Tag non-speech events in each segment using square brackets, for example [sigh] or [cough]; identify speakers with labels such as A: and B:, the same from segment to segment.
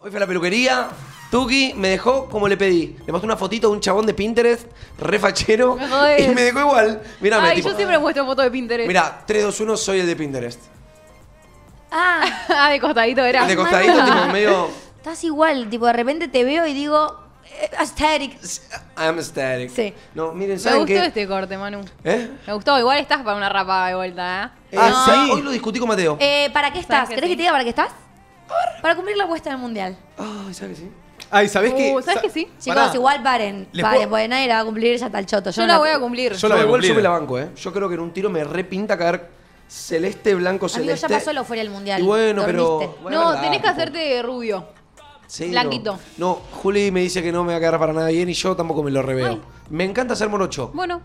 A: Hoy fue a la peluquería. Tuki me dejó como le pedí. Le mostré una fotito de un chabón de Pinterest, refachero,
B: Me jodés.
A: y me dejó igual. Mírame,
B: Ay,
A: tipo,
B: yo siempre muestro fotos de Pinterest.
A: Mirá, 321 soy el de Pinterest.
C: Ah,
B: [laughs] Ah, de costadito era.
A: El de costadito,
C: mala.
B: [laughs]
A: tipo medio.
C: estás igual. Tipo, de repente te veo y digo, eh, aesthetic.
A: I'm static.
C: Sí.
A: No, miren,
B: Me
A: ¿saben
B: gustó
A: qué?
B: este Ah, corte, Manu.
A: ¿Eh?
B: Me gustó, igual estás para una rapada de vuelta, ¿eh?
A: Ah,
C: No.
A: sí. Hoy lo discutí con Mateo.
C: Eh, ¿Para qué estás?
B: ¿Sabes que
C: ¿Querés
B: sí?
C: que te diga para qué estás? Para cumplir la apuesta del mundial.
A: Ay, ¿sabes qué? sí?
D: Ay, ¿sabés qué?
B: Uh, ¿sabés
D: Sa-
B: que sí?
C: Chicos,
D: Pará.
C: igual paren.
D: Les
C: Paren,
D: puedo-
C: porque nadie la va a cumplir ya está el choto.
B: Yo la voy a cumplir.
D: Yo la voy a
A: igual yo
D: cumplir.
A: me la banco, ¿eh? Yo creo que en un tiro me repinta caer celeste, blanco,
C: Amigo,
D: Este-
A: celeste.
C: ya pasó la euforia del mundial.
A: Y bueno, pero.
C: Dormiste.
A: bueno,
B: No,
A: verdad,
B: tenés que
A: tipo,
B: hacerte rubio.
A: sí,
B: blanquito.
A: No. No, Juli me dice que no me va a quedar para nada bien y yo tampoco me lo reveo. Me encanta ser morocho.
B: Bueno,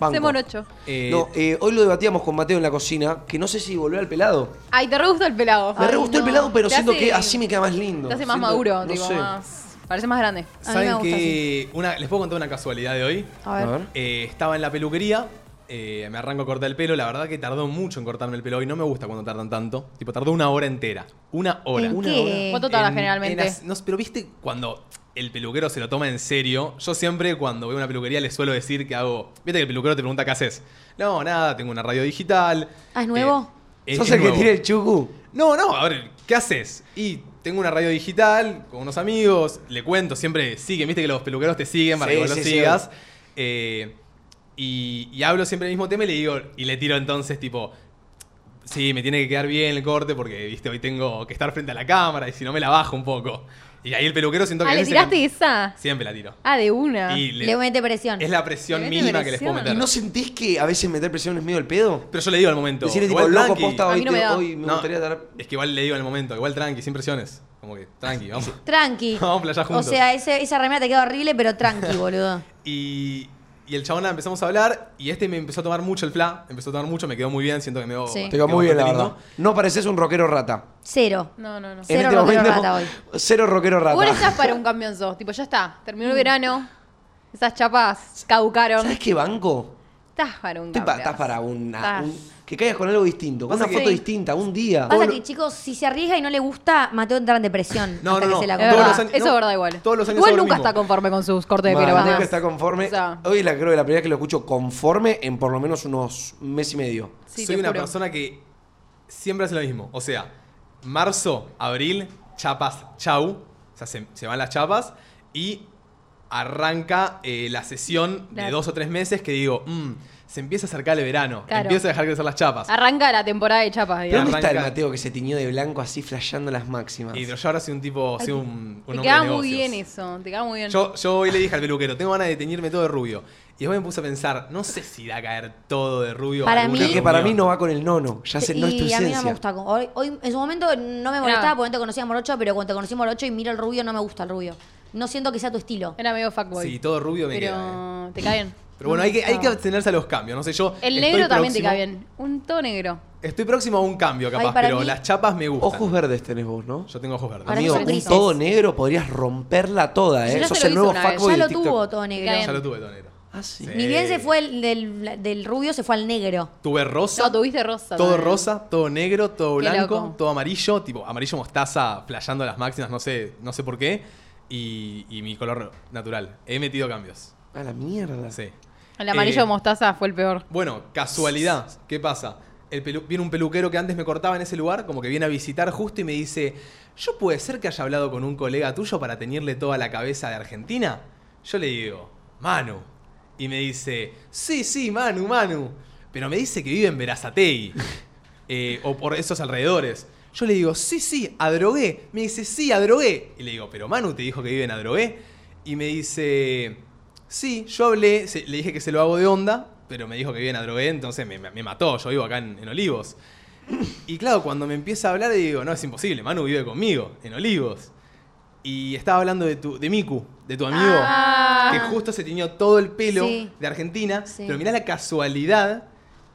A: Banco.
B: se monocho.
D: Eh,
A: No, eh, hoy lo debatíamos con Mateo en la cocina, que no sé si volver al pelado.
B: Ay, te re gusta el pelado.
A: Me
C: Ay,
A: re gustó el
C: no.
A: pelado, pero
B: Te
A: siento
B: hace-
A: que así me queda más lindo.
B: Te hace más
A: Siento-
B: maduro,
A: no
B: tipo,
A: sé.
B: más. Parece más grande.
C: A
D: ¿Saben
C: mí me gusta
D: que una, Les puedo contar una casualidad de hoy.
C: A ver.
A: A ver.
D: Eh, estaba en la peluquería, eh, me arranco a cortar el pelo. La verdad que tardó mucho en cortarme el pelo y no me gusta cuando tardan tanto. Tipo, tardó una hora entera. Una hora.
C: ¿En
A: Una
C: qué?
B: Vos total,
D: En-
B: generalmente.
D: en as- no, pero viste cuando el peluquero se lo toma en serio. Yo siempre cuando voy a una peluquería le suelo decir que hago. Viste que el peluquero te pregunta qué haces. No, nada, tengo una radio digital.
C: Ah, ¿es nuevo?
D: Eh, es-
A: ¿Sos
D: es
A: el que
D: nuevo.
A: tiene el chucu?
D: No, no, a ver, ¿qué haces? Y tengo una radio digital con unos amigos, le cuento, siempre siguen, viste que los peluqueros te siguen para
A: Sí,
D: que vos
A: sí,
D: los
A: sí.
D: sigas. Eh, y, y hablo siempre el mismo tema y le digo, y le tiro entonces, tipo, sí, me tiene que quedar bien el corte porque, viste, hoy tengo que estar frente a la cámara y si no me la bajo un poco. Y ahí el peluquero siento que.
B: Ah,
D: a
B: ¿le
D: veces
B: tiraste
D: se-
B: esa?
D: Siempre la tiro.
B: Ah, de una.
D: Y Eh, le-
C: Le mete presión.
D: es la presión
B: Le mete
D: mínima que les puedo
B: presión.
D: meter.
A: ¿Y no sentís que a veces meter presión es medio el pedo?
D: Pero yo le digo al momento.
A: Decirle tipo,
D: igual
A: loco,
D: tranqui".
A: posta,
B: A
A: hoy,
B: mí no
A: te-
B: me da.
A: hoy me
D: No,
A: gustaría dar...
D: Es que igual le digo al momento, igual tranqui, sin presiones. Como que tranqui, vamos.
C: Tranqui.
D: [laughs] Vamos a playar juntos.
C: O sea, ese- esa remera te queda horrible, pero
D: [laughs]
C: tranqui, boludo.
D: Y, y el chabón nada, empezamos a hablar y este me empezó a tomar mucho el fla, empezó a tomar mucho, me quedó muy bien, siento que me quedó,
C: Sí.
A: Te quedó muy bien, la
D: bastante
A: verdad. No pareces un rockero rata. este
C: Cero.
B: No, no, no.
C: Cero rockero rata hoy.
A: Cero rockero rata. Mm.
B: Igual estás para un cambiazo. Tipo, ya está. Terminó el verano. Esas chapas caducaron.
A: ¿Sabes qué banco?
B: Estás para un
A: Te pa-
B: cambiazo.
A: Estás para una,
B: Estás.
A: un- que caigas con algo distinto, con
D: Pasa
A: una
D: que-
A: foto
B: Sí.
A: distinta, un día.
C: Pasa que, chicos, si se arriesga y no le gusta, Mateo entra en depresión.
D: No,
C: hasta
D: no,
C: que
D: no.
C: se la
B: Es
D: Todos
C: coma.
B: verdad,
D: los años-
B: eso
D: no,
B: es verdad igual.
D: todos los años
B: igual
D: hago lo
B: nunca
D: mismo.
B: está conforme con sus cortes de
A: Mal,
B: pelo.
A: nunca
B: Matías.
A: está conforme.
B: O sea,
A: Hoy la creo que la primera vez que lo escucho conforme en por lo menos unos mes y medio.
B: sí,
D: Soy
B: te
D: una
B: juro.
D: persona que siempre hace lo mismo. O sea, marzo, abril, chapas, chau. O sea, se, se van las chapas y arranca eh, la sesión de
B: La-
D: dos o tres meses que digo, "Mm, se empieza a acercar el verano,
B: Claro. Ah.
D: empieza a dejar crecer las chapas.
B: Arranca la temporada de chapas,
A: ¿Pero
B: digamos.
A: dónde está el
D: arranca-
A: Mateo que se tiñó de blanco así flasheando las máximas?
D: Y pero yo ahora soy un tipo, soy un, un
B: Te
D: hombre
B: queda
D: de
B: muy
D: negocios.
B: bien eso. Te queda muy bien.
D: Yo, yo hoy le dije al peluquero, tengo ganas de teñirme todo de rubio. Y después me puse a pensar, no sé si irá a caer todo de rubio.
C: Para
D: alguna
C: mí-
A: Creo que para mí
D: reunión.
A: no va con el nono, ya se, no es tu
C: y a mí no
A: esencia.
C: me gusta. Hoy, hoy- en su momento no me molestaba
B: Era-
C: porque no te conocía Morocho, pero cuando te conocí Morocho y miro el rubio, no me gusta el rubio. No siento que sea tu estilo.
B: Era medio fuckboy.
D: Sí, todo rubio me
B: Pero
D: queda, eh.
B: te cae bien.
D: Pero bueno, hay que, hay que abstenerse a los cambios. No sé, yo.
B: El
D: estoy
B: negro también te
D: próximo-
B: cae bien. Un todo negro.
D: Estoy próximo a un cambio, capaz,
C: Ay, para
D: pero
C: mí-
D: las chapas me gustan.
A: Ojos verdes tenés vos, ¿no?
D: Yo tengo ojos verdes.
C: Para mí
A: Amigo,
C: son
A: un
C: grises.
A: todo negro podrías romperla toda, ¿eh?
B: Ya se
A: Sos
B: lo
A: el
B: hizo
A: nuevo
B: una vez.
A: fuckboy
C: Ya
A: de
C: lo
A: TikTok.
C: tuvo todo
B: Te cae
C: negro.
D: Ya lo tuve, tonero.
A: Ah, sí.
D: Sí.
C: Ni bien se fue el- del, del rubio, se fue al negro.
D: Tuve rosa.
B: No, tuviste rosa.
D: Todo
B: también.
D: rosa, todo negro, todo
B: Qué
D: blanco,
B: loco.
D: todo amarillo, tipo amarillo mostaza, flayando las máximas, no sé, no sé por qué. Y, y mi color natural. He metido cambios.
A: A la mierda.
D: Sí.
B: El amarillo
D: Eh,
B: mostaza fue el peor.
D: Bueno, casualidad. ¿Qué pasa? El pelu- viene un peluquero que antes me cortaba en ese lugar, como que viene a visitar justo y me dice, ¿yo puede ser que haya hablado con un colega tuyo para teñirle toda la cabeza de Argentina? Yo le digo, Manu. Y me dice, sí, sí, Manu, Manu. Pero me dice que vive en Verazategui. eh, o por esos alrededores. Yo le digo, sí, sí, adrogué. Me dice, sí, adrogué. Y le digo, pero Manu te dijo que vive en adrogué. Y me dice, sí, yo hablé, se- le dije que se lo hago de onda, pero me dijo que vive en adrogué, entonces me, me- me mató. Yo vivo acá en, en Olivos. Y claro, cuando me empieza a hablar, digo, no, es imposible, Manu vive conmigo, en Olivos. Y estaba hablando de, tu, de Miku, de tu amigo,
B: Ah.
D: que justo se tiñó todo el pelo
C: Sí.
D: de Argentina.
C: Sí.
D: Pero mirá la casualidad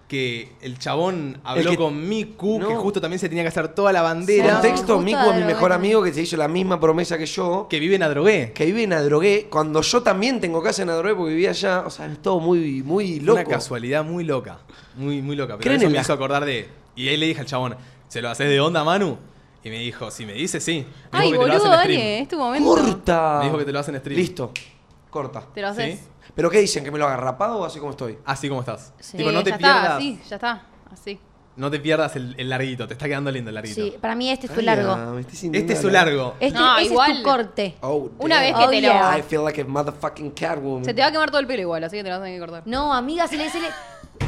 D: que el chabón habló
A: que-
D: con Miku, que
A: No.
D: justo también se tenía que hacer toda la bandera,
C: Sí.
A: Contexto,
C: Justo
A: Miku
C: de
A: es mi
C: drogué
A: mejor
C: también.
A: amigo que se hizo la misma promesa que yo, que,
D: que vive en Adrogué.
A: que vive en Adrogué, cuando yo también tengo casa en Adrogué porque vivía allá, o sea, es todo muy, muy loco.
D: Una casualidad muy loca, muy, muy loca. Pero
A: ¿Creen
D: eso
A: en
D: me
A: la-
D: hizo acordar de... Y ahí le dije al chabón, ¿se lo haces de onda, Manu? Y me dijo, si me dices, sí. Me dijo
B: Ay,
D: que te lo
B: boludo,
D: hacen stream.
B: dale, es tu momento.
A: ¡Corta!
D: Me dijo que te lo hacen stream.
A: Listo. Corta.
B: Te lo haces.
D: ¿Sí?
A: ¿Pero qué dicen? ¿Que me lo haga rapado o así como estoy?
D: Así como estás.
C: Sí,
D: Tipo, no te
B: ya está,
D: pierdas.
B: así, ya está, así.
D: No te pierdas el, el larguito, te está quedando lindo el larguito.
C: Sí, para mí este es tu
A: Ay, ah,
C: largo.
A: me estoy sintiendo
D: Este es su
A: la-
D: largo.
C: Este,
B: No,
C: ese es
B: igual.
C: tu corte.
A: Oh,
B: Una
A: damn.
B: vez que
C: Oh,
B: te lo...
C: yeah.
A: I feel like a motherfucking catwoman.
B: Se te va a quemar todo el pelo igual, así que te lo vas a tener que cortar.
C: No, amiga, se le, se le-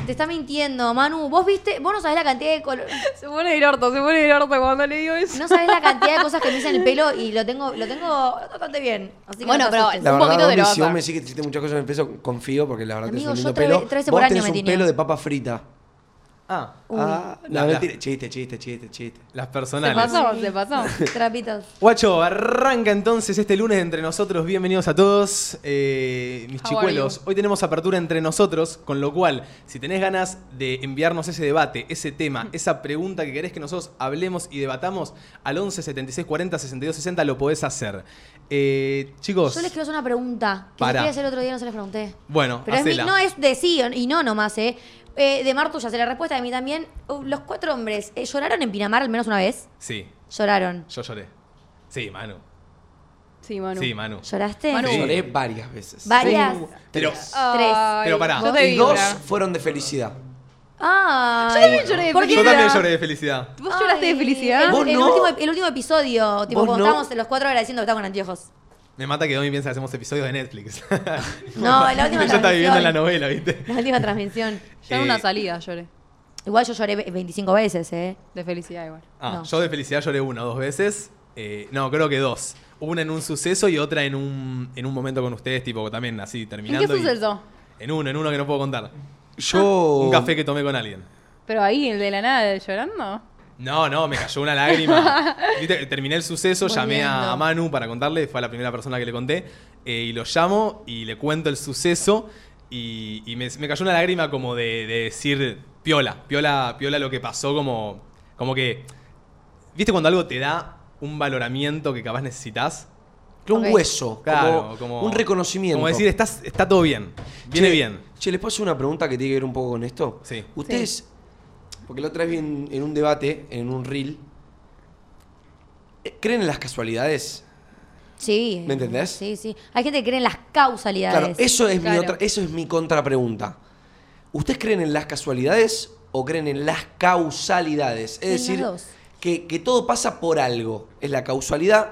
C: Te está mintiendo, Manu. Vos viste, vos no sabés la cantidad de colo-
B: [laughs] Se pone del orto, se pone del orto cuando le digo eso.
C: No sabés la cantidad de cosas que me hice en el pelo y lo tengo, lo tengo bastante bien. Así que
B: Bueno,
C: no te
B: pero-
C: asustes.
A: La
B: un
A: verdad,
B: poquito te
A: Domi,
B: lo va a
A: si vos
B: pasar.
A: me decís que te hiciste muchas cosas en el peso, confío porque la verdad tenés
C: Amigo, yo
A: un lindo
C: tres-
A: pelo.
C: tres veces
A: vos
C: por año
A: tenés
C: me
A: un
C: tiño.
A: pelo de papa frita.
D: Ah,
A: Ah, no,
D: La- la-
A: mentira. Chiste, chiste, chiste, chiste.
D: las
B: Se
D: personales.
B: pasó, se pasó.
C: Trapitos.
D: Guacho, arranca entonces este lunes entre nosotros. Bienvenidos a todos, eh, mis
B: How
D: chicuelos.
B: are
D: Hoy tenemos apertura entre nosotros, con lo cual, si tenés ganas de enviarnos ese debate, ese tema, esa pregunta que querés que nosotros hablemos y debatamos, al 11 76 40 62 60 lo podés hacer. Eh, chicos,
C: Yo les quiero hacer una pregunta que les
D: Pará.
C: quería hacer el otro día y no se les pregunté.
D: bueno,
C: Pero es mi-
D: hacela.
C: no es de sí o- y no nomás, ¿eh? Eh, de Mar tuya, se la respuesta de mí también. Uh, Los cuatro hombres, eh, ¿lloraron en Pinamar al menos una vez?
D: Sí,
C: Lloraron.
D: yo lloré. Sí, Manu.
B: Sí, Manu.
D: Sí, Manu.
C: ¿Lloraste?
B: Manu. Oh, Sí.
A: Lloré varias veces. Uh,
C: Varias.
D: Pero
B: Ay,
D: Pero pará.
B: Yo te
A: Y
B: vi
A: dos
B: llorar.
A: fueron de felicidad.
C: Ah.
B: Yo también lloré de
C: ¿Por qué
D: yo también
B: era?
D: lloré de felicidad.
B: Eh, ¿Vos lloraste de
C: Ay,
B: felicidad?
C: El,
A: ¿Vos
C: el
A: no?
C: último, el último episodio, tipo,
A: ¿Vos
C: cuando
A: no?
C: estábamos los cuatro agradeciendo que estábamos con anteojos.
D: Me mata que Domi piensa que hacemos episodios de Netflix. [laughs]
C: No, la última
D: Ella está viviendo
C: transmisión.
D: la novela, ¿viste?
C: La última transmisión.
B: Yo en una
D: Eh,
B: salida lloré.
C: Igual yo lloré ve- 25 veces, ¿eh?
B: De felicidad igual.
D: Ah,
C: No.
D: yo de felicidad lloré una o dos veces. Eh, no, creo que dos. Una en un suceso y otra en un, en un momento con ustedes, tipo también así
B: ¿En
D: terminando.
B: qué
D: y-
B: suceso?
D: En uno, en uno que no puedo contar.
A: Yo.
D: Un café que tomé con alguien.
B: Pero ahí, el de la nada, llorando.
D: No, no, me cayó una lágrima. Viste, Terminé el suceso, llamé a,
C: Volviendo.
D: a Manu para contarle, fue la primera persona que le conté, eh, y lo llamo y le cuento el suceso y, y me, me cayó una lágrima como de, de decir, piola, piola, piola lo que pasó, como, como que, viste cuando algo te da un valoramiento que capaz necesitas.
A: Un
C: Ok.
A: hueso. como, un reconocimiento.
D: Como decir, estás, está todo bien, viene
A: Che,
D: bien.
A: Che, ¿les puedo hacer una pregunta que tiene que ver un poco con esto?
D: Sí.
A: Ustedes, porque la otra vez vi en, en un debate, en un reel, eh, ¿creen en las casualidades?
C: Sí.
A: ¿Me entendés?
C: Sí, sí. Hay gente que cree en las causalidades.
A: Claro, eso es, mi
B: Claro.
A: otra, eso es mi contrapregunta. ¿Ustedes creen en las casualidades o creen en las causalidades?
C: En las
A: Es decir,
C: dos.
A: que, que todo pasa por algo. Es la causalidad,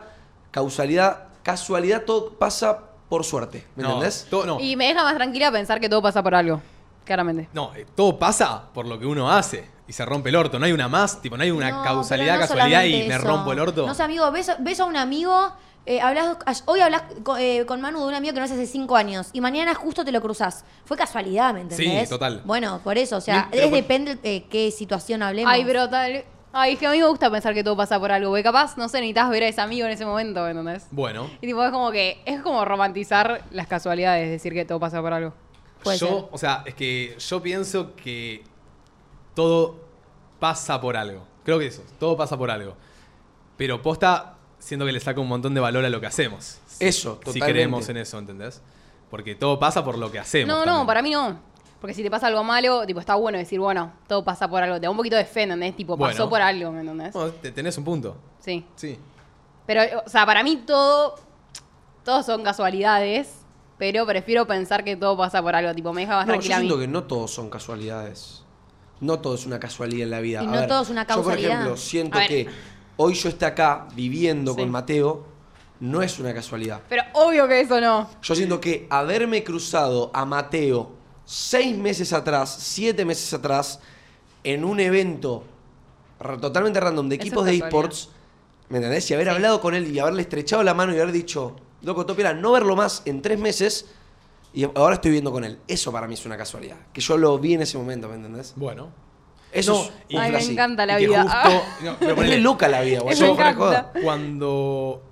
A: causalidad, casualidad, todo pasa por suerte. ¿Me
D: No,
A: entendés?
D: todo- no,
B: Y me deja más tranquila pensar que todo pasa por algo. Claramente.
D: No, eh, todo pasa por lo que uno hace y se rompe el orto. No hay una más, tipo, no hay una
C: No,
D: causalidad,
C: pero no
D: casualidad y
C: solamente
D: me
C: eso.
D: rompo el orto.
C: No sé, amigo, ves, ves a un amigo, eh, hablas, hoy hablas con, eh, con Manu de un amigo que no hace hace cinco años y mañana justo te lo cruzás. Fue casualidad, ¿me
D: Sí,
C: entendés?
D: total.
C: Bueno, por eso, o sea,
D: Bien, pero
C: es
D: por-
C: depende eh, qué situación hablemos.
B: Ay, pero tal. Ay, es que a mí me gusta pensar que todo pasa por algo. Porque capaz, no sé, necesitas ver a ese amigo en ese momento, ¿entendés?
D: Bueno,
B: Y tipo, es como que. Es como romantizar las casualidades, decir que todo pasa por algo.
C: Puede
D: yo,
C: ser.
D: o sea, es que yo pienso que todo pasa por algo. Creo que eso, todo pasa por algo. Pero posta, siento que le saca un montón de valor a lo que hacemos. Si-
A: Eso,
D: Si
A: totalmente.
D: creemos en eso, ¿entendés? Porque todo pasa por lo que hacemos.
B: No,
D: también.
B: no, para mí no. Porque si te pasa algo malo, tipo, está bueno decir, bueno, todo pasa por algo. Te da un poquito de fe, ¿entendés? Tipo,
D: Bueno.
B: pasó por algo, ¿me entendés?
D: Bueno, te- tenés un punto.
B: Sí.
D: Sí.
B: Pero, o sea, para mí todo. Todos son casualidades. Pero prefiero pensar que todo pasa por algo. Tipo, me deja más
A: No, yo
B: tranquila a mí.
A: siento que no todos son casualidades. No todo es una casualidad en la vida.
C: Y
A: A
C: no
A: ver,
C: todo es una
A: Yo, por
C: causalidad.
A: ejemplo, siento
B: A ver.
A: que hoy yo esté acá viviendo
B: Sí.
A: con Mateo no es una casualidad.
B: Pero obvio que eso no.
A: Yo siento que haberme cruzado a Mateo seis meses atrás, siete meses atrás, en un evento ra- totalmente random de
B: Eso es
A: equipos de
B: casualidad.
A: esports, ¿me entendés? Y haber hablado con él y haberle estrechado la mano y haber dicho, loco, Topera, no verlo más en tres meses y ahora estoy viviendo con él. Eso para mí es una casualidad. Que yo lo vi en ese momento, ¿me entendés?
D: Bueno.
A: Eso
D: No,
A: es
D: y-
A: un
B: Ay, me
A: flash.
B: encanta la
D: Y que
B: vida.
D: justo- no, pero
A: Es re
D: ponele-
A: loca la vida, güey.
B: Eso
A: Yo,
B: [laughs] me
A: fuera de
B: encanta.
A: joda.
D: cuando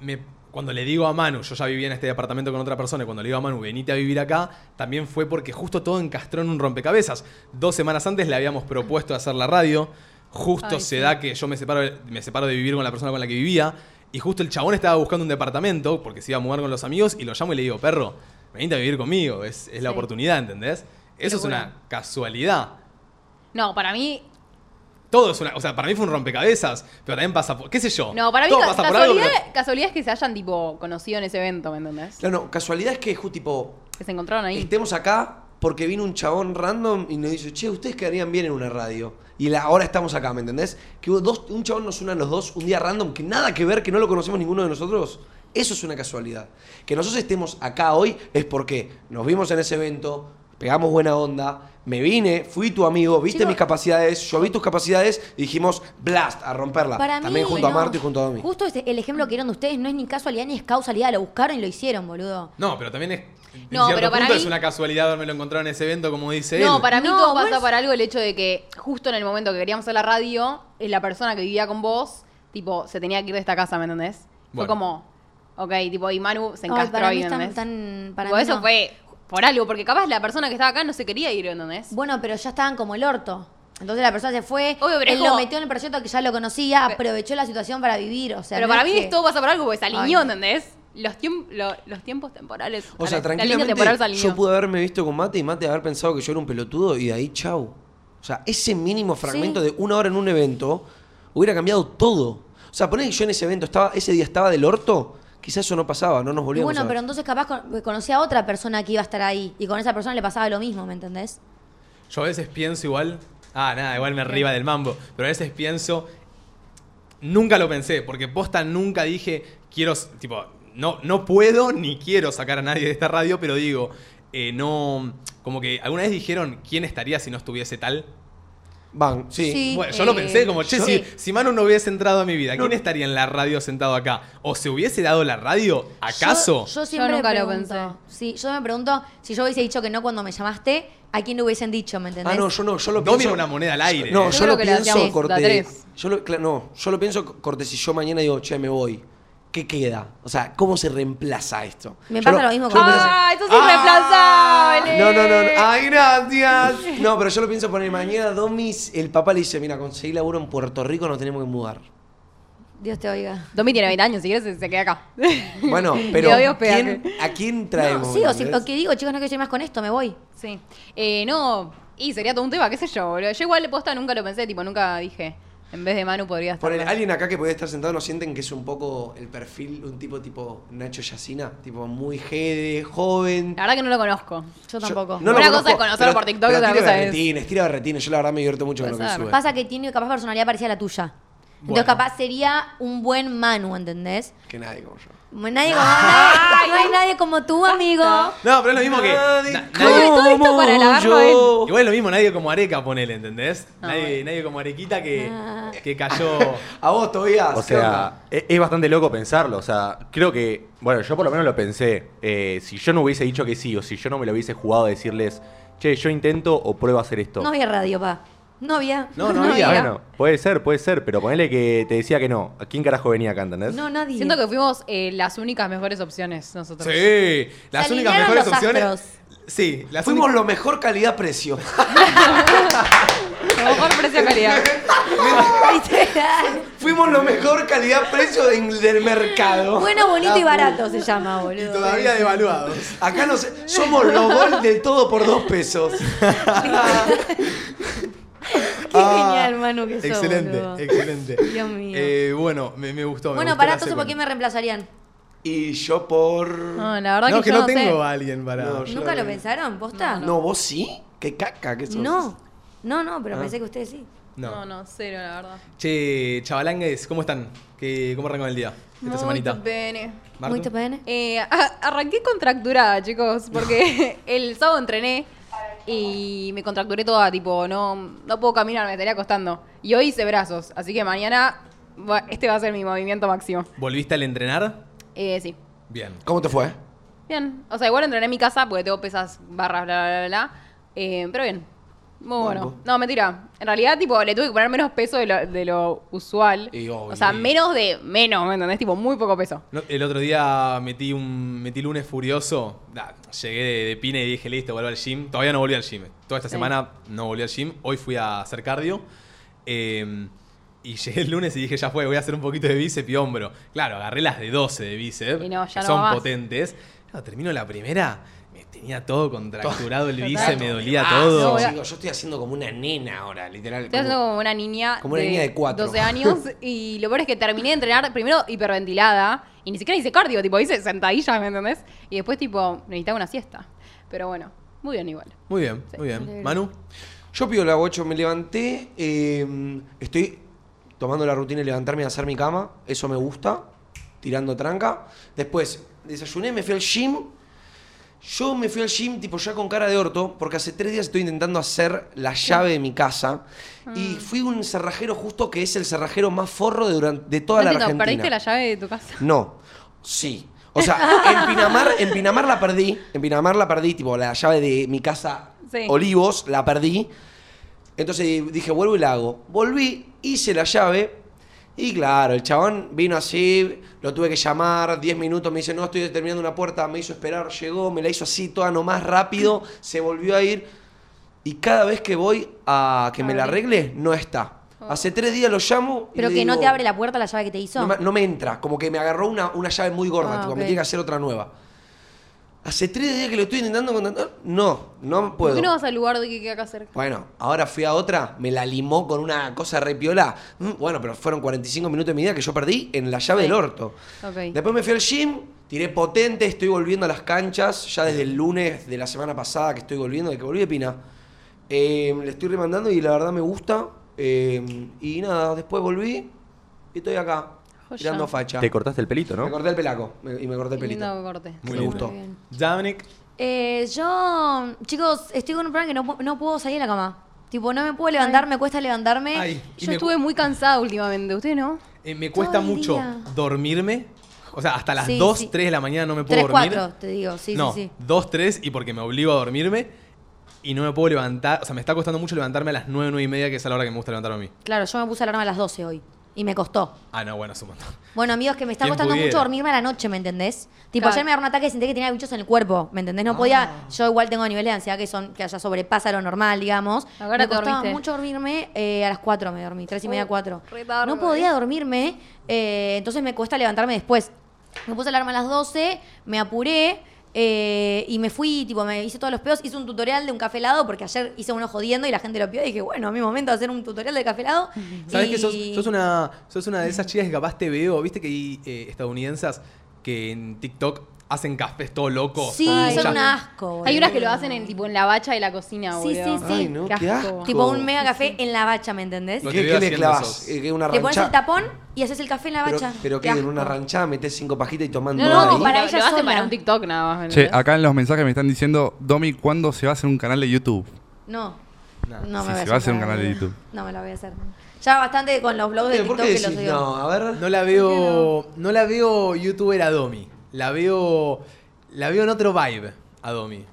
D: me cuando le digo a Manu, yo ya vivía en este departamento con otra persona, y cuando le digo a Manu, venite a vivir acá, también fue porque justo todo encastró en un rompecabezas. Dos semanas antes le habíamos propuesto hacer la radio, justo
B: Ay, sí.
D: se da que yo me separo, me separo de vivir con la persona con la que vivía, y justo el chabón estaba buscando un departamento, porque se iba a mudar con los amigos, y lo llamo y le digo, perro, venite a vivir conmigo, es, es la
B: Sí.
D: oportunidad, ¿entendés? Eso es
B: locura.
D: una casualidad.
B: No, para mí
D: Todo es una. O sea, para mí fue un rompecabezas, pero también pasa por. ¿Qué sé yo?
B: No, para mí
D: Todo
B: ca-
D: pasa por algo,
B: casualidad,
D: pero-
B: casualidad es que se hayan tipo conocido en ese evento, ¿me entendés?
A: Claro, no, casualidad es que ju, tipo,
B: Que se encontraron ahí.
A: estemos acá porque vino un chabón random y nos dice, che, ustedes quedarían bien en una radio. Y la- ahora estamos acá, ¿me entendés? Que hubo dos, un chabón nos una a los dos, un día random, que nada que ver, que no lo conocemos ninguno de nosotros. Eso es una casualidad. Que nosotros estemos acá hoy es porque nos vimos en ese evento, pegamos buena onda, me vine, fui tu amigo, viste
C: Chicos,
A: mis capacidades, yo vi tus capacidades y dijimos, blast, a romperla.
C: Para
A: También
C: mí,
A: junto
C: no.
A: a Marto y junto a Domi.
C: Justo este- el ejemplo que dieron de ustedes no es ni casualidad ni es causalidad. Lo buscaron y lo hicieron, boludo.
D: No, pero también es. En
B: No,
D: cierto
B: pero para
D: punto
B: mí-
D: es una casualidad haberme lo encontrado en ese evento, como dice él.
B: No, para mí
C: No,
B: todo
C: vos-
B: pasa por algo el hecho de que justo en el momento que queríamos hacer la radio, eh, la persona que vivía con vos, tipo, se tenía que ir de esta casa, ¿me entendés? Fue
D: Bueno.
B: como, ok, tipo, y Manu se
C: Ay,
B: encastró
C: para
B: ahí,
C: mí
B: ¿me
C: están-
B: entendés?
C: tan- para
B: Tipo,
C: mí
B: eso
C: no.
B: fue por algo, porque capaz la persona que estaba acá no se quería ir, ¿me ¿entendés?
C: Bueno, pero ya estaban como el orto. Entonces la persona se fue,
B: Obvio, pero es
C: él lo
B: como-
C: metió en el proyecto que ya lo conocía, aprovechó la situación para vivir, o sea.
B: Pero
C: no
B: para
C: es
B: mí
C: que-
B: es todo pasa por algo porque se alineó,
C: Ay.
B: ¿entendés? Los, tiemp- lo- los tiempos temporales.
A: O sea,
B: la- la línea temporal se
A: tranquilamente
B: alineó.
A: yo pude haberme visto con Mate y Mate haber pensado que yo era un pelotudo y de ahí chau. O sea, ese mínimo fragmento de una hora en un evento hubiera cambiado todo. O sea, poner que yo en ese evento estaba, ese día estaba del orto, quizás eso no pasaba, no nos
C: Y
A: volvíamos
C: bueno,
A: a ver.
C: pero entonces capaz con- conocía a otra persona que iba a estar ahí y con esa persona le pasaba lo mismo, ¿me entendés?
D: Yo a veces pienso igual. Ah, nada, igual me arriba del mambo. Pero a veces pienso. Nunca lo pensé, porque posta nunca dije, quiero. s- Tipo, no, no puedo ni quiero sacar a nadie de esta radio, pero digo, eh, no. Como que alguna vez dijeron, ¿quién estaría si no estuviese tal?
A: Van, sí.
C: Sí.
D: Bueno, yo lo
C: eh,
D: pensé, como, che,
A: yo-
D: si, si Manu no hubiese entrado a mi vida,
A: No.
D: ¿quién estaría en la radio sentado acá? ¿O se hubiese dado la radio, acaso?
C: Yo, yo siempre
B: nunca
C: me
B: lo
C: pregunto-
B: pensé.
C: Sí, yo me pregunto si yo hubiese dicho que no cuando me llamaste, ¿a quién le hubiesen dicho, me entendés?
A: Ah, no, yo no, yo lo
D: Domi
A: pienso.
D: era una moneda al aire,
A: No,
D: eh.
A: yo,
B: Yo creo
A: lo
B: que la
A: pienso
B: hacíamos la
A: corte.
B: tres.
A: Yo lo, cla- no, yo lo pienso co- corte si yo mañana digo, che, me voy. ¿Qué queda? O sea, ¿cómo se reemplaza esto?
C: Me
A: Yo
C: pasa lo mismo
A: yo
C: con-
A: pienso-
B: ¡Ah, eso sí es
D: Ah.
B: reemplazable!
A: No, no, no, no. Ay, gracias. No, pero yo lo pienso poner mañana. Domis, el papá le dice, mira, conseguí laburo en Puerto Rico, nos tenemos que mudar.
C: Dios te oiga.
B: Domi tiene 20 años, si quieres se- se queda acá.
A: [laughs]
C: [laughs]
B: [laughs]
A: Bueno, pero
B: Le doy hospedaje.
A: ¿quién- ¿a quién traemos?
C: No, sí, o, si,
A: ¿entendés?
C: o que digo, chicos, no quiero seguir más con esto, me voy.
B: Sí. Eh, no, y sería todo un tema, qué sé yo, boludo. Yo igual posta nunca lo pensé, tipo, nunca dije, en vez de Manu podría estar.
A: Ponele,
B: acá.
A: alguien acá que podría estar sentado, ¿no sienten que es un poco el perfil, un tipo tipo Nacho Yacina? Tipo muy jede, joven.
B: La verdad que no lo conozco.
C: Ah, Yo tampoco.
A: No lo
B: Una cosa
A: conozco,
B: es conocerlo
A: pero-
B: por TikTok,
A: pero
B: otra
A: tira
B: cosa es-
A: berretines, tira berretines. Yo la verdad me divierto mucho con lo
B: Puede
A: que
B: ser.
A: sube.
C: Pasa que tiene capaz personalidad parecida a la tuya.
D: Bueno.
C: Entonces capaz sería un buen Manu, ¿entendés?
A: Que nadie como yo.
C: Nadie
D: [laughs]
C: como, nadie, no hay nadie como tú, amigo.
D: No, pero es lo mismo que. na-
B: ¿Cómo
D: nadie-
B: es todo esto para alabarlo a él?
D: Igual es lo mismo, nadie como Areca, ponele, ¿entendés?
B: Ah,
D: nadie,
B: bueno.
D: nadie como Arequita que,
C: Ah.
D: que cayó.
A: A vos, Tobias.
E: O
A: ¿qué onda?
E: sea, e, es, es bastante loco pensarlo. O sea, creo que, bueno, yo por lo menos lo pensé. Eh, si yo no hubiese dicho que sí, o si yo no me lo hubiese jugado a decirles, che, yo intento o pruebo a hacer esto.
C: No había radio, pa. No había.
D: No, no había.
E: Bueno, puede ser, puede ser, pero ponele que te decía que no. ¿A quién carajo venía acá, entendés?
C: No, nadie.
B: Siento que fuimos eh, las únicas mejores opciones nosotros.
D: sí, las
C: Se
D: únicas
C: alinearon
D: mejores
C: los
D: opciones.
C: astros. [laughs]
D: Sí, las
A: Fuimos
D: únicas-
A: lo mejor calidad-precio. [laughs]
B: Lo Mejor precio
D: [laughs]
B: calidad.
C: Literal.
A: Fuimos lo mejor calidad-precio de- del mercado.
C: bueno, bonito y barato se llama, boludo.
D: Y todavía devaluados.
A: Acá no sé, somos los gol del todo por dos pesos.
C: Qué genial, Manu, que sos,
D: Ah, Excelente,
C: boludo.
D: excelente.
C: Dios mío.
D: Eh, bueno, me, me gustó. me
C: bueno,
D: gustó
C: pará,
D: la
C: entonces, ¿por qué me
D: secuencia.
C: reemplazarían?
A: Y yo por. No,
B: No, la verdad
D: No,
B: que,
D: que
B: yo
D: no
B: no
D: tengo ah,
B: sé.
D: a alguien para.
A: No, yo-
C: ¿Nunca lo pensaron? ¿Posta?
A: vos sí. Qué caca que sos.
C: No, no, no,
D: Ah.
C: pero pensé que ustedes sí.
D: No.
B: No, no, cero, la verdad.
D: Che, chavalangues, ¿cómo están? ¿Qué, ¿Cómo arrancan el día? Esta semanita.
B: Muy bene.
D: Martu.
C: Muy TPN.
B: Eh, a- arranqué contracturada, chicos, porque [laughs] el sábado entrené y me contracturé toda, tipo, no, no puedo caminar, me estaría costando. Y hoy hice brazos, así que mañana va- este va a ser mi movimiento máximo.
D: ¿Volviste al entrenar?
B: Eh, sí.
D: Bien.
A: ¿Cómo te fue?
B: Bien. O sea, igual entrené en mi casa porque tengo pesas, barras, bla, bla, bla, bla. Eh, pero bien. Muy bueno.
A: Banco.
B: No, mentira. En realidad, tipo, le tuve que poner menos peso de lo, de lo usual.
A: Y
B: o
A: obvio.
B: sea, menos de menos, ¿me entendés? Tipo, muy poco peso.
D: No, el otro día metí un metí lunes furioso. Da, llegué de, de pine y dije, listo, vuelvo al gym. Todavía no volví al gym. Toda esta
B: Sí.
D: semana no volví al gym. Hoy fui a hacer cardio. Eh, y [laughs] llegué el lunes y dije, ya fue, voy a hacer un poquito de bíceps y hombro. Claro, agarré las de 12 de bíceps,
B: Y no, ya
D: que
B: no
D: son
B: va más.
D: potentes. Claro, termino la primera, me Tenía todo contracturado, el
B: Total.
D: bíceps me dolía
A: Ah, no,
D: todo.
A: chico, yo estoy haciendo como una nena ahora, literal.
B: Estoy haciendo como una niña.
A: Como una niña de cuatro.
B: 12
A: [laughs]
B: años. Y lo peor es que terminé de entrenar primero hiperventilada. Y ni siquiera hice cardio, tipo hice sentadillas, ¿me entendés? Y después, tipo, necesitaba una siesta. Pero bueno, muy bien igual.
D: Muy bien,
B: Sí.
D: muy bien. Manu,
A: Yo piola, bocho, me levanté, eh, estoy tomando la rutina de levantarme y hacer mi cama, eso me gusta, tirando tranca. Después desayuné, me fui al gym. Yo me fui al gym tipo ya con cara de orto, porque hace tres días estoy intentando hacer la llave de mi casa.
B: Mm.
A: Y fui a un cerrajero justo que es el cerrajero más forro de, duran- de toda
B: No
A: la
B: entiendo,
A: Argentina.
B: ¿perdiste la llave de tu casa?
C: [laughs]
A: No, sí. O sea, en Pinamar, en Pinamar la perdí. En Pinamar la perdí, tipo, la llave de mi casa
B: Sí.
A: Olivos, la perdí. Entonces dije, vuelvo y la hago. Volví, hice la llave. Y claro, el chabón vino así, lo tuve que llamar, 10 minutos, me dice, no, estoy terminando una puerta, me hizo esperar, llegó, me la hizo así, toda nomás rápido, se volvió a ir. Y cada vez que voy a que me la arregle, no está. Hace tres días lo llamo. y
C: Oh. Pero
A: le
C: que no
A: digo,
C: te abre la puerta la llave que te hizo.
A: no me, no me entra, como que me agarró una, una llave muy gorda,
C: Ah,
A: tipo,
C: ok.
A: me tiene que hacer otra nueva. Hace tres días que lo estoy intentando contactar. No, no
B: ¿Por
A: puedo.
B: qué no vas al lugar de que queda acá cerca?
A: Bueno, ahora fui a otra, me la limó con una cosa repiola. Bueno, pero fueron 45 minutos de mi vida que yo perdí en la llave
B: Ok.
A: del orto.
B: Ok.
A: Después me fui al gym, tiré potente, estoy volviendo a las canchas, ya desde el lunes de la semana pasada que estoy volviendo, de que volví de Pina. Eh, le estoy remandando y la verdad me gusta. eh, y nada, después volví y estoy acá,
B: Joya.
A: tirando facha.
E: Te cortaste el pelito,
A: Me
E: ¿no?
A: corté el pelaco me- y me corté el pelito.
B: Lindo corte.
A: Me
D: lindo.
A: gustó.
C: bien.
D: Dominic,
C: Eh, yo, chicos, estoy con un problema que no, pu- no puedo salir de la cama. Tipo, no me puedo levantar, me cuesta levantarme.
D: Ay. Y
B: Yo
D: me-
B: estuve muy cansada últimamente, ¿usted no?
D: eh, me cuesta
C: Todo el
D: mucho
C: día.
D: dormirme. O sea, hasta las
C: Sí,
D: 2,
C: sí.
D: 3 de la mañana no me puedo
C: Tres,
D: dormir.
C: cuatro, te digo. Sí,
D: no,
C: sí, sí.
D: 2, 3 y porque me obligo a dormirme y no me puedo levantar. O sea, me está costando mucho levantarme a las 9, 9 y media, que es a la hora que me gusta levantarme a mí.
C: Claro, yo me puse alarma a las 12 hoy. Y me costó.
D: Ah, no, bueno, es un montón. [laughs]
C: Bueno, amigos, que me está
D: ¿Quién
C: costando
D: pudiera?
C: mucho dormirme a la noche, ¿me entendés? Tipo,
B: Claro. Ah.
C: ayer me agarró un ataque y sentí que tenía bichos en el cuerpo, ¿me entendés? No podía. Yo igual tengo niveles de ansiedad que son que ya sobrepasa lo normal, digamos.
B: Ahora
C: me
B: te
C: costaba
B: dormiste. Uh,
C: mucho dormirme. eh, a las 4 me dormí, 3 y media, 4.
B: re tarde.
C: No podía dormirme, eh, entonces me cuesta levantarme después. Me puse alarma a las 12, me apuré. eh, y me fui, tipo, me hice todos los peos, hice un tutorial de un café helado, porque ayer hice uno jodiendo y la gente lo pidió y dije, bueno, a mi momento de hacer un tutorial de café helado.
D: ¿Sabes que sos,
C: Y-
D: sos una, sos una de esas chicas que capaz te veo? ¿Viste que hay eh, estadounidenses que en TikTok hacen cafés todo locos?
C: Sí,
D: con
B: Ay,
C: son
D: muchas-
C: un asco.
B: Hay
C: boludo.
B: unas que lo hacen en tipo en la bacha de la cocina,
C: Sí,
B: boludo.
C: sí, sí.
A: Ay, no, qué asco.
C: Tipo un mega café en la bacha, ¿me entendés?
A: ¿Y
D: No
A: ¿Qué,
D: te
A: qué
D: veo
A: le
D: haciendo
A: clavas?
D: esos.
A: Eh, que una
C: Te pones el
A: rancha.
C: tapón y haces el café en la
A: Pero,
C: bacha.
A: pero que
C: Qué
A: en una
C: asco.
A: ranchada metés cinco pajitas y tomando
B: No, no,
A: ahí.
B: para
C: para
B: ella
C: ella
B: lo hacen
C: sola.
B: para un TikTok nada más. ¿me
F: Che,
B: entendés?
F: acá en los mensajes me están diciendo, Domi, ¿cuándo se va a hacer un canal de YouTube?
C: No. No,
D: No.
C: me
F: Sí,
C: voy
F: se va a hacer un
C: nada,
F: canal de
C: boludo.
F: YouTube.
C: No me lo voy a hacer. Ya bastante con los blogs de
A: Eh, ¿Por
C: TikTok
A: qué
C: que los
A: decís
C: digo.
A: no? A ver.
D: No la veo. No la veo youtuber a Domi. La veo. La veo en otro vibe a Domi.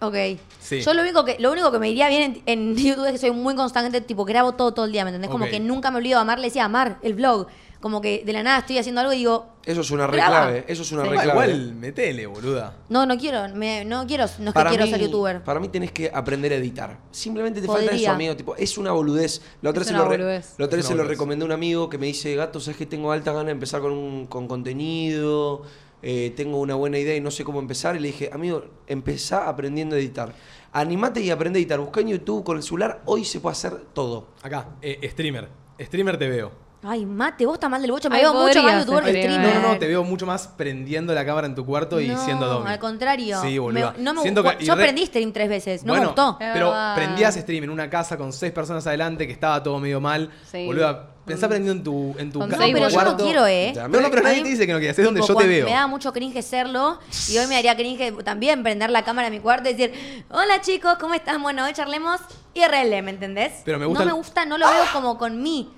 C: Ok.
D: Sí.
C: Yo lo único, que, lo único que me iría bien en, [laughs] en YouTube es que soy muy constante, tipo grabo todo todo el día, ¿me entendés? Como
D: Ok.
C: que nunca me olvido de amar, le decía amar el blog. Como que de la nada estoy haciendo algo y digo,
A: Eso es una re
C: Graba.
A: clave. Eso es una
D: Ah,
A: re clave.
D: igual, metele, boluda.
C: no, no quiero, me- no quiero, no es que quiero ser youtuber.
A: Para mí tenés que aprender a editar. Simplemente te falta
C: Podría.
A: eso, amigo. Tipo, es una boludez. La otra
B: Es
A: vez se
B: una
A: lo, re-
B: boludez.
A: la otra
D: Es
A: vez se
D: una
A: lo
D: boludez.
A: recomendé a un amigo que me dice, gato, sabes que tengo altas ganas de empezar con, un- con contenido, Eh, tengo una buena idea y no sé cómo empezar. Y le dije, amigo, empezá aprendiendo a editar. Animate y aprende a editar. Busca en YouTube con el celular, hoy se puede hacer todo.
D: Acá, eh, streamer. Streamer te veo.
C: Ay, mate, vos estás mal del bocho, me
B: Ay,
C: veo mucho
B: podría
C: más youtuber que
B: ser
D: No,
C: Ah, streamer.
D: no, no, te veo mucho más prendiendo la cámara en tu cuarto y
C: No,
D: siendo Domi.
C: Al contrario.
D: Sí, boluda.
C: Me- no me
D: Siento
C: gustó.
D: que- y
C: Yo
D: re-
C: aprendí stream tres veces. No me
D: Bueno,
C: gustó.
B: Es
D: Pero
B: verdad.
D: prendías stream en una casa con seis personas adelante que estaba todo medio mal.
B: Sí.
D: Boluda,
C: Mm.
D: pensá prendiendo en tu, en tu
B: Con
D: ca-
C: No,
B: seis,
D: en
C: pero
D: tu
C: yo no
D: cuarto.
C: quiero, ¿eh?
A: Ya,
D: No, no, pero
C: A
D: nadie
C: mí-
D: te dice que no quieras. Es donde
C: tipo,
D: yo te
C: cuando-
D: veo.
C: Me
D: [laughs]
C: daba mucho cringe serlo y hoy me daría cringe también prender la cámara de mi cuarto y decir, hola chicos, ¿cómo están? Bueno, hoy charlemos IRL, ¿me entendés?
D: Pero me
C: no
D: gustan-
C: me gusta, no lo veo como con mí.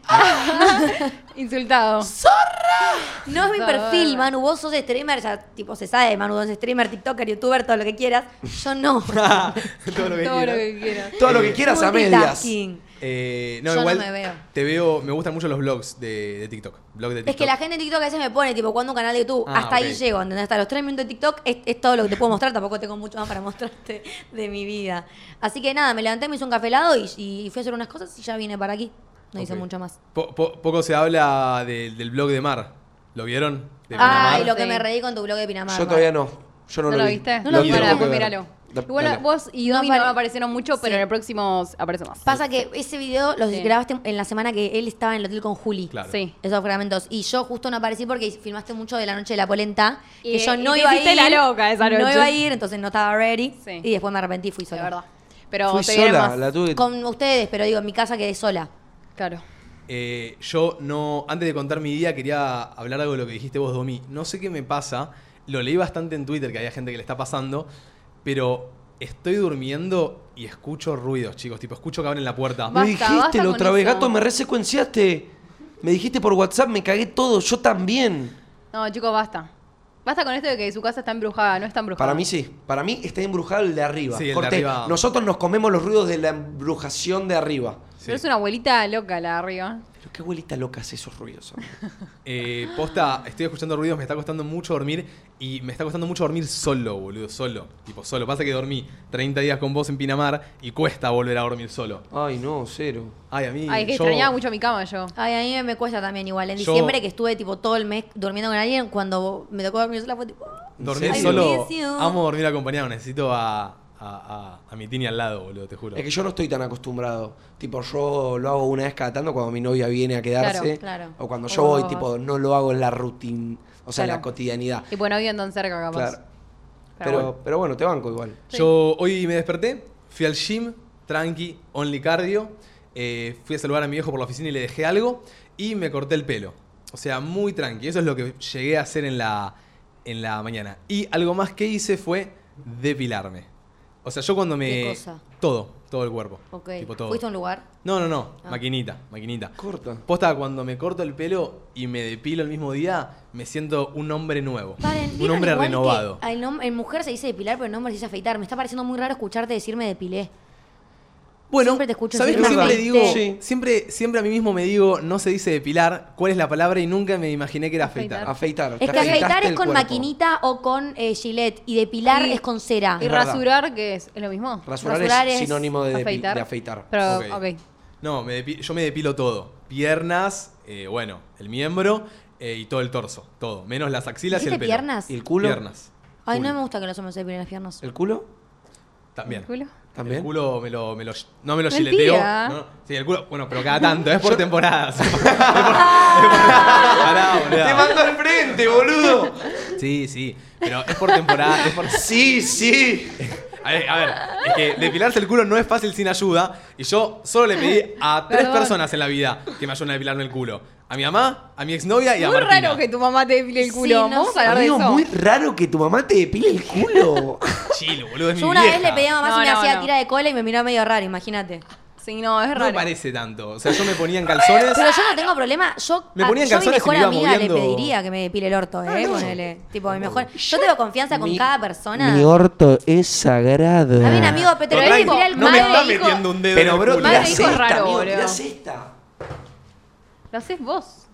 A: [laughs]
B: Insultado.
C: No es mi
B: No,
C: perfil,
B: no.
C: Manu. Vos sos streamer, ya tipo se sabe, Manu, vos sos streamer, tiktoker, youtuber, todo lo que quieras. Yo
D: [laughs]
C: no.
D: todo lo que
B: Todo lo
D: quieras.
B: que quieras.
A: Todo lo que quieras a medias.
C: Multitasking.
D: Eh, no,
C: Yo no
D: igual
C: me veo.
D: te veo, me gustan mucho los vlogs de, de TikTok. Blog de TikTok.
C: Es que la gente en TikTok a veces me pone, tipo, cuando un canal de YouTube,
D: Ah,
C: hasta ahí
D: ok.
C: llego, ¿entendés? Hasta los 3 minutos de TikTok es, es todo lo que te puedo mostrar, tampoco tengo mucho más para [laughs] mostrarte de mi vida. Así que nada, me levanté, me hice un café helado y, y fui a hacer unas cosas y ya vine para aquí. No hice
D: Ok.
C: mucho más.
D: Po- po- poco se habla de- del blog de Mar. ¿Lo vieron? De
C: Ay,
D: Pinamar.
C: lo que
B: Sí.
C: me reí con tu blog de Pinamar.
A: Yo todavía no. Yo no,
B: ¿No
A: lo,
B: lo
A: vi.
B: viste?
C: No lo vi.
B: Bueno,
C: Tengo que
B: después
A: ver.
B: míralo.
A: Da-
B: Igual
A: dale.
B: vos y Domi
C: No
B: no,
C: apare-
B: aparecieron mucho, pero
C: Sí.
B: en el próximo aparece más.
C: Pasa que ese video lo
B: Sí.
C: grabaste en la semana que él estaba en el hotel con Juli.
D: Claro.
B: Sí.
C: Esos fragmentos. Y yo justo no aparecí porque filmaste mucho de la noche de la polenta.
B: Y,
C: que yo
B: eh,
C: no
B: y te
C: iba a ir.
B: hiciste la loca esa
C: No
B: noche.
C: iba a ir, entonces no estaba ready.
B: Sí.
C: Y después me arrepentí y fui sola.
B: La verdad. Pero
A: Fui
B: se viene
A: sola,
B: más.
A: la tuve.
C: Con ustedes, pero digo, en mi casa quedé sola.
B: Claro.
D: Eh, yo no, antes de contar mi día, quería hablar algo de lo que dijiste vos, Domi. No sé qué me pasa, lo leí bastante en Twitter, que había gente que le está pasando, pero estoy durmiendo y escucho ruidos, chicos, tipo, escucho que abren la puerta.
B: Va-
A: me
B: Basta,
A: dijiste
B: basta
A: la
B: con
A: otra vez,
B: eso.
A: gato, me resecuenciaste. Me dijiste por WhatsApp, me cagué todo, yo también.
B: No, chicos, basta. Basta con esto de que su casa está embrujada, no está embrujada.
A: Para mí sí, para mí está embrujado el de arriba.
D: Sí, el de
A: Corté.
D: arriba.
A: Nosotros nos comemos los ruidos de la embrujación de arriba.
B: Pero es una abuelita loca la de arriba.
A: Pero qué abuelita loca hace esos ruidos. amigo.
D: Eh, posta, estoy escuchando ruidos, me está costando mucho dormir y me está costando mucho dormir solo, boludo, solo. Tipo, solo. Pasa que dormí 30 días con vos en Pinamar y cuesta volver a dormir solo.
A: Ay, no, cero.
D: Ay, a mí.
B: Ay, que
D: yo-
B: extrañaba mucho mi cama yo.
C: Ay, a mí me cuesta también igual. En
D: Yo-
C: diciembre que estuve tipo todo el mes durmiendo con alguien, cuando me tocó dormir sola fue tipo... "Ah".
D: Dormir
A: ¿En serio?
D: solo.
C: Ay, buenísimo.
D: Amo dormir acompañado. Necesito a, a, a- a mi tini al lado, boludo, te juro.
A: Es que yo no estoy tan acostumbrado. Tipo, yo lo hago una vez cada tanto cuando mi novia viene a quedarse.
C: Claro, claro.
A: O cuando
B: O
A: yo
B: cuando
A: voy,
B: vos
A: tipo, no lo hago en la rutina, o sea, en la
B: Claro.
A: cotidianidad.
B: Y bueno, viven tan cerca capaz.
A: Claro.
B: Pero
A: Pero, pero bueno, te banco igual.
D: Yo hoy me desperté, fui al gym, tranqui, only cardio. eh, fui a saludar a mi viejo por la oficina y le dejé algo. Y me corté el pelo. O sea, muy tranqui. Eso es lo que llegué a hacer en la, en la mañana. Y algo más que hice fue depilarme. O sea, yo cuando me.
C: ¿Qué cosa?
D: Todo, todo el cuerpo.
C: Ok.
D: Tipo todo.
C: ¿Fuiste a un lugar?
D: No, no, no.
C: Ah.
D: Maquinita, maquinita.
A: Corta.
D: Posta, cuando me corto el pelo y me depilo el mismo día, me siento un hombre nuevo.
C: Paren,
D: un
C: ¿vieron
D: hombre
C: igual que
D: renovado.
C: al nom- en mujer se dice depilar, pero en hombre se dice afeitar. Me está pareciendo muy raro escucharte decirme depilé.
D: Bueno,
C: Siempre te escucho
D: ¿sabés
A: decir
D: que
A: lo
D: siempre
A: mismo?
D: digo?
A: Sí.
D: Siempre, siempre a mí mismo me digo, no se dice depilar, ¿cuál es la palabra? Y nunca me imaginé que era afeitar.
B: Afeitar.
A: Afeitar. te
C: Es que afeitar
A: afeitaste
C: es
A: el
C: con
A: cuerpo.
C: maquinita o con eh, gilet y depilar
B: Y-
C: es con cera.
B: Y
A: Es verdad.
B: rasurar, ¿qué es? ¿Es lo mismo?
A: Rasurar,
C: Rasurar
A: es,
C: es
A: sinónimo de, depi-
B: afeitar.
A: de afeitar.
B: Pero,
D: Ok.
B: ok.
D: No, me depi- yo me depilo todo. Piernas, eh, bueno, el miembro eh, y todo el torso. Todo. Menos las axilas y el
C: ¿Dijiste
D: pelo.
C: piernas?
A: ¿Y el culo?
D: Piernas.
C: Ay,
D: Culo.
C: no me gusta que los hombres se depilen las piernas.
A: ¿El culo?
D: También.
B: ¿El culo?
A: También.
D: El culo me lo, me lo- no me lo
B: Mentira.
D: gileteo. No, no. Sí, el culo, bueno, pero cada tanto, es
A: [laughs]
D: por temporadas. Es por- es por- Pará, boludo.
A: Te mando al frente, boludo.
D: Sí, sí, pero es por temporada. es
A: [laughs]
D: por-
A: Sí, sí.
D: A ver, a ver, es que depilarse el culo no es fácil sin ayuda. Y yo solo le pedí a tres
B: Perdón.
D: personas en la vida que me ayuden a depilarme el culo. A mi mamá, a mi exnovia y a
B: Muy
D: Martina.
B: raro que tu mamá te depile el
C: Sí,
B: culo.
C: no
B: Vamos
C: sé.
B: a hablar de
A: Amigo,
B: eso.
A: muy raro que tu mamá te depile el
D: [laughs]
A: culo.
D: Chilo, boludo, es
C: Yo
D: mi
C: una vez
D: vieja.
C: le pedí a mamá
B: No,
C: si me
B: no,
C: hacía
B: no.
C: tira de cola y me miró medio raro, imagínate.
B: Sí, no, es
D: No
B: raro.
D: me parece tanto. O sea, yo me ponía en calzones.
C: Pero yo no tengo problema. Yo,
D: Me
C: a-
D: ponía en
C: yo a mi
D: calzones y
C: mejor
D: me iba
C: amiga
D: moviendo. Ah,
C: le pediría que me depile el orto, ¿eh? Ponele. Tipo, mi mejor. Yo tengo confianza con
A: Mi-
C: cada persona.
A: Mi orto es sagrado.
C: Había un amigo de
D: Pero
C: Petro que
D: tranqui,
C: depila el
D: no me
B: madre
D: está
B: dijo-
D: metiendo un dedo en
A: Pero,
D: el
A: bro,
D: culo.
B: Madre
A: tirás
B: dijo
A: esta,
B: raro,
A: amigo,
B: boludo.
A: tirás esta.
B: Lo haces vos.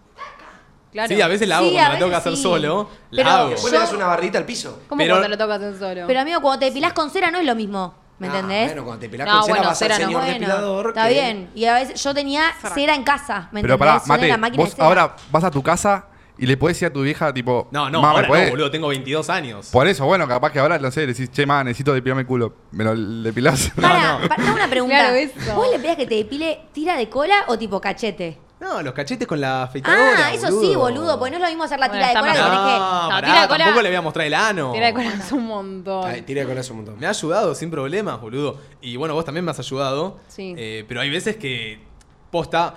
B: Claro.
D: Sí, a veces la hago
C: Sí,
D: cuando
C: a
D: la tengo que
C: veces
D: hacer
C: sí.
D: solo. La
C: Pero
D: hago.
A: Después
C: Yo-
A: le das una barrita al piso.
B: ¿Cómo
D: Pero-
B: cuando lo tocas en solo?
C: Pero amigo, cuando te depilás con cera no es lo mismo. ¿Me
A: Ah,
C: entendés?
A: Bueno, cuando te pelás
B: No,
A: con cera
B: bueno,
A: vas al
B: cera no.
A: señor
B: Bueno,
A: depilador.
C: está
A: que-
C: bien. Y a veces yo tenía cera en casa, ¿me
F: Pero
C: entendés?
F: pará,
C: Yo era
F: Mate,
C: la máquina de
F: vos
C: cera.
F: ahora vas a tu casa y le podés decir a tu vieja, tipo,
D: No, no,
F: "Ma, ¿me
D: ahora
F: podés?".
D: no, boludo, tengo 22 años.
F: pues. Por eso, bueno, capaz que ahora, no sé, le decís, che, man, necesito depilarme el culo. ¿Me lo
D: [laughs]
F: depilás? [laughs]
C: Para, para, tengo una pregunta.
B: Claro, eso.
C: ¿Vos le pedías que te depile tira de cola o tipo cachete?
D: No, los cachetes con la afeitadora.
C: Ah, eso sí, boludo, porque no es lo mismo hacer la
B: Bueno,
C: tira de
B: está
C: cola que
B: más-
C: tenés que.
D: No,
B: No,
D: pará,
B: tira de cola-
D: tampoco le voy a mostrar el ano.
B: Tira de corazón un montón.
A: Ay, tira con eso un montón.
D: Me ha ayudado sin problemas, boludo. Y bueno, vos también me has ayudado.
B: Sí.
D: Eh, pero hay veces que posta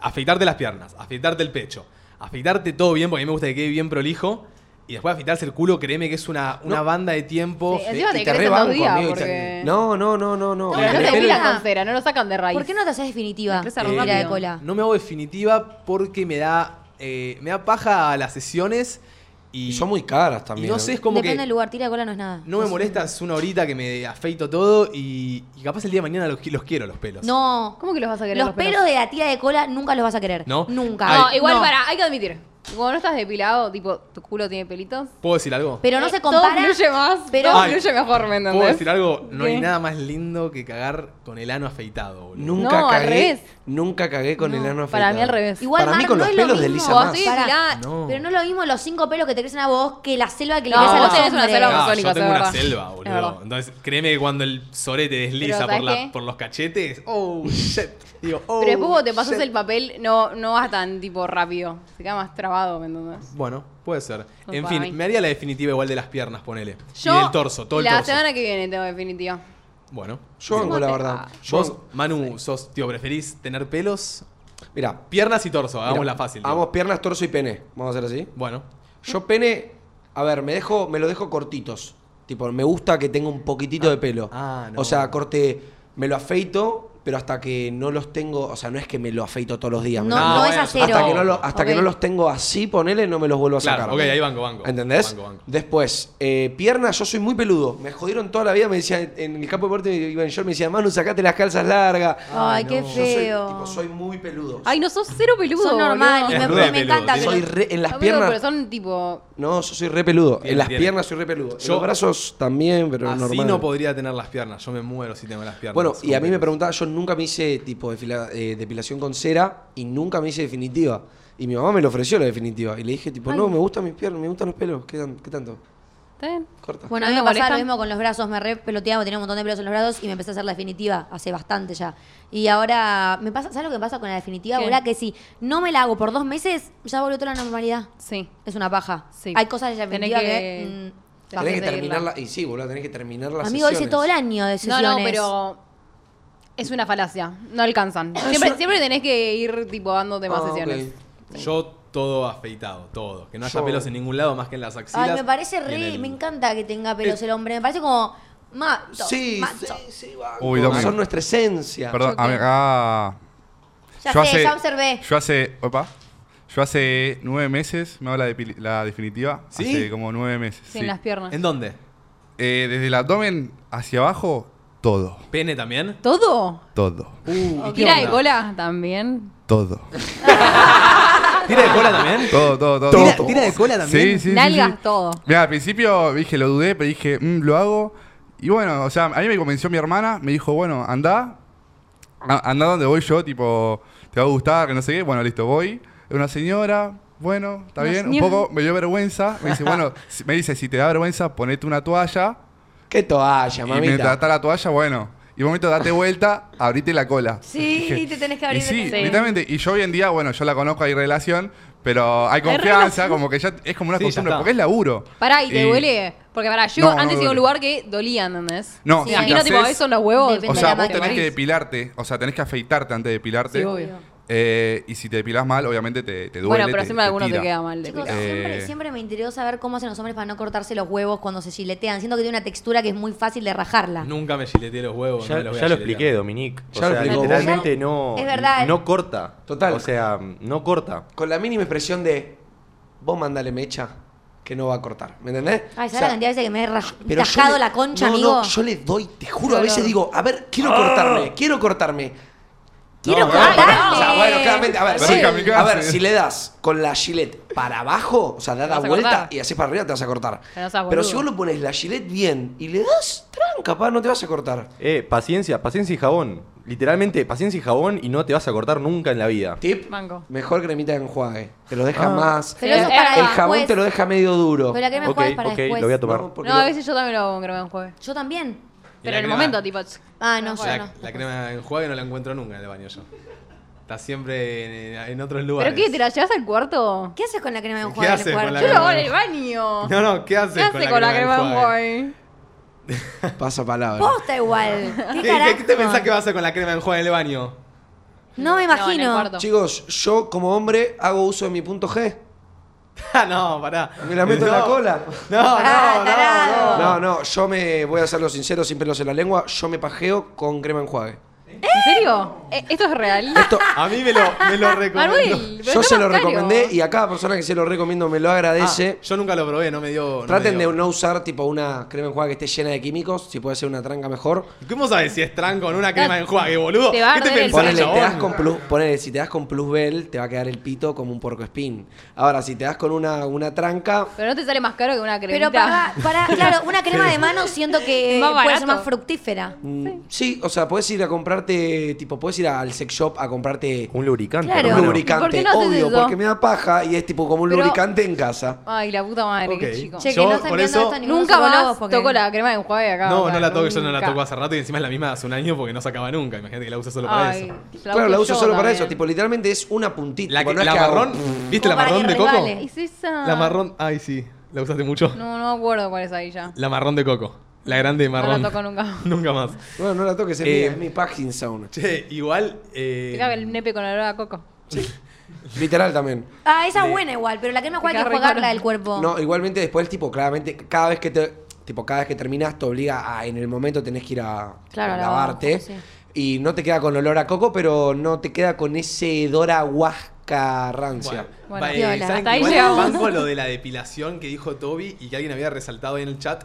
D: afeitarte las piernas, afeitarte el pecho, afeitarte todo bien, porque a mí me gusta que quede bien prolijo. Y después afeitarse el culo, créeme que es una, una banda de tiempo.
B: Sí, Encima
A: Y
B: te crecen dos
A: rebanco,
B: días,
A: amigo, y
B: porque-
A: No, no, no, no, no.
B: No,
A: El
B: no
A: de
B: te
A: pelo-
B: depilan con cera, no lo sacan de raíz.
C: ¿Por qué no te haces definitiva?
B: Me crece
A: Eh,
C: Eh, Tira
B: rápido.
C: de cola.
D: Eh, No me hago definitiva porque me da, eh, me da paja a las sesiones. Y,
A: Y son muy caras
D: y
A: también.
D: no sé, es como
C: Depende
D: que
C: del lugar, tira de cola no es nada.
D: no me molestas una horita que me afeito todo y, y capaz el día de mañana los, qui- los quiero los pelos.
C: No.
B: ¿Cómo que los vas a querer
C: Los pelos de la tira de cola nunca los vas a querer.
D: ¿No?
C: Nunca.
D: Ay.
B: No, igual
C: No.
B: para, hay que admitir. Y cuando no estás depilado, tipo, tu culo tiene pelitos.
D: ¿Puedo decir algo?
C: Pero no
B: Eh,
C: se compara.
B: Todo fluye más,
C: pero-
B: todo
D: Ay,
B: fluye mejor, ¿me entendés?
D: ¿Puedo decir algo? No hay
B: ¿Qué?
D: nada más lindo que cagar con el ano afeitado, boludo.
A: Nunca
B: No, al
A: cagué.
B: revés.
A: Nunca cagué con el ano afeitado.
B: para mí al revés.
C: Igual,
A: Para mí
C: Mar,
A: con
C: no
A: los
C: es lo
A: pelos de
C: mismo.
A: Lisa más.
B: Sí,
C: Pará,
B: mirá.
D: No.
C: Pero no es lo mismo los cinco pelos que te crecen a vos que la selva que le
B: No,
C: crece a
B: vos
C: los
B: tenés una
C: hombres.
B: selva
D: Ah, yo
B: amazónica,
D: tengo
B: es
D: una
B: verdad.
D: selva,
B: Es verdad.
D: boludo. Entonces, créeme que cuando el sorete desliza
B: ¿sabés
D: por, la-
B: qué?
D: por los cachetes, oh shit. Digo, oh.
B: Pero después cuando te pasas
D: shit.
B: el papel, no, no vas tan tipo rápido. Se queda más trabado, ¿me entendés?
D: Bueno, puede ser.
B: No,
D: en
B: para
D: fin,
B: mí.
D: me haría la definitiva igual de las piernas, ponele.
B: Yo,
D: y del torso, todo el
B: La
D: torso.
B: semana que viene tengo definitiva.
D: Bueno.
A: Yo banco, la
B: Sumate.
A: verdad.
C: ah.
A: Yo
D: Vos,
A: banco-
D: Manu, sos, tío, ¿preferís tener pelos?
A: Mirá,
D: Piernas y torso, hagámosla
A: mirá,
D: fácil. tío.
A: Hagamos piernas, torso y pene. Vamos a hacer así.
D: Bueno.
A: Yo pene, a ver, me dejo, me lo dejo cortitos. Tipo, me gusta que tenga un poquitito de pelo.
D: ah, no.
A: O sea, corte, me lo afeito, pero hasta que no los tengo, o sea, no es que me lo afeito todos los días.
C: No,
A: ¿me
C: no,
D: Ah,
A: entendés?
C: es
D: bueno,
C: a cero.
A: Hasta, que no, lo- hasta que
C: Ok.
A: no los tengo así, ponele, no me los vuelvo a
D: Claro,
A: sacar.
D: ok, ahí banco, banco.
A: ¿Entendés?
D: Banco, banco.
A: Después, eh, piernas, yo soy muy peludo. Me jodieron toda la vida, me decía, en el campo de deporte iban yo, me decía, Manu, sacate las calzas largas.
C: Ay, qué
A: Yo soy,
C: feo.
A: tipo, soy muy peludo.
B: Ay, no sos cero peludo.
C: Son normal y
B: boludo.
D: Es
C: me,
D: re
C: me
D: peludo,
C: encanta.
D: sí.
C: pero-
A: soy re- en las
B: Amigo,
A: piernas.
B: Pero son tipo.
A: No, yo soy re peludo.
D: Tiene,
A: en las
D: tiene.
A: piernas soy re peludo. En
D: Yo-
A: los brazos también, pero
D: Así
A: normal.
D: no podría tener las piernas. Yo me muero si tengo las piernas.
A: Bueno, y a mí me
D: Como-
A: preguntaba, yo nunca me hice tipo defila- eh, depilación con cera y nunca me hice definitiva. Y mi mamá me lo ofreció la definitiva. Y le dije, tipo, no, me gustan mis piernas, me gustan los pelos. ¿Qué, tan- qué tanto?
B: ¿Está bien?
A: Corta.
C: Bueno,
B: ¿A
C: a mí
B: mí
C: me
B: me
C: pasaba lo
B: molesta?
C: mismo con los brazos, me re peloteaba, tenía un montón de pelos en los brazos y me empecé a hacer la definitiva hace bastante ya. Y ahora, me pasa, ¿sabes lo que me pasa con la definitiva?
B: ¿Qué?
C: Boluda, que si no me la hago por dos meses, ya volvió toda la normalidad.
B: Sí.
C: Es una paja.
B: Sí.
C: Hay cosas de la
B: Tenés
C: definitiva que...
B: que-
C: mm,
A: tenés
B: Tenés
A: que
B: seguirla.
A: terminarla. Y sí, boludo, tenés que terminar las
C: Amigo, hice
A: sesiones.
C: todo el año de
B: No,
C: sesiones.
B: no, pero. Es una falacia. No alcanzan. Siempre, siempre tenés que ir tipo dándote más
A: Ah, ok.
B: sesiones.
D: Yo todo afeitado, todo. Que no haya
A: Yo-
D: pelos en ningún lado más que en las axilas.
C: Ay, me parece
D: y en
C: re...
D: el-
C: Me encanta que tenga pelos el hombre. Me parece como... Macho,
A: Eh, Sí, sí,
C: macho.
A: sí, banco.
F: Uy, Domi.
A: Son nuestra esencia.
F: Perdón,
B: Yo qué-
F: acá.
C: Ya sé, ya observé.
F: Yo hace. Opa. Yo hace nueve meses me hago la, depili- la definitiva.
D: ¿Sí?
F: Hace como nueve meses.
B: Sí,
F: sí.
B: en las piernas.
D: ¿En dónde?
F: Eh, desde el abdomen hacia abajo, todo.
D: ¿Pene también?
B: ¿Todo?
F: Todo.
D: Uh, ¿y qué
B: Oh, Tira de
D: onda?
B: cola también.
F: Todo.
D: ¿Tira de cola también?
F: Todo, todo, todo.
D: ¿Tira,
F: todo.
D: tira de cola también?
F: Sí, sí, sí,
B: Nalgas,
F: sí.
B: todo.
F: Mira, al principio dije, lo dudé, pero dije, "Mm, lo hago. Y bueno, o sea, a mí me convenció mi hermana, me dijo, bueno, anda, a- anda donde voy yo, tipo, te va a gustar, que no sé qué. Bueno, listo, voy. Una señora, bueno, está
B: Una
F: bien.
B: señora.
F: Un poco me dio vergüenza. Me
B: [laughs]
F: dice, bueno, si- me dice, si te da vergüenza, ponete una toalla.
A: Qué toalla,
F: Y mientras
A: mamita.
F: está la toalla, bueno. Y un momento date vuelta, abrite la cola.
C: Sí, te tenés que abrir
F: Y
C: de
F: sí,
C: cola.
F: literalmente. Y yo hoy en día, bueno, yo la conozco, hay relación, pero hay confianza, como que ya es como una
D: Sí, ya
F: costumbre,
D: está.
F: porque es laburo.
B: Pará, ¿y te duele? Porque pará, yo
F: No, no
B: antes iba a un
F: duele.
B: lugar que dolía, ¿entendés?
F: No,
C: Sí,
F: si
B: Imagínate,
F: te
B: tipo,
F: haces-
B: eso en los huevos.
C: Depende
F: O
C: de
F: sea,
C: la
F: vos
C: marca.
F: tenés que depilarte, o sea, tenés que afeitarte antes de depilarte.
B: Sí, obvio.
F: Eh, y si te depilás mal, obviamente te, te duele.
B: Bueno, pero
F: te-
B: siempre
F: te
B: alguno te
F: tira.
B: queda mal. de
C: Chicos,
B: picar.
F: Eh.
C: siempre, siempre me intrigó saber cómo hacen los hombres para no cortarse los huevos cuando se chiletean. Siento que tiene una textura que es muy fácil de rajarla.
D: Nunca me gileteé los huevos.
E: Ya,
D: no me los voy
E: ya
D: a
E: lo
D: giletear.
E: expliqué, Dominique. O
A: Ya lo
E: sea,
A: explicó.
E: literalmente no,
C: Es verdad.
E: no corta.
A: Total.
E: O sea, no corta.
A: Con la mínima expresión de, vos mandale mecha, que no va a cortar. ¿Me entendés?
C: Ay, ¿sabes
A: O sea,
C: la cantidad de veces que me he raj-
A: Pero yo
C: rascado
A: le-
C: la concha,
A: no,
C: amigo?
A: No, yo le doy, te juro, a
C: Qué
A: veces
C: dolor.
A: digo, a ver, quiero cortarme, quiero cortarme.
C: Quiero
F: No, no,
C: cortarme.
A: O sea, bueno, claramente, a ver,
F: Pero
A: sí,
F: es kamikaze.
A: a ver, si le das con la gilet para abajo, o sea, da
B: Te
A: la
B: vas a
A: vuelta
B: cortar.
A: y así para arriba te vas a cortar.
B: Pero no seas
A: Pero
B: boludo.
A: si vos lo pones la gilet bien y le das, tranca, pa, no te vas a cortar.
E: Eh, paciencia, paciencia y jabón. Literalmente, paciencia y jabón y no te vas a cortar nunca en la vida.
A: Tip,
B: Mango.
A: mejor cremita de enjuague. Te lo deja más.
C: Ah. Pero eso
B: Eh,
C: es para
A: el
C: después.
A: jabón te lo deja medio duro.
C: Pero la crema
E: ok,
C: enjuague es para
E: ok,
C: después.
E: lo voy a tomar.
A: No, porque
B: No, a
A: lo-
B: veces yo también lo hago con crema en jueves.
C: Yo también.
D: Y
B: Pero
D: la
B: en el
D: crema-
B: momento, tipo. tsk,
C: Ah, no, yo
D: La,
C: no.
D: la crema de enjuague no la encuentro nunca en el baño yo. Está siempre en, en otros lugares.
B: ¿Pero qué? ¿Te la llevas al cuarto?
C: ¿Qué haces con la crema de
D: ¿Qué
C: enjuague del
D: haces con
C: cuarto?
D: la
B: Yo lo hago en
D: crema de-
B: el baño.
D: No, no, ¿qué haces
B: ¿Qué haces con la crema en
D: enjuague?
B: jueves?
A: Pasa palabra.
C: Posta
D: [laughs]
C: igual. ¿Qué,
D: ¿Qué, qué-
C: carajo?
D: qué te pensás que vas a hacer con la crema de enjuague en el baño?
C: No
D: [laughs]
C: me
B: No, en el
C: imagino.
B: cuarto.
A: Chicos, yo como hombre hago uso de mi punto G.
D: Ah, no, pará.
A: Me la meto en la
D: No.
A: cola.
D: No,
C: Ah,
D: no,
C: tarado.
D: no,
A: No,
D: no.
A: no, yo me voy a hacerlo sincero, sin pelos en la lengua, yo me pajeo con crema enjuague.
B: ¿En serio? ¿E- ¿Esto es real?
A: Esto,
D: A mí me lo, me
B: [laughs]
D: lo recomendó.
B: Manuel, pero
A: yo
B: está
A: se lo
B: más caro.
A: recomendé y a cada persona que se lo recomiendo me lo agradece.
D: Ah, yo nunca lo probé, no me dio. no
A: Traten
D: me dio.
A: de no usar tipo una crema enjuague que esté llena de químicos, si puede ser una tranca mejor.
D: ¿Cómo sabes si es tranco con una crema de enjuague, boludo?
B: Te va a
D: ¿Qué te
B: arder el
D: pensás,
A: Ponele, te
D: chabón?
A: das con plus, ponele, si te das con plusbel, te va a quedar el pito como un porco espín. Ahora, si te das con una, una tranca,
B: Pero no te sale más caro que una cremita.
C: Pero para, para,
B: [laughs]
C: claro, una crema de mano siento que
B: Más
C: puede ser
B: barato.
C: más fructífera.
A: mm, sí. o sea, puedes ir a comprarte, tipo, puedes ir al sex shop a comprarte
E: Un lubricante.
A: un
C: Claro.
E: hermano.
A: lubricante,
B: ¿Y por qué no haces
A: obvio,
B: eso?
A: porque me da paja y es tipo como un
B: Pero-
A: lubricante en casa.
B: Ay, la puta madre, qué
D: Ok.
B: chico.
C: Che, que
D: Yo,
C: no están
D: por
C: viendo
D: eso-
C: esto ningún
B: Nunca
C: psicólogo
B: más
C: porque-
B: toco la crema de enjuague acá.
D: No,
B: acá,
D: no la toco, yo no la
B: nunca.
D: toco hace rato y encima es la misma de hace un año porque no se acaba nunca. Imagínate que la uso solo para
B: Ay,
D: eso.
A: claro, la uso
B: yo
A: solo para eso,
B: también.
A: tipo, literalmente es una puntita.
D: La,
A: tipo,
D: que,
A: no es
D: la
A: que hago-
D: [laughs] marrón, ¿viste la
C: Como para
D: marrón
C: que
D: de coco?
C: rivale.
B: Es esa.
D: La marrón, ay sí, la usaste mucho.
B: No, no me acuerdo cuál es ahí ya.
D: La marrón de coco, la grande marrón.
B: toco
D: [laughs]
B: nunca más.
D: nunca más.
A: Bueno, [laughs] no la toques, es,
D: Eh,
A: mía, es mi packing sound.
D: Che, igual. eh,
B: Te caga el nepe con olor a coco.
A: Literal también.
C: Ah, esa
D: De-
C: es buena igual, pero la crema cual hay que
B: Agarra y
C: jugarla
B: corta.
C: del cuerpo.
A: No, igualmente después, tipo, claramente, cada vez que te. Tipo, cada vez que terminas te obliga a, en el momento tenés que ir a,
C: Claro,
A: a
C: a
A: lavarte.
C: lavar, sí.
A: Y no te queda con olor a coco, pero no te queda con ese hedor a huasca rancia.
D: Bueno,
B: Bueno,
D: va, eh,
C: piola.
D: ¿saben
B: Hasta
D: que
B: ahí
D: igual
B: llegamos.
D: banco lo de la depilación que dijo Toby y que alguien había resaltado ahí en el chat?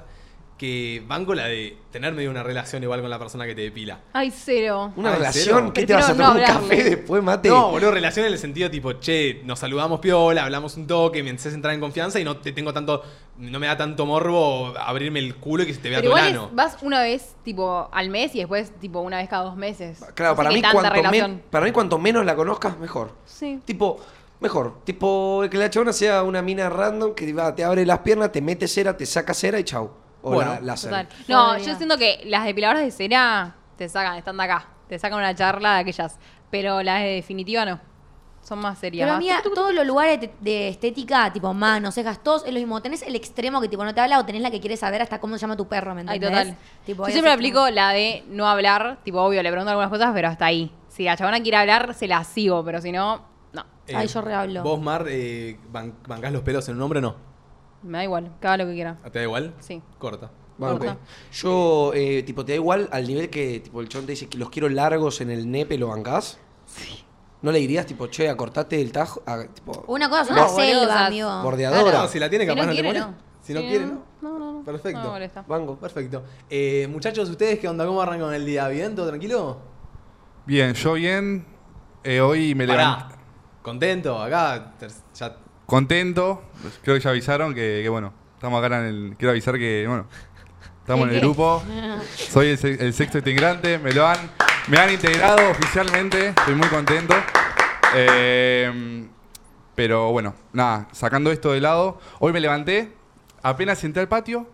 D: Que banco la de tener medio una relación igual con la persona que te depila.
B: Ay, cero.
A: Una
D: Ah, ¿en
A: relación,
D: serio?
A: ¿qué te vas a
B: Prefiero no
A: tomar un
B: hablarle.
A: café después, mate?
D: No, boludo, relación en el sentido tipo, che, nos saludamos piola, hablamos un toque, me haces entrar en confianza y no te tengo tanto, no me da tanto morbo abrirme el culo y que se te vea
B: Pero
D: tu
B: igual es-
D: ano.
B: vas una vez tipo al mes y después tipo una vez cada dos meses.
A: Ah, Claro,
B: No sé
A: para
B: qué
A: mí,
B: tanta
A: cuanto men-
B: relación.
A: para mí cuanto menos la conozcas, mejor.
B: Sí.
A: Tipo, mejor. Tipo, que la chabona sea una mina random que va, te abre las piernas, te mete cera, te saca cera y chau. O
D: Bueno.
A: la, láser.
B: Total.
C: Yo
B: No,
C: diría-
B: yo siento que las depiladoras de cera te sacan, están de acá. Te sacan una charla de aquellas. Pero las de definitiva no. Son más serias.
C: Pero
B: más-
C: amiga, todos los lugares de, de estética, tipo manos, cejas, todos, es lo mismo. Tenés el extremo que tipo no te habla o tenés la que quieres saber hasta cómo se llama tu perro, ¿me
B: Ay,
C: entendés?
B: total.
C: Tipo,
B: Yo
C: hay
B: siempre
C: así como-
B: aplico la de no hablar. Tipo, obvio, le pregunto algunas cosas, pero hasta ahí. Si la chabona quiere hablar, se la sigo, pero si no, no.
C: Ay, yo rehablo.
D: Eh, Vos, Mar, eh, ban- bancás los pelos en un hombre o no?
B: Me da igual, que haga lo que quiera.
D: ¿Te da igual?
B: Sí.
D: Corta.
A: Bueno,
B: Corta.
A: ok. Yo, eh, tipo, te da igual al nivel que tipo, el chon te dice que los quiero largos en el nepe, ¿lo bancás? ¿No le dirías, tipo, che, acortate el tajo? Ah, tipo,
C: Una cosa es
B: No,
C: una selva,
B: boludas.
C: amigo.
A: bordeadora.
D: Ah, no, si la tiene
B: Si
D: capaz
B: no
D: no,
B: quiere,
D: te
B: no.
D: molesta. Si no
B: Sí,
D: quiere,
B: no.
D: no.
B: No, no, no.
D: Perfecto.
B: No me molesta.
A: Banco.
D: Perfecto. Eh, muchachos, ¿ustedes qué onda? ¿Cómo arrancan el día? ¿Bien? ¿Todo tranquilo?
F: Bien, yo bien. Eh, hoy me levanté.
D: Pará. Contento, acá. ter- Ya.
F: contento. Creo que ya avisaron que, que, bueno, estamos acá en el. Quiero avisar que, bueno, estamos en el grupo. Soy el, se- el sexto integrante. Me lo han, me han integrado oficialmente. Estoy muy contento. Eh, pero bueno, nada, sacando esto de lado. Hoy me levanté, apenas senté al patio,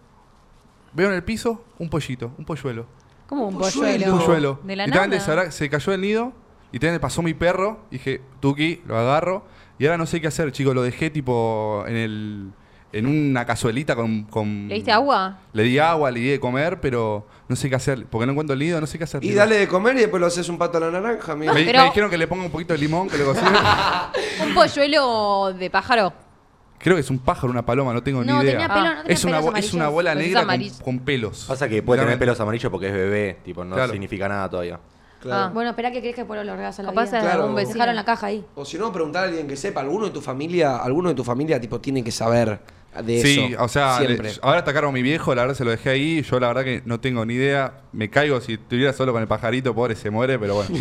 F: veo en el piso un pollito, un polluelo.
B: Como un
A: Polluelo.
B: polluelo.
F: Un polluelo.
B: De la
F: Literalmente
B: nada.
F: se, habrá- se cayó el nido y también pasó mi perro. y Dije, Tuki, lo agarro. Y ahora no sé qué hacer, chicos. Lo dejé tipo en el en una cazuelita con, con-
B: ¿Le diste agua?
F: Le di agua, le di de comer, pero no sé qué hacer. Porque no encuentro el nido, no sé qué hacer.
A: Y
F: tipo.
A: dale de comer y después lo haces un pato a la naranja,
F: Me,
A: amigo.
F: me
B: Pero-
F: dijeron que le ponga un poquito de limón, que
C: [laughs]
F: lo cocina.
B: Un polluelo de pájaro.
F: Creo que es un pájaro, una paloma, no tengo
C: No,
F: ni idea.
C: tenía pelo, no tenía
F: es, una,
C: pelos
F: bo- es una
C: amarillos.
F: bola
B: Pero es
F: negra con,
B: amarillo.
F: con pelos.
E: Pasa que puede tener
F: Claramente.
E: pelos amarillos porque es bebé, tipo, no
F: Claro.
E: significa nada todavía.
A: Claro.
B: Ah.
C: Bueno, espera que crees que por lo regas a la
B: Capaz
C: vida.
B: es
A: Claro.
B: algún vecino.
C: Dejaron la caja ahí.
A: O si no, preguntar a alguien que sepa, alguno de tu familia, alguno de tu familia, tipo, tiene que saber de eso.
F: Sí, o sea, le-
A: siempre.
F: ahora atacaron a mi viejo, la verdad se lo dejé ahí. Yo la verdad que no tengo ni idea. Me caigo si estuviera solo con el pajarito, pobre, se muere,
A: [laughs]
F: pero bueno.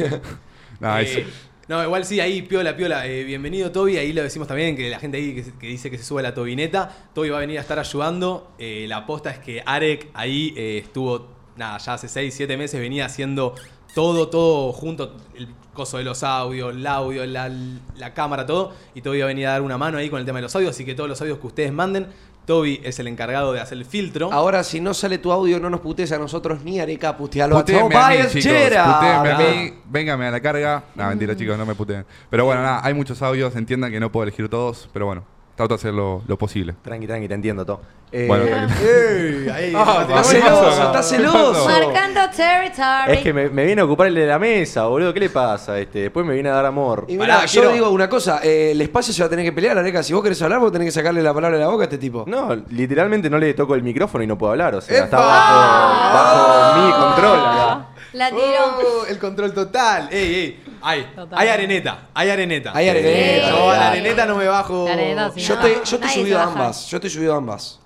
F: Nah,
D: eh,
F: es-
D: no, igual sí, ahí, piola, piola. Eh, bienvenido, Toby. Ahí lo decimos también, que la gente ahí que, se- que dice que se sube a la tobineta. Toby va a venir a estar ayudando. Eh, la aposta es que Arek ahí eh, estuvo, nada, ya hace 6, 7 meses venía haciendo todo, todo junto. El coso de los audios, el audio, la, la cámara, todo. Y Toby va a venir a dar una mano ahí con el tema de los audios. Así que todos los audios que ustedes manden, Toby es el encargado de hacer el filtro.
A: Ahora, si no sale tu audio, no nos putes a nosotros ni Areca, putealo a Tom
F: Putéenme a mí,
A: Baez
F: chicos,
A: Gerard.
F: putéenme a mí, véngame a la carga. No,
A: Mm.
F: mentira, chicos, no me puteen. Pero bueno, nada, hay muchos audios, entiendan que no puedo elegir todos, pero bueno, trato de hacer lo, lo posible.
E: Tranqui, tranqui, te entiendo, todo. Eh,
A: [laughs]
F: Bueno, tranqui.
D: ¡Ey! Ahí,
F: Ah,
A: Está
F: Vamos,
A: celoso,
F: vamos.
A: está celoso.
C: Marcando territory.
E: Es que me, me viene a ocupar el de la mesa, boludo. ¿Qué le pasa? Este, después me viene a dar amor.
A: Y
D: Pará,
A: mira, yo
D: quiero-
A: digo una cosa, eh, el espacio se va a tener que pelear, Areca. Si vos querés hablar, vos tenés que sacarle la palabra de la boca a este tipo.
E: No, literalmente no le toco el micrófono y no puedo hablar. O sea,
A: ¡Epa!
E: está
B: Ah.
E: bajo, bajo mi control acá.
C: La tiró.
D: Oh, el control total. Ey, ey. Hay,
B: Total.
D: hay areneta. Hay areneta.
A: Hay areneta.
D: Yo a la
A: Ey.
D: areneta no me bajo.
B: La areneta, sí.
A: Yo
C: No,
A: te, yo te
C: nadie
A: he
C: se
A: subido a
C: baja.
A: ambas. Yo te he subido a ambas.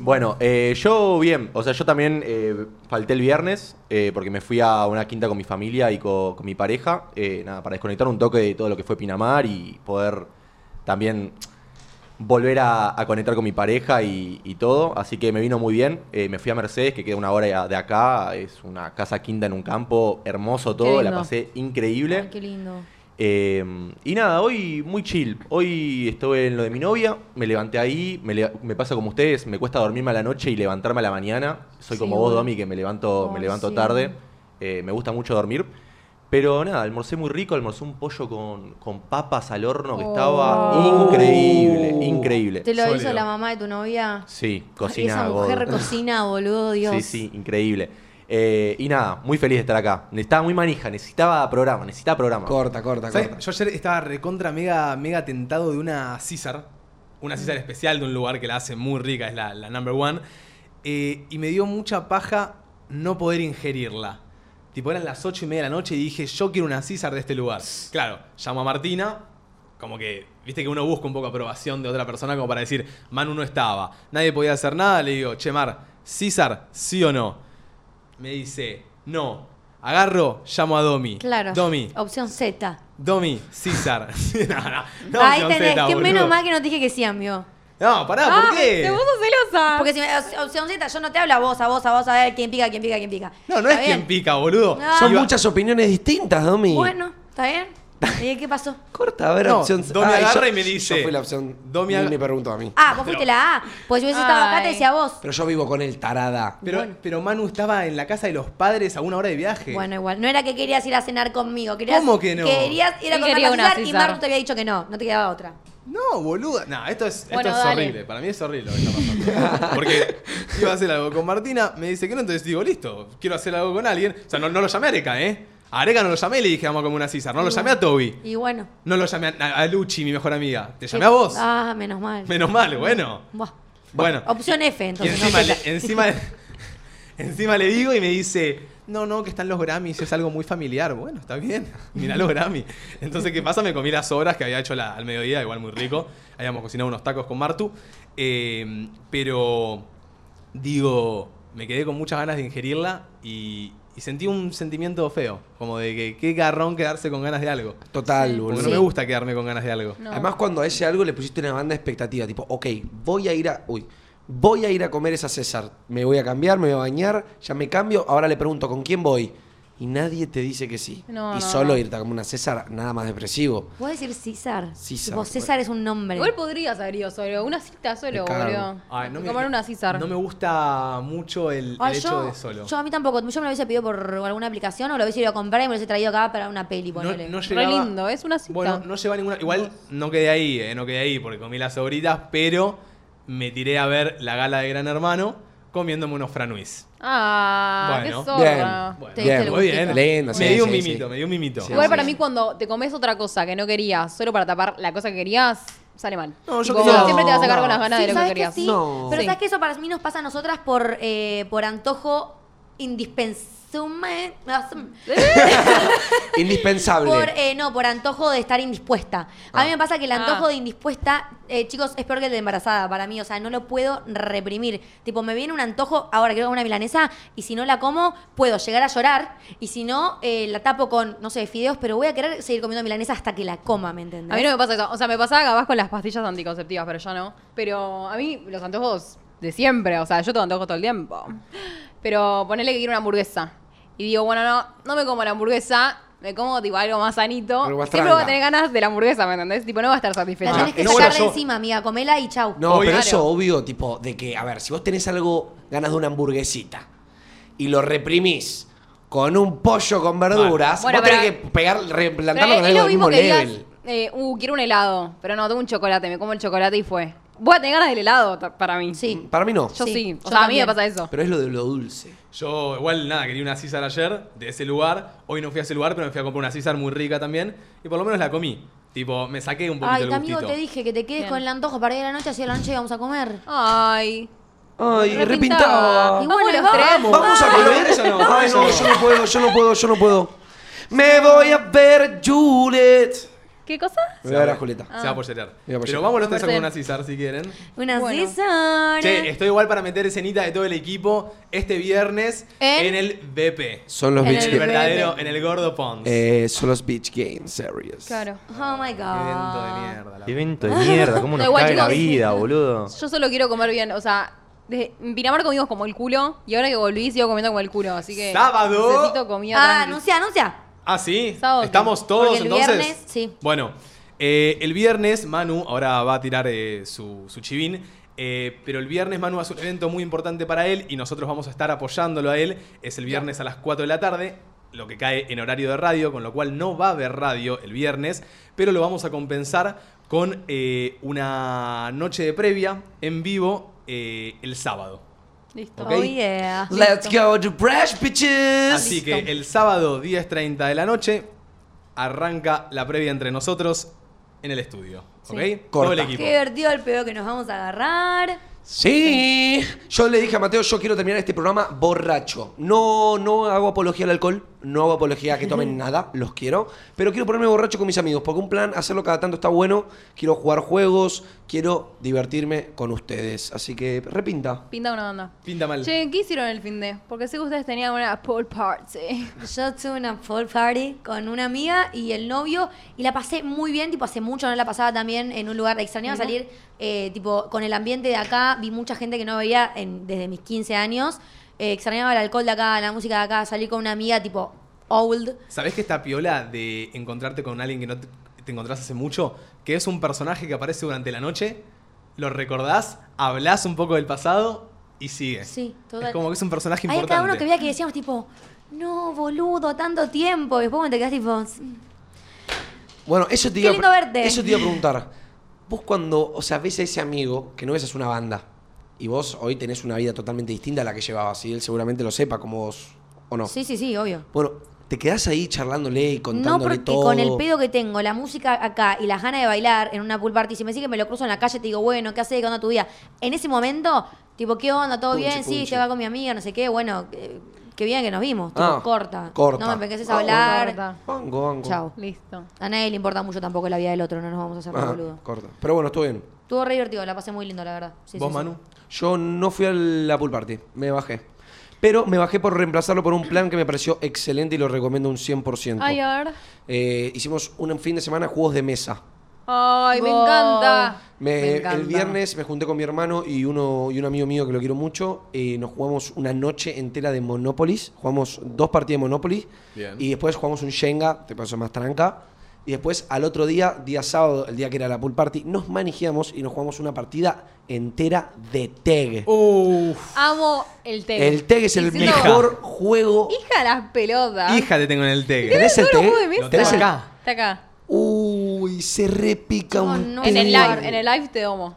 E: Bueno, eh, yo bien, o sea, yo también eh, falté el viernes eh, porque me fui a una quinta con mi familia y co- con, mi pareja, eh, nada, para desconectar un toque de todo lo que fue Pinamar y poder también volver a, a conectar con mi pareja y, y todo, así que me vino muy bien, Eh, me fui a Mercedes, que queda una hora de acá, es una casa quinta en un campo, hermoso todo, la
B: lindo.
E: pasé increíble.
C: Ay, qué lindo.
E: Eh, y nada, hoy muy chill. Hoy estuve en lo de mi novia, me levanté ahí, me, le- me pasa como ustedes, me cuesta dormirme a la noche y levantarme a la mañana. Soy
C: Sí,
E: como vos,
C: obvio.
E: Domi, que me levanto, me
C: Ay,
E: levanto
C: sí.
E: tarde. Eh, me gusta mucho dormir. Pero nada, almorcé muy rico, almorcé un pollo con, con papas al horno que
B: Oh.
E: estaba increíble, increíble.
C: ¿Te lo hizo
F: Sólido.
C: la mamá de tu novia?
E: Sí,
C: Ay,
E: cocina.
C: esa
E: God.
C: mujer cocina, boludo, Dios.
E: Sí, sí, increíble. Eh, y nada, muy feliz de estar acá. Estaba muy manija, necesitaba programa, necesitaba programa.
A: Corta, corta,
D: ¿Sabes?
A: corta.
D: Yo ayer estaba recontra mega, mega tentado de una César. Una César
A: Mm.
D: especial de un lugar que la hace muy rica, es la, la number one. Eh, y me dio mucha paja no poder ingerirla. Tipo, eran las 8 y media de la noche y dije, yo quiero una César de este lugar. Claro, llamo a Martina, como que, viste que uno busca un poco aprobación de otra persona como para decir, Manu no estaba, nadie podía hacer nada, le digo, che Mar, César, sí o no. Me dice, no. Agarro, llamo a Domi.
C: Claro.
D: Domi,
C: Opción Z.
D: Domi, César. [laughs] no, no, no.
C: Ahí
D: opción
C: tenés,
D: Z,
C: que
D: boludo.
C: menos mal que no te dije que sí, amigo.
D: No, pará, ¿por
B: Ah,
D: qué?
B: te puso celosa.
C: Porque si me, opción Z, yo no te hablo a vos, a vos, a vos, a ver quién pica, quién pica, quién pica.
D: No, no
C: ¿Está
D: es
C: bien?
D: quien pica, boludo.
C: No.
A: Son
D: Iba-
A: muchas opiniones distintas, Domi.
C: Ah, Bueno, ¿está
D: [laughs]
C: bien? ¿Y qué pasó?
A: Corta, a ver,
D: No,
A: opción
D: Domi
A: Ay,
D: agarra
A: yo-
D: y me dice-
A: Yo fui la opción. Domi
D: Domi agarra-
A: me preguntó a mí.
C: Ah, vos fuiste la A. Pues yo hubiese estado acá, te
B: Ay.
C: decía vos.
A: Pero yo vivo con él, tarada.
D: Pero,
C: Bueno.
D: pero Manu estaba en la casa de los padres a una hora de viaje.
C: Bueno, igual. No era que querías ir a cenar conmigo. Querías,
D: ¿Cómo que no?
C: Querías ir a
B: Él
C: comer
B: quería
C: la
B: una
C: César y
B: César.
C: Maru te había dicho que no. No te quedaba otra.
D: No, boluda. No, esto es, esto
B: Bueno,
D: es
B: dale.
D: horrible. Para mí es horrible lo que
C: [laughs]
D: está pasando. Porque iba a hacer algo con Martina, me dice que no, entonces digo, listo, quiero hacer algo con alguien. O sea, no, no lo llamé a Areca, ¿eh? A Areca no lo llamé y le dije, vamos a comer una César. No lo llamé a Toby.
C: Y bueno.
D: No lo llamé a, a Luchi, mi mejor amiga. Te llamé a vos.
C: Ah, menos mal.
D: Menos mal, bueno.
C: Buah.
D: Bueno.
C: Opción F,
D: Y
C: entonces.
D: encima,
C: no
D: le, encima,
C: [laughs]
D: encima le digo y me dice, no, no, que están los Grammys, es algo muy familiar. Bueno, está bien, [laughs] mirá los Grammys. Entonces, ¿qué pasa? Me comí las obras que había hecho la- al mediodía, igual muy rico. Habíamos cocinado unos tacos con Martu. Eh, pero, digo, me quedé con muchas ganas de ingerirla y, y sentí un sentimiento feo. Como de que qué garrón quedarse con ganas de algo.
A: Total,
D: Porque
A: boludo.
D: no me gusta quedarme con ganas de algo.
B: No.
A: Además, cuando a ese algo le pusiste una banda de expectativa, tipo, ok, voy a ir a. Uy, voy a ir a comer esa César. Me voy a cambiar, me voy a bañar, ya me cambio. Ahora le pregunto, ¿con quién voy? Y nadie te dice que sí.
B: No,
A: y
B: no,
A: solo
B: no.
A: irte a comer una César, nada más depresivo.
C: ¿Puedo decir César?
A: César,
C: Tipo, César es un nombre.
B: Igual podrías haber ido solo. Una cita
A: Me
B: solo,
A: cago.
B: boludo.
D: Ay, no me-
B: Comer una César.
D: No me gusta mucho el, el
C: Ay,
D: hecho
C: yo,
D: de solo.
C: yo a mí tampoco. Yo me lo hubiese pedido por alguna aplicación o lo hubiese ido a comprar y me lo hubiese traído acá para una peli,
D: No-
C: ponele.
D: no
B: Re
D: llegaba-
B: lindo, es una cita.
D: Bueno, no lleva ninguna. Igual no quedé ahí, eh, no quedé ahí porque comí las sobritas, pero me tiré a ver la gala de Gran Hermano comiéndome unos franuis.
B: Ah, qué
D: Bueno.
B: zorra.
D: Bueno.
C: Te diste el
D: muy
C: gustito.
D: bien.
A: Lindo,
D: me
A: sí,
D: dio un
A: sí,
D: mimito,
A: sí.
D: me dio un mimito.
A: Sí,
B: Igual
A: sí,
B: para
A: sí.
B: mí cuando te comes otra cosa que no querías solo para tapar la cosa que querías, sale mal.
D: No, yo
B: Tipo,
D: creo-
B: Siempre te vas a sacar
A: no.
B: con las ganas
C: Sí,
B: de lo que
C: ¿sabes
B: querías.
C: sí?
A: No.
C: Pero
B: Sí.
C: ¿sabes que eso para mí nos pasa a nosotras por, eh, por antojo indispensable?
A: Indispensable.
C: [laughs] Por, eh, no, por antojo de estar indispuesta. A mí me pasa que el antojo
B: Ah.
C: de indispuesta, eh, chicos, es peor que el de embarazada para mí. O sea, no lo puedo reprimir. Tipo, me viene un antojo, ahora quiero una milanesa, y si no la como, puedo llegar a llorar. Y si no, eh, la tapo con, no sé, fideos, pero voy a querer seguir comiendo milanesa hasta que la coma, ¿me entendés?
B: A mí no me pasa eso. O sea, me pasaba capaz con las pastillas anticonceptivas, pero ya no. Pero a mí los antojos de siempre. O sea, yo tengo antojos todo el tiempo. Pero ponele que quiero una hamburguesa. Y digo, bueno, no, no me como la hamburguesa. Me como tipo algo más sanito.
A: Algo más
B: Siempre voy a
A: tranca.
B: tener ganas de la hamburguesa, ¿me entendés? Tipo, no va a estar
C: La
B: satisfecha.
C: tenés que
A: no,
C: sacar
A: bueno,
C: de
A: yo-
C: encima, amiga, comela y chau.
A: No, pero
B: Claro.
A: eso obvio, tipo, de que, a ver, si vos tenés algo, ganas de una hamburguesita y lo reprimís con un pollo con verduras,
B: Bueno,
A: vos
B: pero-
A: tenés que pegar, replantarlo
B: Pero
A: con
B: Eh, es
A: algo
B: lo
A: del
B: mismo
A: mismo
B: que
A: level.
B: digas, eh, uh, quiero un helado. Pero no, tengo un chocolate, me como el chocolate y fue. Voy a tener ganas del helado ta- para mí.
C: Sí.
A: Para mí no.
B: Yo sí.
C: Sí, yo
B: O sea, a mí me
C: también.
B: pasa eso.
A: Pero es lo de lo dulce.
D: Yo igual nada, quería una César ayer de ese lugar. Hoy no fui a ese lugar, pero me fui a comprar una César muy rica también. Y por lo menos la comí. Tipo, me saqué un poquito
C: Ay,
D: el
C: amigo,
D: gustito.
C: te dije que te quedes
B: Bien.
C: con el antojo para ir a la noche, así a la noche vamos a comer.
B: Ay.
A: Ay,
B: Repintaba. Ah,
A: repintaba.
C: Y
B: Vamos
C: bueno,
B: los tres.
D: vamos.
A: Vamos a
D: Ay,
A: comer
D: eso no,
A: Ay,
D: eso
A: no,
D: no.
A: yo no puedo, yo no puedo, yo no puedo. Me voy a ver Juliet.
B: ¿Qué cosa?
A: Me voy a ver a Julieta.
D: Se
B: Ah.
D: va a apoyerar.
A: Voy a apoyerar.
D: Pero vamos los tres a comer
B: Apoyar.
D: una César si quieren.
C: Una
B: Bueno.
C: César.
D: Che, estoy igual para meter escenita de todo el equipo este viernes
C: ¿En?
D: en el BP.
A: Son los
C: En
A: Beach
D: En el
C: BP.
A: Games.
D: verdadero, en el Gordo Pons.
A: Eh, son los Beach Games Series.
B: Claro.
C: Oh my
D: Qué evento de
C: god.
D: mierda. la
E: Evento de mierda, cómo
B: No,
E: nos
B: igual,
E: cae la
B: chicos.
E: vida, boludo.
B: Yo solo quiero comer bien, o sea, desde en Pinamar comimos como el culo y ahora que volví sigo comiendo como el culo, así que
D: Sábado.
B: necesito comida
C: Ah,
B: tranqui.
C: anuncia, anuncia.
D: ¿Ah, sí?
B: Sábado,
D: ¿Estamos
C: porque
D: todos
C: el
D: entonces?
C: viernes, sí.
D: Bueno, eh, el viernes Manu ahora va a tirar eh, su, su chivín. eh, pero el viernes Manu hace un evento muy importante para él y nosotros vamos a estar apoyándolo a él. Es el viernes a las 4 de la tarde, lo que cae en horario de radio, con lo cual no va a haber radio el viernes, pero lo vamos a compensar con eh, una noche de previa en vivo eh, el sábado.
B: Listo.
D: Ok.
C: Oh yeah.
A: Let's go to Brash Bitches.
D: Así que el sábado 10.30 de la noche arranca la previa entre nosotros en el estudio. ¿Ok? Todo
A: Corta.
D: el
C: Qué
D: equipo.
C: divertido el pedo que nos vamos a agarrar.
A: Sí. Yo le dije a Mateo, yo quiero terminar este programa borracho. No, no hago apología al alcohol, no hago apología a que
C: [laughs]
A: tomen nada, los quiero. Pero quiero ponerme borracho con mis amigos, porque un plan, hacerlo cada tanto está bueno. Quiero jugar juegos, quiero divertirme con ustedes. Así que repinta.
B: Pinta una banda.
D: Pinta mal.
B: Che, ¿qué hicieron el fin de? Porque sé que ustedes tenían una pool party.
C: Yo tuve una pool party con una amiga y el novio y la pasé muy bien, tipo hace mucho no la pasaba también en un lugar, extrañaba salir eh, tipo con el ambiente de acá, vi mucha gente que no veía en- desde mis 15 años, eh, extrañaba el alcohol de acá, la música de acá, salir con una amiga tipo old.
D: ¿Sabés que esta piola de encontrarte con alguien que no te, te encontrás hace mucho, que es un personaje que aparece durante la noche, lo recordás, hablás un poco del pasado y sigue?
C: Sí, total.
D: Es como que es un personaje
C: Hay
D: importante.
C: cada uno que veía que decíamos tipo, no, boludo, tanto tiempo, y después cuando te quedas tipo... "Mm".
A: Bueno, eso te
C: Qué
A: iba a
C: lindo
A: pre-
C: verte.
A: Eso te iba a preguntar. Vos cuando, o sea, ves a ese amigo que no ves es una banda y vos hoy tenés una vida totalmente distinta a la que llevabas y él seguramente lo sepa como vos o no.
C: Sí, sí, sí, obvio.
A: Bueno, te quedás ahí charlándole y
C: No,
A: contándole
C: porque
A: todo.
C: con el pedo que tengo, la música acá y las ganas de bailar en una pool party, si me sigue me lo cruzo en la calle, te digo, bueno, ¿qué haces? ¿Qué onda tu vida? En ese momento, tipo, ¿qué onda? ¿Todo
A: Punchi,
C: bien? Sí,
A: punchi.
C: yo acá con mi amiga, no sé qué, bueno, eh, qué bien que nos vimos. Tipo,
A: Ah,
C: corta.
A: corta.
C: No me empieces
A: Ah,
C: a hablar.
B: corta.
A: Banco, banco.
C: Chao.
B: Listo.
C: A nadie le importa mucho tampoco la vida del otro, no nos vamos a hacer más
A: Ajá,
C: boludo.
A: corta. Pero bueno, estuvo bien.
C: Estuvo re divertido, la pasé muy lindo, la verdad. Sí,
D: ¿Vos,
C: sí, sí.
D: Manu?
A: Yo no fui a la pool party, me bajé. Pero me bajé por reemplazarlo por un plan que me pareció excelente y lo recomiendo un 100%.
B: Ay, a ver.
A: Eh, hicimos un fin de semana juegos de mesa.
B: Ay, me
C: Wow.
B: encanta.
A: Me-
B: Me encanta.
A: el viernes me junté con mi hermano y uno y un amigo mío que lo quiero mucho. eh, nos jugamos una noche entera de Monopolis. Jugamos dos partidas de Monopoly.
D: Bien.
A: Y después jugamos un Shenga, te paso más tranca. Y después al otro día, día sábado, el día que era la pool party, nos manejamos y nos jugamos una partida entera de Teg.
D: Uh, Uf,
B: Amo el TEG.
A: el Teg es el
B: Y siento-
A: mejor juego.
B: Hija de las pelotas.
D: hija te tengo en el tegue.
A: ¿Tenés el
B: Todos los
A: Teg?
B: juegos de mesa.
D: Lo
A: ¿Tenés
D: tengo
A: el-
D: acá.
B: Está acá.
A: Uy, se repica
C: Yo
A: un
C: no
B: En el
A: Teg.
B: live, en el live te domo.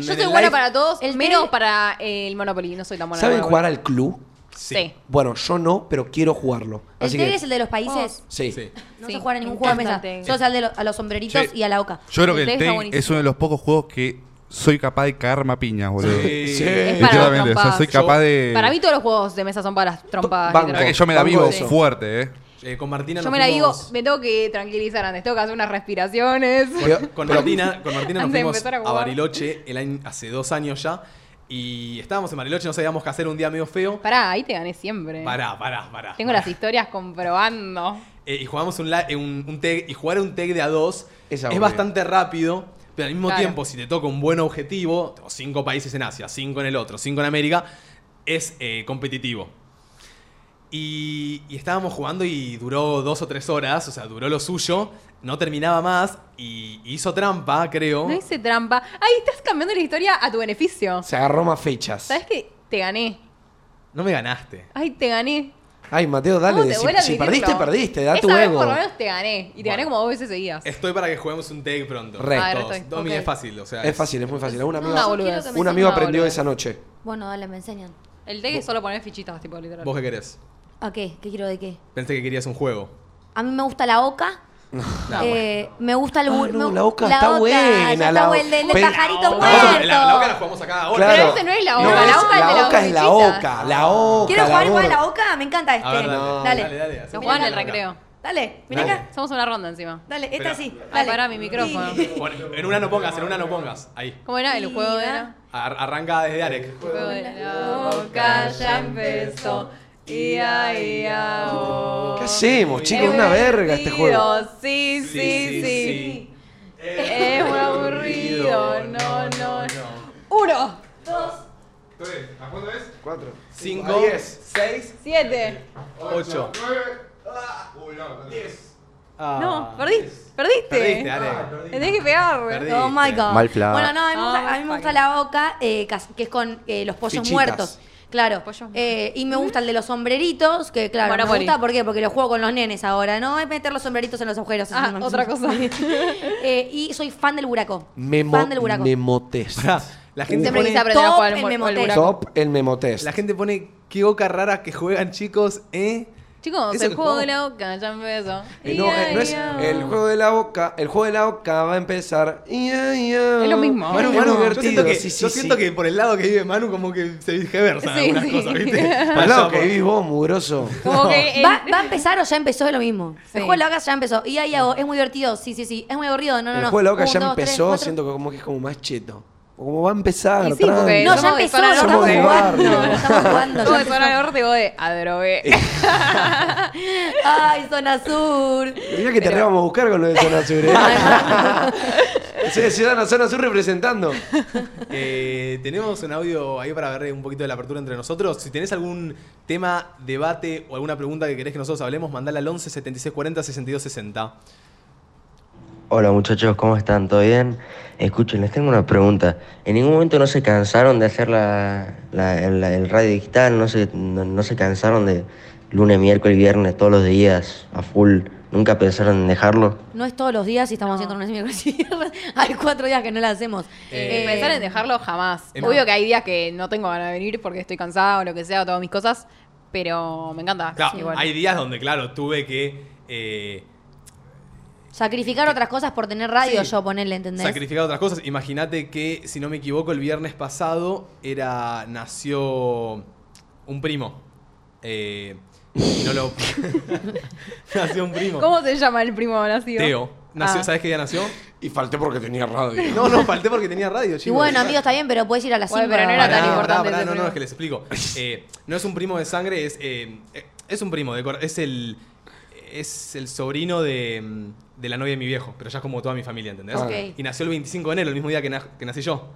B: Yo
D: en
B: soy
D: el
B: buena
D: live-
B: para todos,
C: el
B: menos
C: TEG-
B: para eh, el Monopoly. No soy tan buena.
A: ¿Saben
B: para
A: jugar al club?
B: Sí.
A: Bueno, yo no, pero quiero jugarlo.
C: El
A: Así
C: TEG
A: que-
C: es el de los países.
A: Sí.
D: Sí.
C: No
B: Sí,
C: se juega a ningún
B: me
C: juego de
B: encanta
C: mesa.
B: el TEG.
C: Solo se al de los- a los sombreritos
D: Sí.
C: y a la oca.
F: Yo creo que
B: El
F: el
B: Tec está
F: Tec
B: buenísimo.
F: es uno de los pocos juegos que soy capaz de caerme a piñas, boludo.
D: Sí.
A: Sí.
B: Es para las
F: Literalmente, o sea,
B: trompadas.
F: soy capaz de.
B: Para mí todos los juegos de mesa son para las trompadas.
A: Banco.
F: La verdad Eh, que
B: literalmente.
F: yo me la
A: Banco
F: vivo
A: eso.
F: fuerte, eh.
D: Eh, con Martina
B: Yo
D: nos
B: me la digo,
D: fuimos-
B: me tengo que tranquilizar antes, tengo que hacer unas respiraciones.
A: Pero-
D: Con
A: pero- [laughs]
D: Martina, con Martina nos
B: Antes de
D: fuimos
B: empezar
D: a,
B: a jugar.
D: Bariloche el año, hace dos años ya. Y estábamos en Bariloche, no sabíamos qué hacer un día medio feo.
B: Pará, ahí te gané siempre.
D: Pará, pará, pará.
B: Tengo
D: pará.
B: las historias comprobando.
D: Eh, y jugamos un, la- eh, un, un tag, y jugar un tag de a dos
A: Es
D: es,
A: aburrido.
D: bastante rápido, pero al mismo
B: Claro.
D: tiempo, si te toca un buen objetivo, tengo cinco países en Asia, cinco en el otro, cinco en América, es eh, competitivo. Y, y estábamos jugando y duró dos o tres horas, o sea, duró lo suyo, no terminaba más y hizo trampa, creo.
B: No hice trampa. Ahí estás cambiando la historia a tu beneficio.
A: Se agarró más fechas.
B: ¿Sabes qué? Te gané.
D: No me ganaste.
B: Ay, te gané.
A: Ay, Mateo, dale.
B: ¿Cómo te
A: decí-
B: duele
A: si
B: admitirlo?
A: perdiste, perdiste. Da tu
B: Esa vez
A: ego.
B: por lo menos te gané. Y te gané como dos veces seguidas.
D: Estoy para que juguemos un take pronto.
A: Re. Ah,
B: re
D: Todos.
B: estoy.
D: Domi
B: Ok.
D: es fácil, o sea.
A: Es fácil, es muy fácil. Un amigo,
B: Una
C: yo
B: boludez.
C: quiero que me
A: un
C: enseñen
A: amigo
B: una
A: aprendió
B: boludez.
A: esa noche.
C: Bueno, dale, me enseñan.
B: El deck es solo poner fichitas, tipo, literal.
D: ¿Vos qué querés?
C: ¿A qué? ¿Qué quiero de qué?
D: Pensé que querías un juego.
C: A mí me gusta la oca
B: Ah,
D: Nah,
C: Eh, Me gusta el
A: Ah,
C: bur-
A: no,
C: me-
A: la boca está
C: oca,
A: buena,
C: ya
A: la
C: está
A: o-
C: buena, el del
A: Pero-
C: pajarito
A: La
D: bueno.
A: oca-
C: muerto.
D: la, la oca la jugamos a cada hora.
A: Claro.
B: Pero ese no es la oca,
A: No,
B: la
A: es-
B: oca es de la
A: oca es la
B: hormiguita.
A: oca, la oca.
C: Quiero
A: la
C: jugar igual a
A: oca.
C: la oca, me encanta este.
D: A ver,
C: dale,
D: dale,
C: dale.
D: dale, dale,
B: Se
D: hacemos
B: juega en
D: una
B: el
D: loca.
B: recreo.
C: Dale, ven
A: Dale.
C: acá.
B: Somos una ronda encima.
C: Dale, esta
D: Espera.
C: sí.
B: Ay,
C: Dale.
B: pará, mi micrófono.
C: Y-
D: Bueno, en una no pongas, en una no pongas. Ahí.
B: ¿Cómo era? El juego era.
D: Ar- arranca desde Arek.
B: El juego de la boca ya empezó. Ia, ia, oh.
A: ¿Qué hacemos, chicos? Es una verga este juego.
B: Divertido, Sí, sí, sí. Es muy aburrido. No, no. Uno,
F: ¿A cuánto es?
A: Cuatro.
D: 5, 6,
B: siete.
D: 8.
F: 10.
B: No, perdiste. Perdiste.
D: Perdiste, Arek.
B: Le tenés que pegar.
D: Perdí.
C: Oh my god.
E: Mal flag.
C: Bueno, no, a mí me gusta,
B: Ah,
C: a mí me gusta la oca, eh, cas- que es con eh, los pollos
A: Fichitas.
C: muertos. Claro.
B: Pollos
C: Eh, y me gusta el de los sombreritos, que claro,
B: Bueno,
C: me
B: Poli.
C: gusta ¿por qué? porque lo juego con los nenes ahora, ¿no? Es meter los sombreritos en los agujeros.
B: Ah,
C: Eso es-
B: otra cosa.
C: [laughs] Eh, y soy fan del buraco.
A: Memo,
C: fan del buraco.
A: memotest.
D: Pará, La gente,
B: Siempre
D: pone,
B: quise aprender a
C: Top
B: jugar
C: en
B: al mu- al
C: Memotec.
B: buraco.
A: Top el memotest.
D: la gente pone qué oca rara que juegan chicos, ¿eh?
B: Chicos,
D: Eso
B: el
D: que
B: juego
D: jugamos.
B: de la boca ya empezó.
A: Eh, No,
B: Ia,
A: eh, no es
B: ia.
A: el juego de la boca. El juego de la boca va a empezar. Es
B: Es lo mismo.
A: Bueno,
B: Bueno,
A: bueno,
B: bueno,
D: Ah, yo siento,
A: divertido.
D: que,
A: sí, sí,
D: yo
A: sí.
D: siento que por el lado que vive Manu como que se viceversa
B: Sí,
D: algunas
B: sí.
D: cosas,
A: [laughs]
D: ¿viste?
A: Al lado
D: Allá
A: que
D: por-
A: vivís vos, mugroso.
B: Como que el-
C: ¿Va, va a empezar o ya empezó es lo mismo?
B: Eh, Sí.
C: El juego de la oca ya empezó. Y ahí hago, es muy divertido, sí, sí, sí. Es muy aburrido, no, no,
A: Ah. el
C: no.
A: juego de la boca
C: Un,
A: ya
C: dos, tres,
A: empezó.
C: cuatro.
A: siento que como que es como más cheto. O Como va a empezar.
B: Y sí, porque-
A: tranqui.
C: No, ya
B: Somos de
C: empezó,
B: zona
C: no estamos
A: norte.
C: jugando.
A: Somos de
C: no Estamos jugando.
B: Todo
C: ya
B: de zona norte y vos de "Ah, adrogué. [laughs]
C: empezó. Ay, zona sur.
A: Mirá que te re vamos a buscar con lo de Zona Sur. [laughs] ¿eh? sí, Ciudadano Zona Sur representando.
D: Eh, tenemos un audio ahí para ver un poquito de la apertura entre nosotros. Si tenés algún tema, debate o alguna pregunta que querés que nosotros hablemos, mandala al 11 76 40 62 60.
G: Hola muchachos, ¿cómo están? ¿Todo bien? Escuchen, les tengo una pregunta. ¿En ningún momento no se cansaron de hacer la, la- el, la- el radio digital? ¿No se, no, no se cansaron de lunes, miércoles, viernes, todos los días a full? ¿Nunca pensaron en dejarlo?
C: No es todos los días y estamos haciendo unas [laughs] miércoles y viernes. Hay cuatro días que no la hacemos.
B: Eh,
C: Eh,
B: pensar en dejarlo jamás.
D: en-
B: Obvio que hay días que no tengo ganas de venir porque estoy cansada o lo que sea, o todas mis cosas, pero me encanta.
D: Claro,
B: igual.
D: hay días donde, claro, tuve que eh,
C: Sacrificar otras cosas por tener radio,
D: Sí.
C: yo ponerle, ¿entendés?
D: sacrificar otras cosas. Imagínate que, si no me equivoco, el viernes pasado era nació un primo. Eh, y
B: [laughs]
D: no lo... nació un primo.
B: ¿Cómo se llama el primo nacido?
D: Teo. Nació,
B: Ah.
D: ¿Sabes qué día nació?
A: Y falté porque tenía radio.
D: No, no, falté porque tenía radio, chicos.
C: y bueno, amigos, está bien, pero puedes ir a las
B: Bueno,
C: 5.
B: pero no era
D: Pará,
B: tan
D: pará,
B: importante
D: pará,
B: ese
D: no, no,
B: primo.
D: es que les explico. Eh, no es un primo de sangre, es, eh, eh, es un primo. De, cor- es el es el sobrino de, mm, de la novia de mi viejo, pero ya es como toda mi familia, ¿entendés?
A: Ok.
D: Y nació el 25 de enero, el mismo día que, na- que nací yo.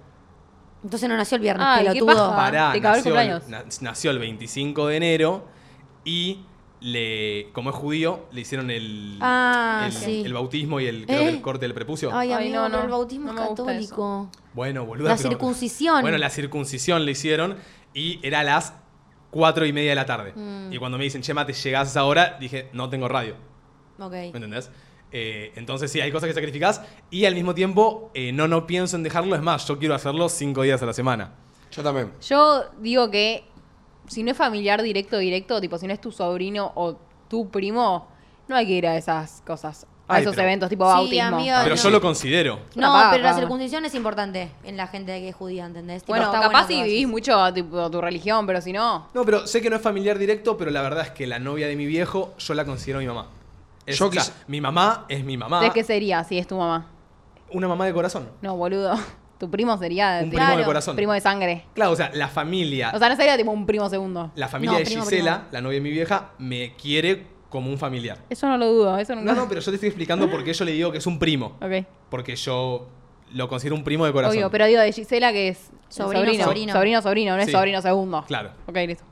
C: Entonces no nació el viernes,
B: Ay, qué
C: pelotudo.
B: paja.
D: Pará,
B: te cagó el
D: nació,
B: cumpleaños.
D: na- nació el 25 de enero y le como es judío, le hicieron el,
C: Ah,
D: el,
C: sí.
D: el bautismo y el, creo que
C: ¿Eh?
D: el corte del prepucio.
C: Ay,
B: Ay,
C: amigo,
B: no,
C: pero
B: no.
C: el bautismo
B: No me
C: es
B: gusta
C: católico.
D: Bueno, boludo.
C: La circuncisión.
D: Bueno, la circuncisión le hicieron y era a las 4 y media de la tarde.
C: Mm.
D: Y cuando me dicen, Chema, te llegás a esa hora, dije, no tengo radio. ¿Me
C: Ok.
D: entendés? Eh, entonces sí, hay cosas que sacrificás y al mismo tiempo eh, no, no pienso en dejarlo. Es más, yo quiero hacerlo 5 días a la semana.
A: Yo también.
B: Yo digo que si no es familiar directo, directo, tipo si no es tu sobrino o tu primo, no hay que ir a esas cosas. A
D: Ay,
B: esos
D: pero-
B: eventos tipo
C: Sí,
B: bautismo.
C: amiga,
D: Pero
C: no.
D: yo lo considero.
B: Una
C: No,
B: paja.
C: pero la circuncisión es importante en la gente que es judía, ¿entendés? Tipo,
B: Bueno,
C: está
B: capaz
C: que
B: si
C: lo
B: vivís
C: hagas.
B: mucho tipo, tu religión, pero si no.
D: No, pero sé que no es familiar directo, pero la verdad es que la novia de mi viejo, yo la considero mi mamá. Es-
A: Yo
D: o sea,
A: quis-
D: mi mamá es mi mamá.
B: ¿De qué sería si es tu mamá?
D: Una mamá de corazón.
B: No, boludo. [laughs] Tu primo sería
D: Un
B: tipo,
D: primo de
C: Claro,
D: corazón.
B: primo de sangre.
D: Claro, o sea, la familia
B: O sea, no sería tipo un primo segundo.
D: La familia
C: No,
D: de
C: primo,
D: Gisela,
C: primo.
D: la novia de mi vieja, me quiere como un familiar.
B: Eso no lo dudo, eso nunca.
D: No, no, pero yo te estoy explicando por qué yo le digo que es un primo.
B: Ok.
D: Porque yo lo considero un primo de corazón.
B: Obvio, pero digo de Gisela que es
C: Sobrino,
B: sobrino.
C: sobrino.
B: Sobrino, sobrino, no es
D: Sí.
B: sobrino segundo.
D: Claro.
B: Ok, listo.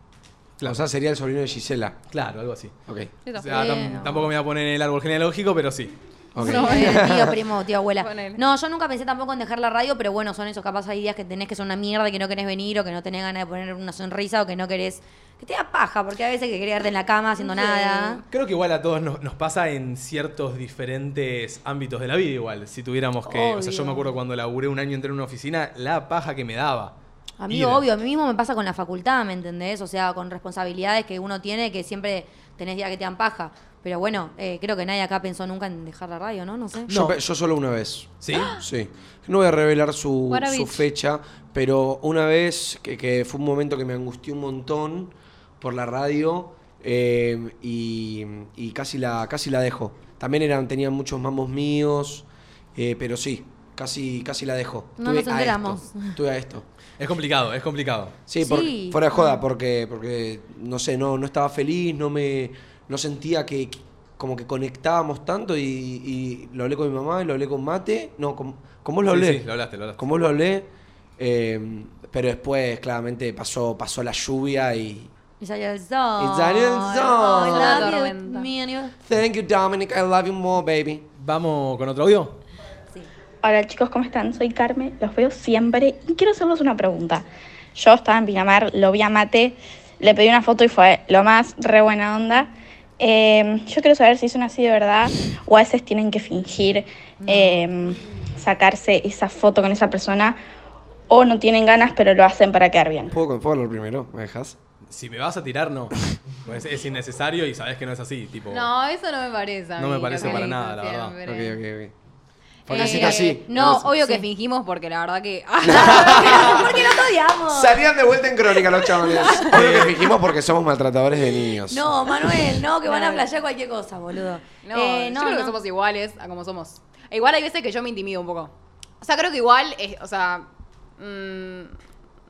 D: Claro.
A: O sea, sería el sobrino de Gisela.
D: Claro, algo así.
A: Ok.
B: Listo.
D: O sea, tam-
C: Bueno.
D: tampoco me voy a poner en el árbol genealógico, pero sí.
A: ok.
B: [laughs] No.
C: Eh, tío, primo, tío, abuela.
B: Ponele.
C: No, yo nunca pensé tampoco en dejar la radio, pero bueno, son esos capaz hay días que tenés que son una mierda, que no querés venir o que no tenés ganas de poner una sonrisa o que no querés... Que te da paja, porque a veces que querés quedarte en la cama haciendo nada.
D: Creo que igual a todos nos, nos pasa en ciertos diferentes ámbitos de la vida igual. Si tuviéramos que... O sea, yo
C: Obvio.
D: me acuerdo cuando laburé un año entré en una oficina, la paja que me daba.
C: Amigo,
D: Ir.
C: obvio, a mí mismo me pasa con la facultad, ¿me entendés? O sea, con responsabilidades que uno tiene que siempre tenés días que te dan paja. Pero bueno, eh, creo que nadie acá pensó nunca en dejar la radio, ¿no? No sé.
A: Yo, pe- yo solo una vez.
D: ¿Sí?
A: Sí. No voy a revelar su,
B: Guara
A: su
B: Beach.
A: fecha, pero una vez, que, que fue un momento que me angustió un montón por la radio eh, y, y casi, la, casi la dejo. También eran, tenían muchos mamos míos, eh, pero sí, casi, casi la dejo.
C: No
A: Tuve
C: nos
A: a
C: enteramos.
A: esto, Estuve a esto.
D: Es complicado, es complicado.
A: Sí, por-
C: Sí.
A: fuera de joda, porque, porque no sé, no, no estaba feliz, no me no sentía que que- como que conectábamos tanto y, y lo hablé con mi mamá y lo hablé con Mate. No, con, con vos lo
D: Sí,
A: hablé.
D: sí, lo hablaste, lo hablaste.
A: Con vos lo hablé. eh, pero después, claramente, pasó, pasó la lluvia y.
C: Y salió el sol.
A: Y salió el sol.
C: I
B: La
C: love you,
B: tormenta.
C: me
A: [laughs]
C: and you.
A: Thank you, Dominic. I love you more, baby.
D: Vamos con otro audio.
H: Hola chicos, ¿cómo están? Soy Carmen, los veo siempre y quiero hacerles una pregunta. Yo estaba en Pinamar, lo vi a Mate, le pedí una foto y fue lo más re buena onda. Eh, yo quiero saber si son así de verdad o a veces tienen que fingir eh, sacarse esa foto con esa persona o no tienen ganas pero lo hacen para quedar bien.
A: ¿Puedo, puedo hablar primero? ¿Me dejas?
D: Si me vas a tirar, no. [laughs] Pues es innecesario y sabes que no es así. Tipo,
B: No, eso no me parece. a
D: No
B: mí,
D: me
B: lo
D: parece
B: que
D: para
B: le
D: nada,
B: dicen
D: la
B: siempre.
A: Ok, ok, ok.
B: Eh,
A: Porque si está así.
B: No, obvio que
C: Sí.
B: fingimos porque la verdad
D: [laughs]
B: que. [laughs]
C: Porque nos odiamos.
A: Salían de vuelta en crónica los
B: [laughs]
A: chavales. Obvio que fingimos porque somos maltratadores de niños.
C: No, Manuel, no, que van a
B: Claro.
C: flashear cualquier cosa, boludo.
B: No,
C: Eh,
B: yo creo que somos iguales a como somos. E Igual hay veces que yo me intimido un poco. O sea, creo que igual, eh, o sea, mm,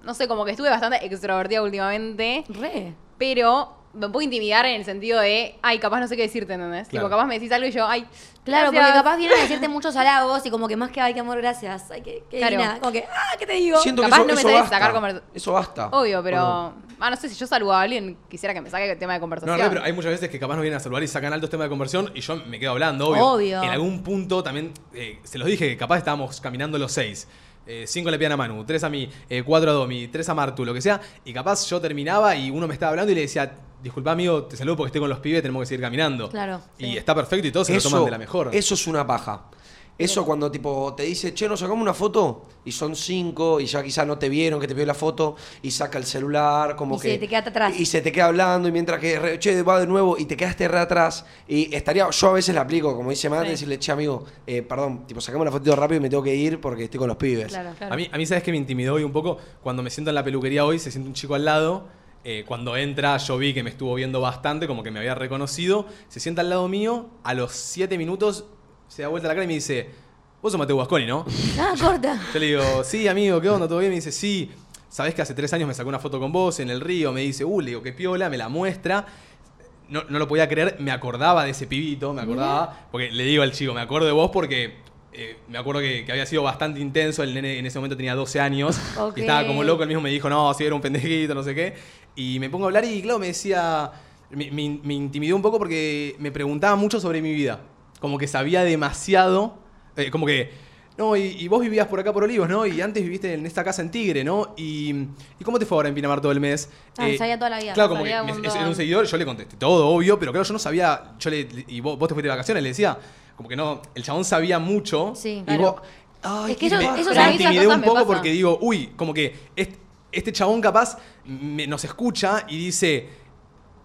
B: no sé, como que estuve bastante extrovertida últimamente,
C: Re.
B: pero me puedo intimidar en el sentido de, ay, capaz no sé qué decirte, ¿entendés?
D: Claro.
B: Tipo, capaz me decís algo y yo, ay,
C: Claro, porque
B: gracias.
C: capaz vienen
B: [laughs]
C: a decirte muchos halagos y como que más que, ay, qué amor, gracias. Ay, qué, qué
B: Claro.
C: divina", Como que, ah, ¿qué te digo?
A: Siento
B: Capaz
A: que eso,
B: no me
A: eso
B: sabés
A: basta.
B: sacar conversa-
A: Eso basta.
B: Obvio, pero.
A: ¿O
B: Ah, no sé si yo saludo a alguien, quisiera que me saque el tema de
D: No,
B: conversación.
D: re, pero hay muchas veces que capaz nos vienen a saludar y sacan altos temas de conversión y yo me quedo hablando, obvio.
C: Obvio.
D: En algún punto también eh, se los dije que capaz estábamos caminando los seis. Eh, cinco le pidan a Manu, tres a mí, eh, cuatro a Domi, tres a Martu, lo que sea. Y capaz yo terminaba y uno me estaba hablando y le decía, disculpa amigo, te saludo porque estoy con los pibes, tenemos que seguir caminando.
C: Claro,
D: Y
C: sí.
D: está perfecto y todos se lo toman de la mejor.
A: Eso es una paja. Eso cuando tipo te dice, che, nos sacamos una foto y son cinco y ya quizá no te vieron que te pidió la foto y saca el celular como
C: Y
A: que...
C: se te queda atrás.
A: Y se te queda hablando y mientras que, re- che, va de nuevo y te quedaste re atrás. Y estaría, yo a veces la aplico, como dice Mate, decirle, che, amigo, eh, perdón, tipo sacamos la fotito rápido y me tengo que ir porque estoy con los pibes.
C: Claro,
D: A mí, a mí sabes que me intimidó hoy un poco. Cuando me siento en la peluquería hoy, se siente un chico al lado. Eh, cuando entra, yo vi que me estuvo viendo bastante, como que me había reconocido. Se sienta al lado mío. A los 7 minutos se da vuelta la cara y me dice: Vos sos Mateo Guasconi, ¿no?
C: Ah, corta.
D: Yo le digo: Sí, amigo, ¿qué onda? ¿Todo bien? Me dice: Sí. Sabés que hace tres años me sacó una foto con vos en el río. Me dice: Uh, le digo, qué piola. Me la muestra. No, no lo podía creer. Me acordaba de ese pibito, me acordaba. Porque le digo al chico: Me acuerdo de vos porque. eh, me acuerdo que, que había sido bastante intenso, el nene en ese momento tenía
C: [laughs]
D: 12 años
C: Ok.
D: y estaba como loco, él mismo me dijo, no, si era un pendejito, no sé qué. Y me pongo a hablar y claro, me decía, me, me- me intimidó un poco porque me preguntaba mucho sobre mi vida, como que sabía demasiado, eh, como que, no, y, y vos vivías por acá por Olivos, ¿no? Y antes viviste en esta casa en Tigre, ¿no? ¿Y, ¿y cómo te fue ahora en Pinamar todo el mes? Eh,
C: Ah, sabía toda la vida.
D: Claro, como que
B: Sabía un
D: me- es-
B: montón.
D: era un seguidor, yo le contesté todo, obvio, pero claro, yo no sabía, yo le, y vos, vos te fuiste de vacaciones, le decía, como que no, el chabón sabía mucho.
C: Sí.
A: Y
C: Claro.
A: vos, ay,
C: Es que
A: qué
C: eso-
A: paja.
C: eso
D: Yo
B: Pero
D: me
B: a mí esas
D: intimidé
B: cosas
D: un
B: me
D: poco
B: pasan.
D: porque digo, uy, como que est- este chabón capaz me- nos escucha y dice,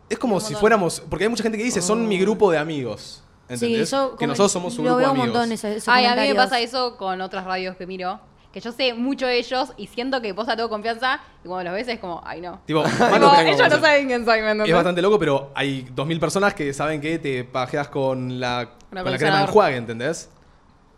D: es como si fuéramos, porque hay mucha gente que dice, son mi grupo de amigos. ¿Entendés?
C: Oh. Sí, yo
D: que
C: como-
D: nosotros somos su
C: lo
D: grupo de
C: veo
D: amigos.
C: un montón eso, esos
B: Ay, a mí me
C: comentarios.
B: pasa eso con otras radios que miro. Que yo sé mucho de ellos y siento que posta tengo confianza. Y cuando los ves es como, ay,
D: [laughs]
B: no.
C: [laughs]
D: Tipo,
B: Tipo,
D: Manu, tengo
B: ellos no
D: confianza.
B: saben quién soy, ¿me entendés?
D: Es bastante loco, pero hay 2.000 personas que saben que te pajeas con la,
B: Una
D: con la crema de
B: consoladora.
D: enjuague, ¿entendés?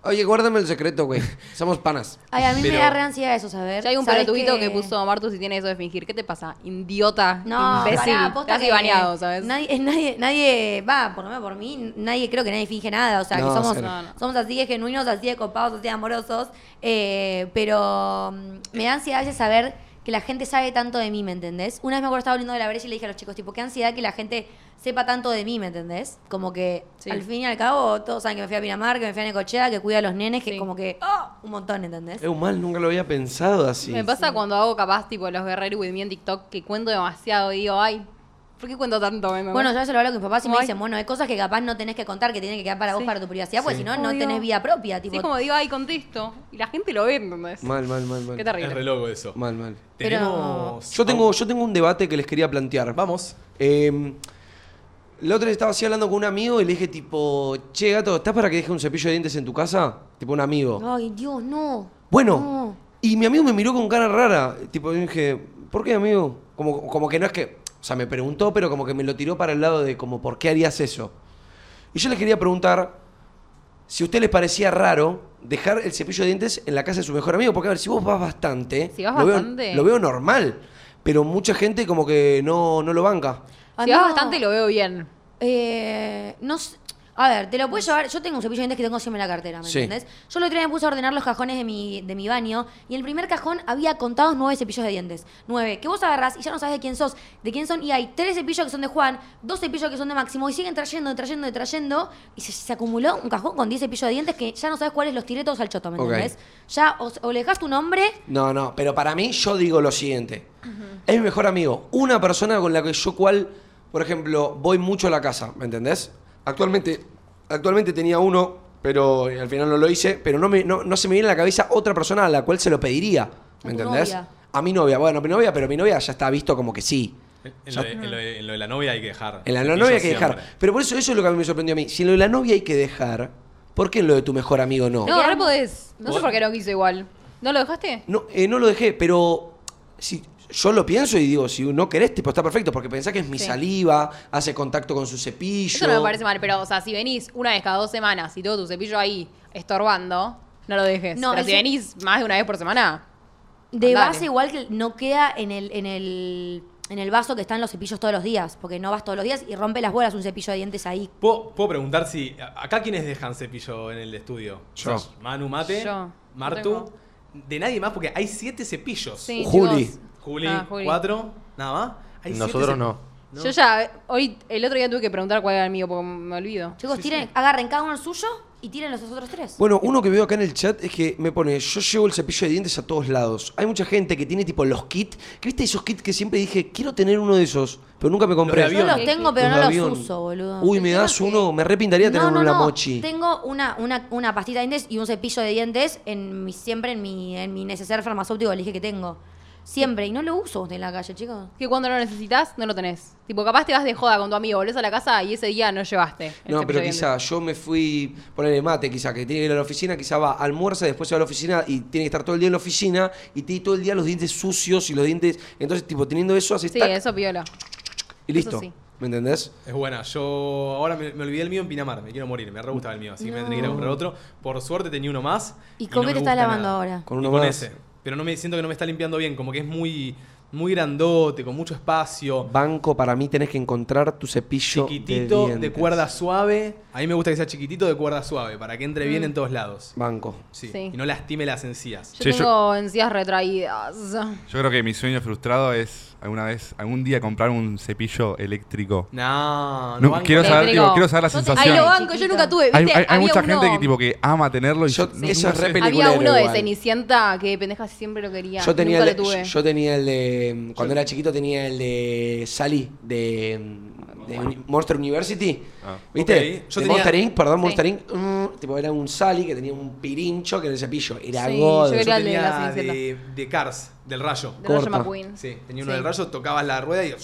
A: Oye, guárdame el secreto, güey. Somos panas.
C: Ay, a mí me
D: Pero-
C: da re ansiedad eso, saber.
B: Ya hay un
C: ¿Sabes
B: pelotudito que...
C: qué?
B: puso Martu si tiene eso de fingir. ¿Qué te pasa? Idiota,
C: No,
B: imbécil,
C: pará, posta
B: casi
C: que eh,
B: baneado, ¿sabes?
C: Nadie, eh, nadie, nadie, va, por lo menos por mí, nadie, creo que nadie finge nada. O sea,
A: No,
C: que somos,
A: cero.
B: No, no.
C: somos así de genuinos, así de copados, así de amorosos. eh, pero mm, me da ansiedad a veces saber que la gente sabe tanto de mí, ¿me entendés? Una vez me acuerdo estaba hablando de la brecha y le dije a los chicos, tipo, qué ansiedad que la gente sepa tanto de mí, ¿me entendés? Como que
B: Sí.
C: al fin y al cabo todos saben que me fui a Pinamar, que me fui a Necochea, que cuida a los nenes, que
B: Sí.
C: como que, ¡oh! Un montón, ¿entendés?
A: Es mal, nunca lo había pensado así.
B: Me pasa cuando hago capaz, tipo, los guerreros with me en TikTok, que cuento demasiado y digo, ay, ¿por qué cuento tanto? ¿Me entendés?
C: Bueno, yo a veces lo hablo con mis papás y me
B: Ay.
C: dicen, bueno, hay cosas que capaz no tenés que contar, que tienen que quedar para vos,
B: Sí.
C: para tu privacidad, porque
A: Sí.
C: si no, no
B: Obvio.
C: tenés vida propia.
B: Sí,
C: Tipo,
B: es como digo, ay, contesto. Y la gente lo ve, ¿entendés?
A: Mal, mal, mal, mal.
B: Qué
D: Es re
B: terrible.
D: loco eso.
A: Mal, mal.
C: Pero-
D: Tenemos...
A: Yo tengo, yo tengo un debate que les quería plantear.
D: Vamos.
A: Eh, Em, La otra vez estaba así hablando con un amigo y le dije tipo, che gato, ¿estás para que deje un cepillo de dientes en tu casa? Tipo un amigo.
C: Ay, Dios, no.
A: Bueno,
C: No.
A: y mi amigo me miró con cara rara. Tipo, yo dije, ¿por qué, amigo? Como, como que no es que. O sea, me preguntó, pero como que me lo tiró para el lado de como, ¿por qué harías eso? Y yo les quería preguntar si a usted les parecía raro dejar el cepillo de dientes en la casa de su mejor amigo. Porque, a ver, si vos vas bastante.
B: Si vas
A: lo veo-
B: bastante.
A: lo veo normal. Pero mucha gente como que no, no lo banca.
C: Ah,
B: Si vas
C: no.
B: bastante lo veo bien.
C: Eh, no sé. A ver, te lo puedes llevar. Yo tengo un cepillo de dientes que tengo siempre en la cartera, ¿me
A: Sí.
C: entendés? Yo lo otro día me puse a ordenar los cajones de mi, de mi baño y en el primer cajón había contados nueve cepillos de dientes. Nueve. Que vos agarrás y ya no sabes de quién sos, de quién son. Y hay tres cepillos que son de Juan, dos cepillos que son de Máximo y siguen trayendo, trayendo, trayendo. Y se, se acumuló un cajón con diez cepillos de dientes que ya no sabes cuáles los tiré todos al choto, ¿me
A: Ok.
C: entendés? Ya o, o le dejas tu nombre.
A: No, no, pero para mí yo digo lo siguiente. Es mi mejor amigo. Una persona con la que yo cual, por ejemplo, voy mucho a la casa, ¿me entendés? Actualmente, actualmente tenía uno, pero eh, al final no lo hice, pero no, me, no, no se me viene a la cabeza otra persona a la cual se lo pediría, ¿me
C: A tu
A: entendés?
C: novia.
A: A mi novia, bueno, a mi novia, pero mi novia ya está visto como que sí.
I: En lo, de, en lo de- en lo de la novia hay que dejar.
A: En la
I: Cepillo
A: novia hay que dejar.
I: siempre.
A: Pero por eso eso es lo que a mí me sorprendió a mí. Si en lo de la novia hay que dejar, ¿por qué en lo de tu mejor amigo no?
B: No, re podés. No sé por qué no quiso igual. ¿No lo dejaste?
A: No, eh, no lo dejé, pero si, yo lo pienso y digo, si no querés, tipo, está perfecto, porque pensás que es mi
B: Sí.
A: saliva, hace contacto con su cepillo.
B: Eso no me parece mal, pero, o sea, si venís una vez cada dos semanas y todo tu cepillo ahí estorbando, no lo dejes.
C: No,
B: pero
C: el
B: si
C: ce-
B: venís más de una vez por semana,
C: De
B: Andale.
C: base, igual que no queda en el, en el, en el vaso que están los cepillos todos los días, porque no vas todos los días y rompe las bolas un cepillo de dientes ahí.
I: ¿Puedo, puedo preguntar si. ¿Acá quiénes dejan cepillo en el estudio?
A: Yo.
I: O sea, Manu Mate,
B: Yo.
I: Martu. De nadie más, porque hay siete cepillos.
B: sí.
A: Juli.
B: chicos.
I: Juli,
B: Ah, Juli.
I: cuatro, nada más. Hay siete
E: Nosotros
I: cep-
E: no.
I: No.
B: Yo ya, hoy, el otro día tuve que preguntar cuál era el mío porque me olvido.
C: Chicos, tiren, agarren cada uno el suyo y tiren los otros tres.
A: Bueno, uno que veo acá en el chat es que me pone, yo llevo el cepillo de dientes a todos lados. Hay mucha gente que tiene tipo los kits, que viste esos kits que siempre dije, quiero tener uno de esos, pero nunca me compré.
I: Los de
C: Yo
I: avión.
C: los tengo, pero
A: Los
C: no
A: de
C: los
A: avión.
C: uso, boludo.
A: Uy, me
C: El tema
A: das
C: es que-
A: uno, me repintaría tener
C: No,
A: uno
C: no,
A: en la
C: no.
A: mochi.
C: Tengo una, una, una pastita de dientes y un cepillo de dientes en mi, siempre en mi, en mi neceser farmacéutico que dije que tengo. Siempre. Y no lo uso en la calle, chicos.
B: Que cuando lo necesitas, no lo tenés. Tipo, capaz te vas de joda con tu amigo, volvés a la casa y ese día no llevaste. el
A: No,
B: cepillo
A: pero
B: de
A: quizá yo me fui, ponerle mate, quizá que tiene que ir a la oficina, quizá va, almuerza, después se va a la oficina y tiene que estar todo el día en la oficina y tiene todo el día los dientes sucios y los dientes. Entonces, tipo, teniendo eso, así
B: dientes. Sí,
A: tac,
B: eso piola.
A: y listo.
B: sí.
A: ¿Me entendés?
I: Es buena, yo ahora me, me olvidé el mío en Pinamar, me quiero morir, me re gustaba el mío, así que me tendría que ir a comprar otro. Por suerte tenía uno más.
C: ¿Y
I: no
C: con qué
I: me
C: te
I: gusta
C: estás lavando
I: nada.
C: ahora?
A: Con
I: Y
A: uno
I: con
A: más.
I: ese. Pero no me siento que no me está limpiando bien, como que es muy, muy grandote, con mucho espacio,
A: Banco, para mí tenés que encontrar tu cepillo.
I: chiquitito, de,
A: dientes.
I: cuerda suave. A mí me gusta que sea chiquitito de cuerda suave, para que entre bien en todos lados.
A: Banco.
I: Sí.
B: Sí.
I: Y no lastime las encías.
B: Yo
F: Sí, yo-
B: tengo encías retraídas.
F: Yo creo que mi sueño frustrado es alguna vez, algún día comprar un cepillo eléctrico.
I: No, no,
F: No,
I: banco
F: quiero
I: nada.
F: saber,
B: Eléctrico.
F: tipo, quiero saber la
C: Yo te-
B: Ahí
F: sensación.
B: lo
C: van-
B: banco, yo nunca tuve. ¿viste?
F: Hay, hay- hay
B: Había
F: mucha
B: uno-
F: gente que tipo que ama tenerlo y
A: Yo-
F: yo, no-
A: eso
F: nunca
A: es
F: sé.
A: re peligroso.
B: Había
A: Peliculero
B: uno de
A: igual.
B: Cenicienta que pendeja siempre lo quería.
A: Yo tenía,
B: Nunca
A: el,
B: lo tuve.
A: yo- yo tenía el de. Cuando era chiquito tenía el de Sally, de. de Uni- Monster University. ¿Viste?
I: Ok. Yo
A: De
I: tenía-
A: Monster Inc., perdón,
B: Sí.
A: Monster Inc. Mm, tipo, era un Sally que tenía un pirincho que era el cepillo. Era
B: Sí,
A: God.
B: yo
I: Yo
B: quería- el de la
I: tenía
B: Cenicienta.
I: de, de Cars, del rayo.
B: de Rayo
A: corta.
B: McQueen.
I: Sí, tenía uno
B: Sí.
I: del rayo, tocabas la rueda y.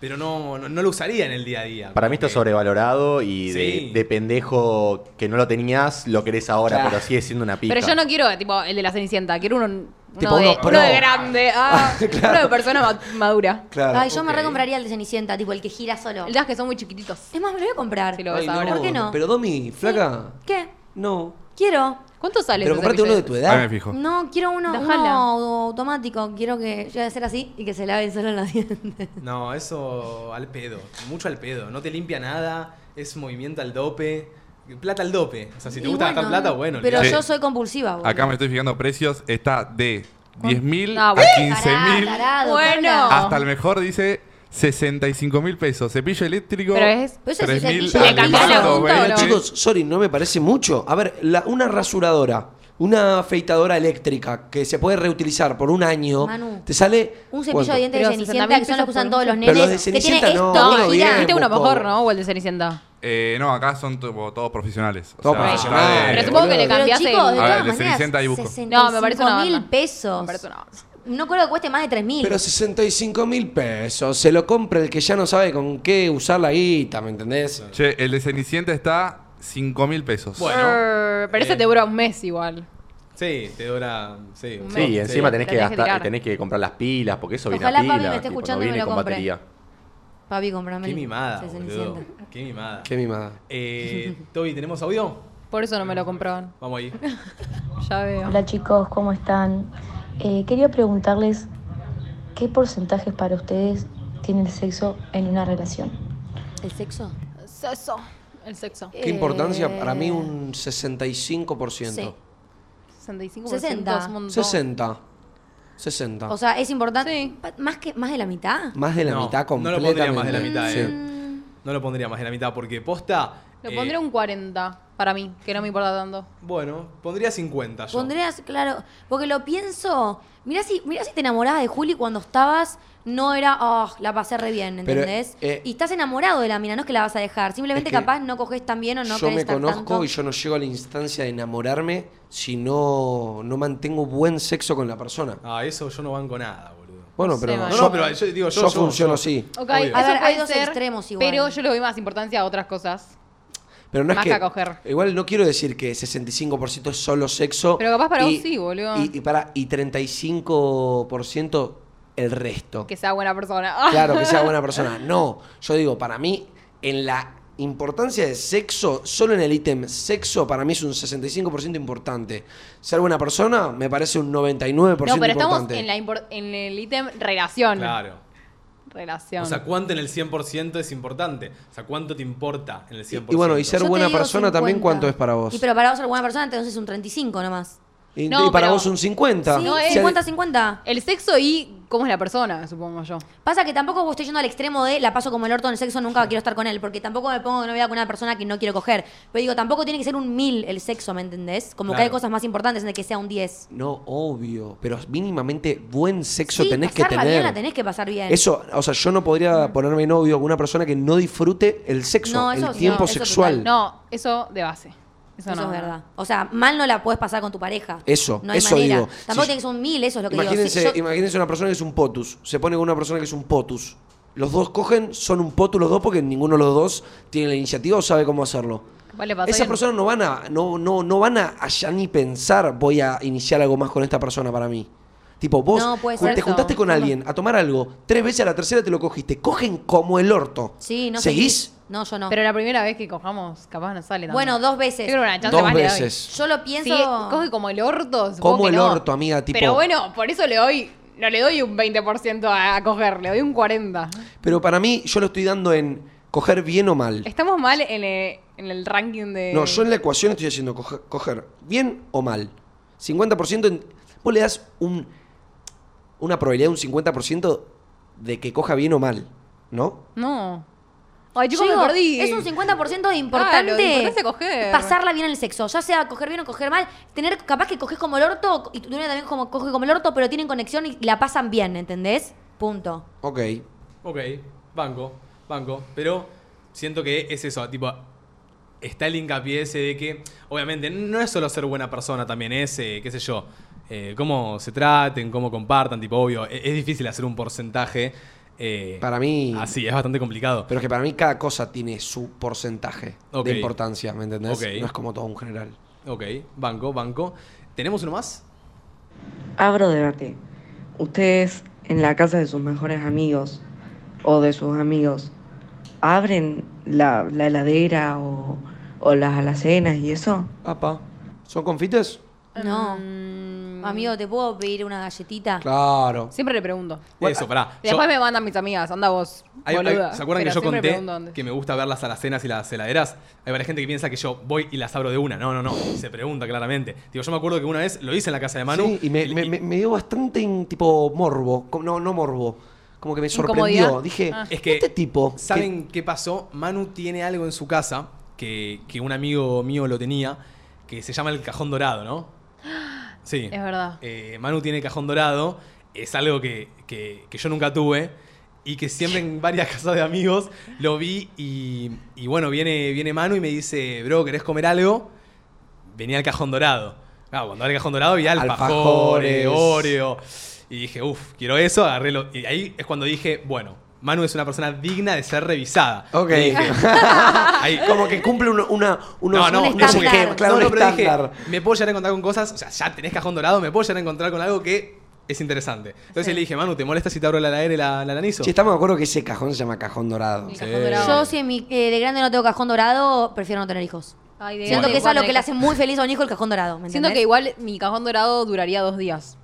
I: Pero no, no, no lo usaría en el día a día.
E: Para mí está
I: como que-
E: sobrevalorado
I: Sí.
E: y de, de pendejo que no lo tenías, lo querés ahora,
A: Claro.
E: pero sigue siendo una pija.
B: Pero yo no quiero, tipo, el de la Cenicienta. Quiero uno, uno
A: Tipo,
B: de,
A: uno
B: uno
A: pro. [laughs]
B: de grande. ah, Uno de persona ma- madura.
A: Claro.
C: Ay, yo me
I: ok.
C: recompraría el de Cenicienta, tipo el que gira solo.
B: El de las que son muy chiquititos.
C: Es más, me lo voy a comprar.
B: Sí, lo ves
A: Ay,
B: ahora.
A: no,
C: ¿Por qué no?
A: Pero Domi, flaca.
C: ¿Qué?
A: No.
C: Quiero.
B: ¿Cuánto sale?
A: Pero
B: ese
A: comprate uno
B: cepillo
A: de tu
F: Ahí me
A: edad.
F: fijo.
C: No, quiero uno,
B: Dejala.
C: uno automático. Quiero que yo voy a hacer así y que se laven solo los [laughs] dientes.
I: No, eso al pedo, mucho al pedo. No te limpia nada, es movimiento al dope. Plata al dope. O sea, si te
C: Y
I: gusta
C: bueno,
I: gastar plata, bueno.
C: Pero
I: olvidate.
C: yo soy compulsiva, boludo.
F: Acá me estoy fijando precios. Está de 10.000
B: Ah,
F: a
B: bueno.
F: 15.000.
B: Bueno.
C: Carla.
F: Hasta el mejor dice 65 mil pesos. Cepillo eléctrico.
B: Pero es-
C: pero ese es el
F: 3.000
C: cepillo
F: a
B: ¿Le cambiás la punta o no?
F: 320.
A: Chicos, sorry, no me parece mucho. A ver, la- una rasuradora, una afeitadora eléctrica que se puede reutilizar por un año,
C: Manu,
A: te sale.
C: Un cepillo
A: ¿cuánto?
C: de dientes de
B: Pero
C: Cenicienta,
B: 60.000
C: que son los que
B: pesos
C: usan
B: por
C: todos los
B: un-
A: Pero los
C: nenes.
A: de
C: que tiene
A: Cenicienta no,
C: esto,
A: uno
C: que
A: bien,
C: gira.
B: Viste uno
A: Busco.
B: mejor, ¿no? O el de Cenicienta.
F: Eh, no, acá son tipo todos profesionales. O
A: Todos
F: sea,
A: profesionales.
F: está de-
B: Pero supongo que le
C: Pero
B: cambiaste
C: chicos, de
B: el-
F: A ver,
C: todas
F: de
C: maneras,
F: 60 y busco.
B: No, me parece una
C: mil
B: banda.
C: pesos.
B: Me parece una-
C: no creo que cueste más de 3 mil.
A: Pero 65 mil pesos, se lo compra el que ya no sabe con qué usar la guita, ¿me entendés?
F: Che, el de Cenicienta está 5 mil pesos.
D: Bueno.
B: Err, pero ese
D: eh.
B: te dura un mes igual.
D: Sí, te dura. Sí,
B: Un
E: Sí,
B: mes.
E: y encima tenés que
B: Tenés que
E: gastar,
B: tirar.
E: tenés que comprar las pilas, porque eso viene
C: Ojalá
E: a
C: Fabi
E: pila,
C: me esté
E: tipo, no
C: escuchando y me
E: viene
C: lo
E: con
C: compre.
E: batería.
C: Papi, comprame.
D: Qué mimada,
C: Sí,
D: boludo.
C: Cenicienta.
D: Qué mimada.
A: Qué mimada.
D: Eh,
B: [laughs]
D: Toby, ¿tenemos audio?
B: Por eso no me lo compraban.
D: Vamos ahí.
B: Ya veo.
G: Hola chicos, ¿cómo están? Eh, quería preguntarles qué porcentajes para ustedes tiene el sexo en una relación.
C: ¿El sexo?
B: Sexo. El sexo.
A: ¿Qué importancia? Para mí
C: Eh,
A: un 65%.
C: Sí.
B: 65%
C: 60.
B: es un montón.
A: 60. 60.
C: O sea, es importante.
B: Sí.
C: Pa- ¿Más, que, ¿Más de la mitad?
A: más de la
D: No,
A: mitad
D: no lo pondría
A: completamente.
D: más de la mitad,
A: Sí.
C: Mm,
D: eh. No lo pondría más de la mitad porque posta.
B: Lo
D: eh,
B: pondría un 40 para mí, que no me importa tanto.
D: Bueno, pondría 50 yo.
C: Pondrías, claro, porque lo pienso. Mirá si, mirá si te enamorabas de Juli cuando estabas, no era, oh, la pasé re bien,
A: Pero,
C: ¿entendés?
A: eh,
C: y estás enamorado de la mina, no es que la vas a dejar. Simplemente
A: es que
C: capaz no coges tan bien o no
A: yo
C: querés
A: me
C: estar
A: conozco
C: tanto.
A: y yo no llego a la instancia de enamorarme si no, no mantengo buen sexo con la persona.
D: Ah, eso yo no banco nada, boludo.
A: Bueno, pero,
B: Sí,
A: yo,
B: man.
D: No, no, pero yo digo, yo- yo-
A: funciono
D: yo-
A: así.
B: Ok,
D: Obvio.
B: eso
C: A ver, hay
B: puede
C: dos
B: ser,
C: extremos igual.
B: Pero yo le doy más importancia a otras cosas.
A: Pero no es
B: Más
A: que,
B: que a coger.
A: Igual no quiero decir que 65% es solo sexo.
B: Pero capaz para vos sí, boludo.
A: Y, y para, y 35% el resto.
B: Que sea buena persona.
A: Claro, que sea
B: [laughs]
A: buena persona. No, yo digo, para mí, en la importancia de sexo, solo en el ítem sexo, para mí es un 65% importante. Ser buena persona me parece un 99%
B: [laughs] No, pero estamos
A: importante.
B: en, la impor- en el ítem relación.
D: Claro.
B: Relación.
D: O sea, ¿cuánto en el 100% es importante? O sea, ¿cuánto te importa en el 100%?
A: Y, y bueno, y ser
C: Yo te
A: buena
C: digo
A: persona también,
C: 50.
A: ¿cuánto es para vos?
C: Y pero para vos ser buena persona, entonces un 35 nomás.
A: Y, y
B: No,
A: para
B: pero-
A: vos un 50.
C: Sí,
B: No, es-
C: 50-50.
B: El sexo y cómo es la persona, supongo yo.
C: Pasa que tampoco vos estoy yendo al extremo de la paso como el orto en el sexo, nunca quiero estar con él, porque tampoco me pongo de novia con una persona que no quiero coger. Pero digo, tampoco tiene que ser un mil el sexo, ¿me entendés? Como que hay
D: Claro.
C: cosas más importantes en el que sea un 10.
A: No, obvio. Pero mínimamente buen sexo
C: Sí,
A: tenés que
C: pasarla
A: tener.
C: bien la tenés que pasar bien.
A: Eso, o sea, yo no podría ponerme novio con una persona que no disfrute el sexo,
C: No,
A: el
C: eso sí,
A: tiempo
C: no, eso
A: sexual.
C: total,
B: No, eso de base. Eso,
C: Eso,
B: no.
C: es verdad. O sea, mal no la puedes pasar con tu pareja.
A: Eso,
C: no hay
A: eso
C: manera.
A: digo.
C: Tampoco
A: Si-
C: tiene que ser un mil, eso es lo que
A: Imagínense,
C: digo. Si yo-
A: imagínense una persona que es un potus. Se pone con una persona que es un potus. Los dos cogen, son un potus los dos porque ninguno de los dos tiene la iniciativa o sabe cómo hacerlo.
B: Vale, pasó
A: Esas
B: que-
A: personas no van a, no, no, no van a allá ni pensar, voy a iniciar algo más con esta persona para mí. Tipo, vos
C: No, puede
A: ju-
C: ser
A: te
C: eso.
A: juntaste con
C: No.
A: alguien a tomar algo, tres veces a la tercera te lo cogiste, cogen como el orto.
C: Sí, no
A: ¿Seguís?
C: seguís. No, yo no.
B: Pero la primera vez que cojamos, capaz no sale. tanto.
C: bueno, dos
B: Yo
C: veces.
B: creo que una chance
A: Dos
B: más le doy.
A: veces.
C: Yo lo
B: Sí,
C: pienso.
B: coge como el orto. supongo
A: Como
B: que
A: el
B: no.
A: orto, amiga, tipo-
B: Pero bueno, por eso le doy. No le doy un 20% a, a coger, le doy un 40%.
A: Pero para mí, yo lo estoy dando en coger bien o mal.
B: Estamos mal en el, en el ranking de.
A: No, yo en la ecuación estoy haciendo coger, coger bien o mal. 50%, en- vos le das un, una probabilidad de un 50% de que coja bien o mal, ¿no?
B: No. Ay,
C: Yo
B: chicos, me
C: digo,
B: perdí. Ah,
C: Es un 50% de
B: Claro, de
C: importante
B: importancia coger.
C: pasarla bien en el sexo. Ya sea coger bien o coger mal. Tener, capaz que coges como el orto y tu novia también como, coge como el orto, pero tienen conexión y la pasan bien, ¿entendés? Punto.
A: Ok.
D: Ok, banco, banco. Pero siento que es eso, tipo, está el hincapié ese de que, obviamente, no es solo ser buena persona también, es, eh, qué sé yo, eh, cómo se traten, cómo compartan, tipo, obvio, e- es, difícil hacer un porcentaje. eh,
A: Para mí...
D: Así, es bastante complicado.
A: Pero es que para mí cada cosa tiene su porcentaje
D: Ok.
A: de importancia, ¿me entendés?
D: Ok.
A: No es como todo un general.
D: Ok, banco, banco. ¿Tenemos uno más?
G: Abro debate. Ustedes en la casa de sus mejores amigos o de sus amigos abren la, la heladera o, o las alacenas y eso.
A: Apa. ¿Son confites?
C: No.
B: Mm,
C: Amigo, ¿te puedo pedir una galletita?
A: Claro.
B: Siempre le pregunto.
D: Eso, pará.
B: Y después
D: Yo-
B: me mandan mis amigas, anda vos.
D: hay- hay-
B: boluda.
D: ¿Se acuerdan
B: Pero
D: que yo
B: siempre pregunto
D: conté
B: dónde.
D: que me gusta ver las alacenas y las heladeras? Hay varias gente que piensa que yo voy y las abro de una. No, no, no. Se pregunta claramente. Digo, yo me acuerdo que una vez lo hice en la casa de Manu.
A: Sí, y me, me- me- me dio bastante en, tipo morbo. Com- No, no morbo. Como que me sorprendió.
B: Incomodidad.
A: Dije,
B: Ah.
D: Es que
A: este tipo... que-
D: ¿Saben qué pasó? Manu tiene algo en su casa que, que un amigo mío lo tenía, que se llama el cajón dorado, ¿no? Sí.
B: Es verdad.
D: Eh, Manu tiene cajón dorado, es algo que, que- que yo nunca tuve y que siempre en varias [laughs] casas de amigos lo vi y, y bueno, viene, viene Manu y me dice, bro, ¿querés comer algo? Venía el cajón dorado. Claro, cuando era el cajón dorado había alfajores,
A: Alfajores.
D: Oreo. Y dije, uff, quiero eso, agarré lo- Y ahí es cuando dije, bueno, Manu es una persona digna de ser revisada.
A: Ok.
D: Y dije, ahí,
A: Como que cumple uno- una, unos,
D: no, no,
A: unos
D: no, porque-
A: esquemas, claro,
D: no,
A: un
D: no, pero dije,
A: estándar.
D: me puedo llegar a encontrar con cosas, o sea, ya tenés cajón dorado, me puedo llegar a encontrar con algo que es interesante. Entonces le dije, Manu, ¿te molesta si te abro la heladera y la, la lanizo?
A: Che, estamos de acuerdo que ese cajón se llama cajón dorado.
B: El cajón dorado.
C: Yo, si en mi, eh, de grande no tengo cajón dorado, prefiero no tener hijos.
B: Ay, de
C: Siento
B: grande
C: que es algo
B: igual
C: que le
B: hay-
C: hace muy feliz a un hijo el cajón dorado. ¿me
B: Siento que
C: entendés?
B: igual mi cajón dorado duraría dos días.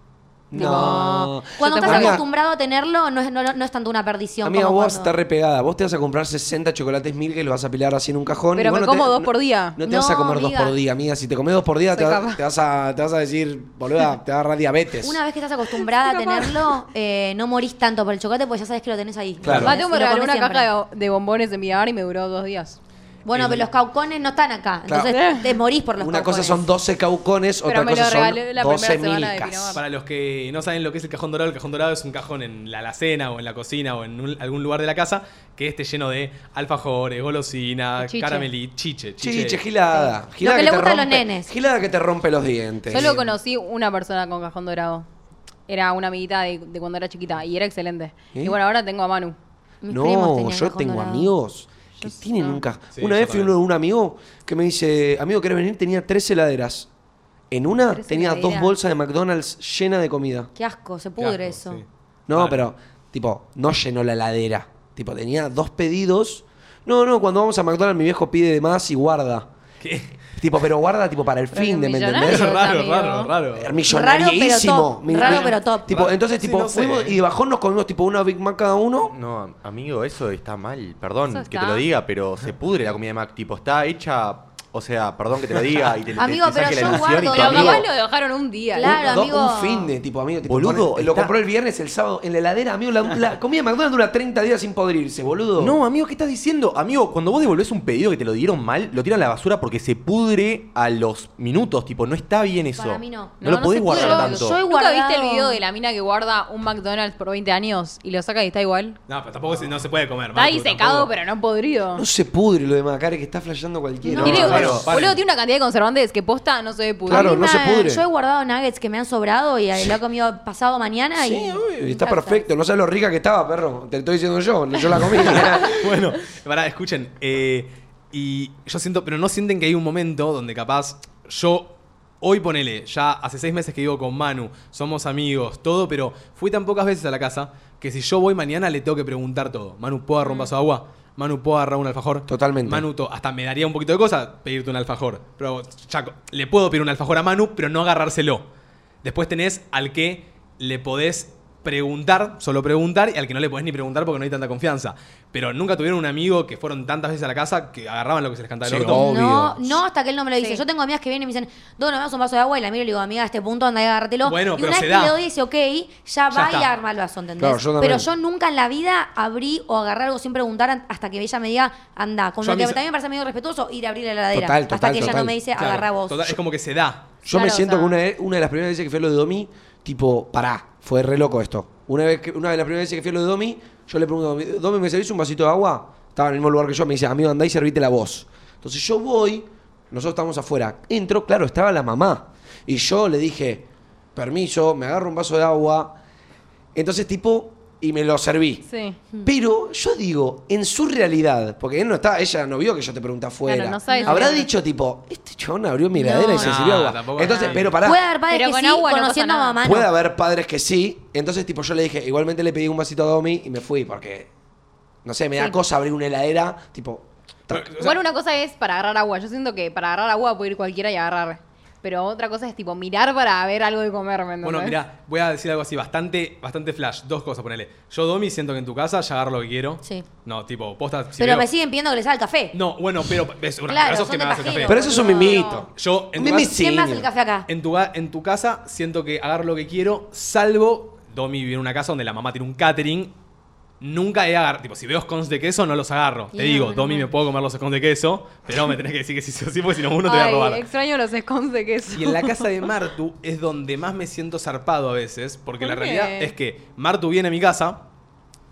A: No.
C: Cuando
B: Yo te
C: estás
A: ponía-
C: acostumbrado a tenerlo, no es, no, no es tanto una perdición.
A: Amiga,
C: como
A: vos
C: cuando-
A: estás repegada. Vos te vas a comprar 60 chocolates mil que los vas a pilar así en un cajón.
B: Pero
A: y vos
B: me
A: no te-
B: como dos
A: no-
B: por día.
A: No te vas a
C: No,
A: comer dos
C: amiga.
A: por día, amiga. Si te comes dos por día, te,
B: Soy
A: va-
B: capaz.
A: te vas a, te vas a decir, boluda, te va a agarrar diabetes.
C: Una vez que estás acostumbrada a tenerlo, eh, no morís tanto por el chocolate porque ya sabes que lo tenés ahí.
A: Claro.
B: Mateo me
C: Y lo
B: regaló
C: comés
B: una
C: siempre.
B: caja de, de bombones de Miramar y me duró dos días.
C: Bueno, pero los caucones no están acá.
A: Claro.
C: Entonces
B: Eh.
C: te morís por los
A: Una cosa
C: caucones.
A: son 12 caucones,
B: Pero
A: otra
B: me lo
A: cosa son
B: regalé la primera
A: 12
B: semana de
A: milcas.
B: Pinamar.
D: Para los que no saben lo que es el cajón dorado, el cajón dorado es un cajón en la alacena o en la cocina o en un- algún lugar de la casa que esté lleno de alfajores, golosinas,
B: Chiche.
D: carameli, chiche, chiche.
A: Chiche, gilada. gilada
C: que le
A: te
C: gusta a los
A: rompe-
C: nenes.
A: Gilada que te rompe los dientes.
B: Solo conocí una persona con cajón dorado. Era una amiguita de, de cuando era chiquita y era excelente.
A: ¿Eh?
B: Y bueno, ahora tengo a Manu.
C: Mis primos
A: No,
C: tenían
A: yo
C: cajón
A: tengo
C: dorado.
A: amigos que tienen un cajón. una
D: yo
A: vez fui uno de un amigo que me dice, amigo, ¿querés venir? Tenía tres heladeras. En una
B: Tres
A: tenía dos
B: heladeras.
A: bolsas de McDonald's llena de comida.
C: Qué asco, se pudre
D: Asco,
C: eso.
D: sí. [laughs]
A: No,
D: Mal.
A: pero, tipo, no llenó la heladera. Tipo, tenía dos pedidos. No, no, cuando vamos a McDonald's mi viejo pide de más y guarda.
D: ¿Qué?
A: Tipo, pero guarda tipo para el
B: Pero
A: fin de, ¿me
B: millonario.
A: entendés?
D: Raro, raro,
B: amigo.
D: raro, raro.
A: Millonarieísimo.
C: Raro, pero top. Raro, pero top.
A: Tipo,
D: Raro.
A: entonces,
D: Sí,
A: tipo,
D: no sé.
A: fuimos y de bajón nos comimos tipo una Big Mac cada uno.
E: No, am- amigo, eso está mal. Perdón
B: Eso
E: que te
B: está.
E: lo diga, pero se pudre la comida de Mac. Tipo, está hecha. O sea, perdón que te lo diga. Y te, te-
C: Amigo,
E: te
C: pero
E: saque la
C: yo
E: nación y
C: guardo,
E: tu
B: Pero
E: amigo-
B: capaz lo dejaron un día.
C: Claro,
A: un,
C: amigo.
A: Un fin de tipo, amigo. Tipo,
E: Boludo,
A: pone- lo
E: está-
A: compró el viernes, el sábado, en la heladera, amigo. La, la comida de McDonald's dura 30 días sin podrirse, boludo.
E: No, amigo, ¿qué estás diciendo? Amigo, cuando vos devolvés un pedido que te lo dieron mal, lo tiran a la basura porque se pudre a los minutos. Tipo, no está bien eso.
C: Para mí no.
E: No, lo
B: no
E: podés
B: se
E: guardar
B: pudre.
E: tanto.
C: Yo-
B: ¿eh? ¿Nunca
C: guardado.
B: viste el video de la mina que guarda un McDonald's por 20 años y lo saca y está igual?
D: No, pero tampoco se- no se puede comer.
B: Está ahí secado,
D: pero
B: pero no podrido.
A: No se pudre lo de Macare que está flasheando cualquiera.
C: No,
B: Tiene,
D: pero-
B: boludo,
D: paren.
B: boludo, tiene una cantidad de conservantes que posta no se ve pudrir.
A: Claro,
C: A mí
A: no
C: me-
A: se pudre.
C: Yo he guardado nuggets que me han sobrado y eh, lo he comido pasado mañana
A: Sí,
C: y.
A: obvio, y está
C: Ya
A: perfecto. No sabes lo rica que estaba, perro. Te lo estoy diciendo yo. Yo la comí.
D: bueno, pará, escuchen. eh, y yo siento, pero no sienten que hay un momento donde capaz yo. Hoy ponele, ya hace seis meses que vivo con Manu, somos amigos, todo, pero fui tan pocas veces a la casa que si yo voy mañana le tengo que preguntar todo. Manu, ¿puedo agarrar un vaso de agua? Manu, ¿puedo agarrar un alfajor?
A: Totalmente.
D: Manu, to- hasta me daría un poquito de cosa pedirte un alfajor. Pero chaco, le puedo pedir un alfajor a Manu, pero no agarrárselo. Después tenés al que le podés preguntar, solo preguntar, y al que no le podés ni preguntar porque no hay tanta confianza. Pero nunca tuvieron un amigo que fueron tantas veces a la casa que agarraban lo que se les cantaba el
A: Sí,
D: orto.
A: obvio.
C: No, no hasta que él no me lo dice.
B: Sí.
C: Yo tengo amigas que vienen y me dicen, Dono, me das un vaso de agua y la miro y le digo, amiga, a este punto anda y agárratelo.
D: Bueno,
C: y
D: pero
C: una vez
D: se
C: que
D: da.
C: le doy y dice, ok, ya
D: Ya
C: va y
D: está.
C: arma el vaso, ¿entendés?
A: Claro, yo también.
C: pero yo nunca en la vida abrí o agarré algo sin preguntar an- hasta que ella me diga, anda. Como
D: Yo a
C: que
D: mis-
C: también me parece medio respetuoso ir a abrir la heladera.
A: Total, total,
C: hasta que ella
A: total.
C: no me dice,
D: Claro,
C: agarra vos.
D: total, es como que se da.
A: Yo me
B: Claro, o
A: siento
B: sea-
A: que una, vez- una de las primeras veces que fui a lo de Domi, tipo, pará, fue re loco esto. Una, vez que- una de las primeras veces que fui a lo de Domi, yo le pregunto a Domi, Domi, ¿me servís un vasito de agua? Estaba en el mismo lugar que yo, me dice, amigo, andá y servite la voz. Entonces yo voy, nosotros estábamos afuera, entro, claro, estaba la mamá. Y yo le dije, permiso, me agarro un vaso de agua. Entonces, tipo, y me lo serví.
B: Sí.
A: Pero yo digo, en su realidad, porque él no está, ella no vio que yo te pregunté afuera.
B: Claro, no sabe si
A: Habrá
B: abre.
A: dicho tipo, este chabón abrió mi heladera y se
D: No,
A: sirvió agua.
D: tampoco
A: Entonces,
D: así.
A: pero pará.
C: Puede haber padres
B: Pero
C: que
B: con
C: sí,
B: agua no
C: conociendo
B: pasa
C: a mamá.
B: nada.
C: no.
A: Puede haber padres que sí. Entonces, tipo, yo le dije, igualmente le pedí un vasito a Domi y me fui porque, no sé, me da cosa abrir una heladera, tipo, tac.
D: O sea,
B: Igual una cosa es para agarrar agua. Yo siento que para agarrar agua puede ir cualquiera y agarrar. Pero otra cosa es tipo mirar para ver algo de comer, ¿me entendés?
D: Bueno, mira, voy a decir algo así, bastante, bastante flash. Dos cosas, ponele. Yo, Domi, siento que en tu casa ya agarro lo que quiero.
C: Sí.
D: No, tipo, posta. si
C: pero
D: veo-
C: me siguen pidiendo que les haga el café.
D: No, bueno, pero es una
C: Claro,
D: cagazos
C: son
D: que
C: de
D: me hagas el café.
C: pajero.
A: Pero eso es un
C: No, no.
A: mimito.
D: Yo en tu
A: Mimi
D: casa-
A: sí.
C: ¿Quién me hace
A: Niño.
C: el café acá?
D: En tu, ga- en tu casa siento que agarro lo que quiero, salvo Domi vive en una casa donde la mamá tiene un catering. Nunca he agarrado, tipo, si veo scones de queso, no los agarro. Te
C: Yeah,
D: digo,
C: menos
D: Domi,
C: mal.
D: me puedo comer los scones de queso, pero me tenés que decir que sí, sí o sí, porque si no, uno te va a
B: Ay,
D: robar.
B: extraño los scones de queso.
D: [laughs] Y en la casa de Martu es donde más me siento zarpado a veces, porque la
B: ¿Por qué?
D: realidad es que Martu viene a mi casa,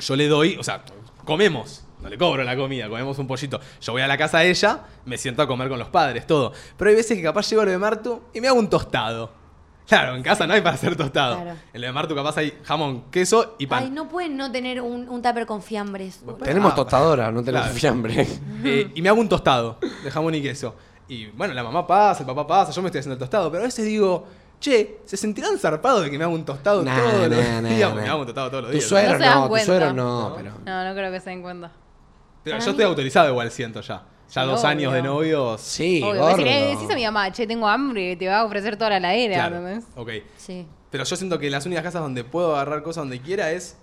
D: yo le doy, o sea, comemos, no le cobro la comida, comemos un pollito. Yo voy a la casa de ella, me siento a comer con los padres, todo. Pero hay veces que capaz llego a lo de Martu y me hago un tostado. Claro, en casa no hay para hacer tostado.
C: Claro.
D: En lo de Martu capaz hay jamón, queso y pan.
C: Ay, no pueden no tener un, un tupper con fiambres. boludo.
A: Tenemos
D: Ah,
A: tostadora, no tenemos
D: claro.
A: fiambre.
D: Eh, y me hago un tostado de jamón y queso. Y bueno, la mamá pasa, el papá pasa, yo me estoy haciendo el tostado, pero a veces digo, che, ¿se sentirán zarpados de que me hago un tostado
A: Nah,
D: [laughs] todos
A: nah,
D: los
A: nah,
D: días?
A: nah.
D: Me hago un tostado todos los
A: Tu
D: días.
A: suegro
B: No se dan
A: no, tu
B: cuenta.
A: suegro no, pero.
B: No, no creo que se den cuenta.
D: Pero
C: Para mí-
D: yo estoy autorizado igual, siento ya. Ya
B: Sí,
D: dos
B: obvio.
D: años de novios.
A: Sí,
B: Obvio,
A: gordo.
B: decirle, decís a mi mamá, che, tengo hambre, te va a ofrecer toda la ladera,
D: Claro,
B: ¿entendés?
D: ok.
C: Sí.
D: Pero yo siento que las únicas casas donde puedo agarrar cosas donde quiera es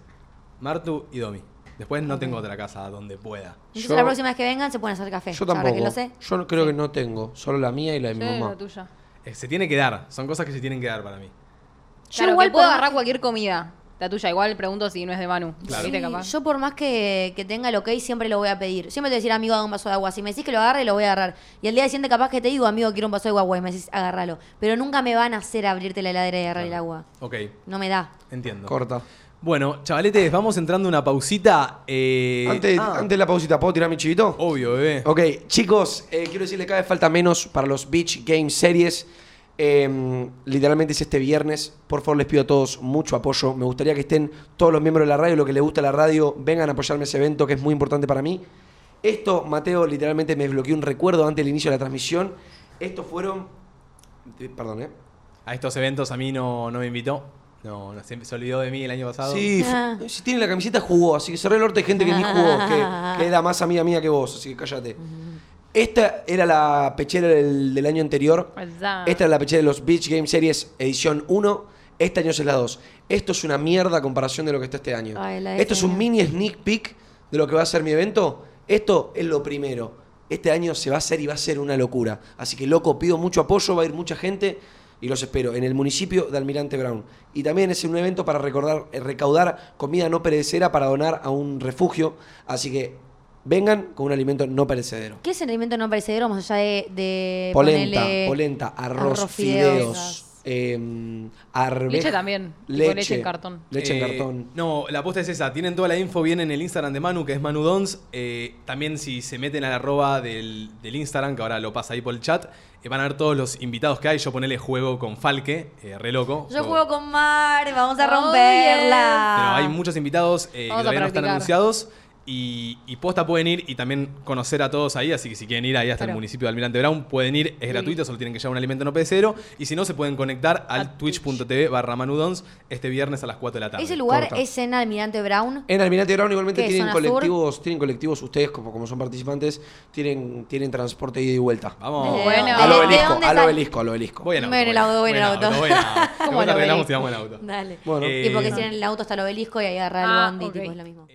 D: Martu y Domi. Después no tengo otra casa donde pueda.
C: Entonces
A: Yo-
C: la próxima vez que vengan se pueden hacer café.
A: Yo
C: Ahora que
A: tampoco.
C: lo sé.
A: Yo no- creo que no tengo, solo la mía y la de mi
B: Yo
A: mamá.
B: la tuya.
D: Eh, Se tiene que dar, son cosas que se tienen que dar para mí.
C: Yo
B: claro,
C: igual
B: que puedo
C: por más
B: agarrar
C: que-
B: cualquier comida. La tuya, igual pregunto si no es de Manu.
D: Claro.
B: ¿Viste,
C: Sí,
B: capaz?
C: Yo por más que, que tenga el ok, siempre lo voy a pedir. Siempre te voy a decir, amigo, haga un vaso de agua. Si me decís que lo agarre, lo voy a agarrar. Y al día siguiente capaz que te digo, amigo, quiero un vaso de agua. Y me decís, agárralo. Pero nunca me van a hacer abrirte la heladera y agarrar el agua.
D: Ok,
C: No me da.
D: entiendo.
A: Corta.
D: Bueno, chavaletes, vamos entrando a una pausita. eh,
A: Antes,
D: ah,
A: antes de la pausita, ¿puedo tirar mi chivito?
D: Obvio, bebé.
A: Ok, chicos, eh, quiero decirles que cada vez falta menos para los Beach Game Series. Eh, literalmente es este viernes. Por favor, les pido a todos mucho apoyo. Me gustaría que estén todos los miembros de la radio, lo que les gusta la radio, vengan a apoyarme a ese evento que es muy importante para mí. Esto, Mateo, literalmente me desbloqueó un recuerdo antes del inicio de la transmisión. Estos fueron. eh, Perdón, ¿eh?
D: A estos eventos a mí no, no me invitó. No, no, se, se olvidó de mí el año pasado.
A: Sí, fu-
C: Ah.
A: si tiene la camiseta jugó, así que cerré el orto de gente que ni jugó,
C: Ah.
A: que, que era más amiga mía que vos, así que cállate. Esta era la pechera del, del año anterior.
B: Falsá.
A: Esta era la pechera de los Beach Game Series edición 1. Este año es la 2. Esto es una mierda a comparación de lo que está este año.
C: Ay, la de
A: Esto es
C: este
A: un
C: año.
A: mini sneak peek de lo que va a ser mi evento. Esto es lo primero. Este año se va a hacer y va a ser una locura. Así que, loco, pido mucho apoyo, va a ir mucha gente y los espero en el municipio de Almirante Brown. Y también es un evento para recordar, eh, recaudar comida no perecedera para donar a un refugio. Así que vengan con un alimento no perecedero.
C: ¿Qué es el alimento no perecedero más allá de, de
A: Polenta,
C: ponerle
A: polenta, arroz,
C: Eh, arroz, fideos,
A: fideos, eh, arveja-
B: Leche también, tipo
A: leche,
B: leche en cartón.
A: Leche
D: Eh,
A: en cartón.
D: No, la apuesta es esa. Tienen toda la info bien en el Instagram de Manu, que es Manudons. Eh, también si se meten al arroba del, del Instagram, que ahora lo pasa ahí por el chat, eh, van a ver todos los invitados que hay. Yo ponele juego con Falque, eh, re loco.
C: Yo juego con Mar, vamos a
B: Oh,
C: romperla.
D: Pero hay muchos invitados eh, que
B: Ah. Vamos a
D: todavía no están
B: practicar.
D: anunciados. Y, y posta pueden ir y también conocer a todos ahí. Así que si quieren ir ahí hasta el
B: Claro.
D: municipio de Almirante Brown, pueden ir. Es gratuito, solo tienen que llevar un alimento no perecedero. Y si no, se pueden conectar al
B: A
D: twitch.tv barra manudons este viernes a las 4 de la tarde.
C: Ese lugar
A: corta.
C: es en Almirante Brown.
A: En Almirante Brown igualmente
C: ¿Qué,
A: tienen
C: zona sur?
A: colectivos, tienen colectivos ustedes como, como son participantes, tienen, tienen transporte ida y vuelta.
D: Vamos.
B: Bueno.
C: ¿De-
A: Al
B: ¿De-
C: de
A: obelisco,
C: Eh, dónde
A: al
C: sal-
A: obelisco, al obelisco.
D: Voy en auto.
C: Voy en el auto, voy en el auto.
D: Voy en
B: [laughs]
D: auto.
C: ¿Cómo
D: Después
C: lo
D: arreglamos
C: veis?
D: y vamos en auto.
C: Dale.
A: Bueno.
D: Eh,
C: y porque si en el auto está el obelisco y ahí agarrar el
B: Ah,
C: bondi,
B: ok.
C: tipo, es lo mismo.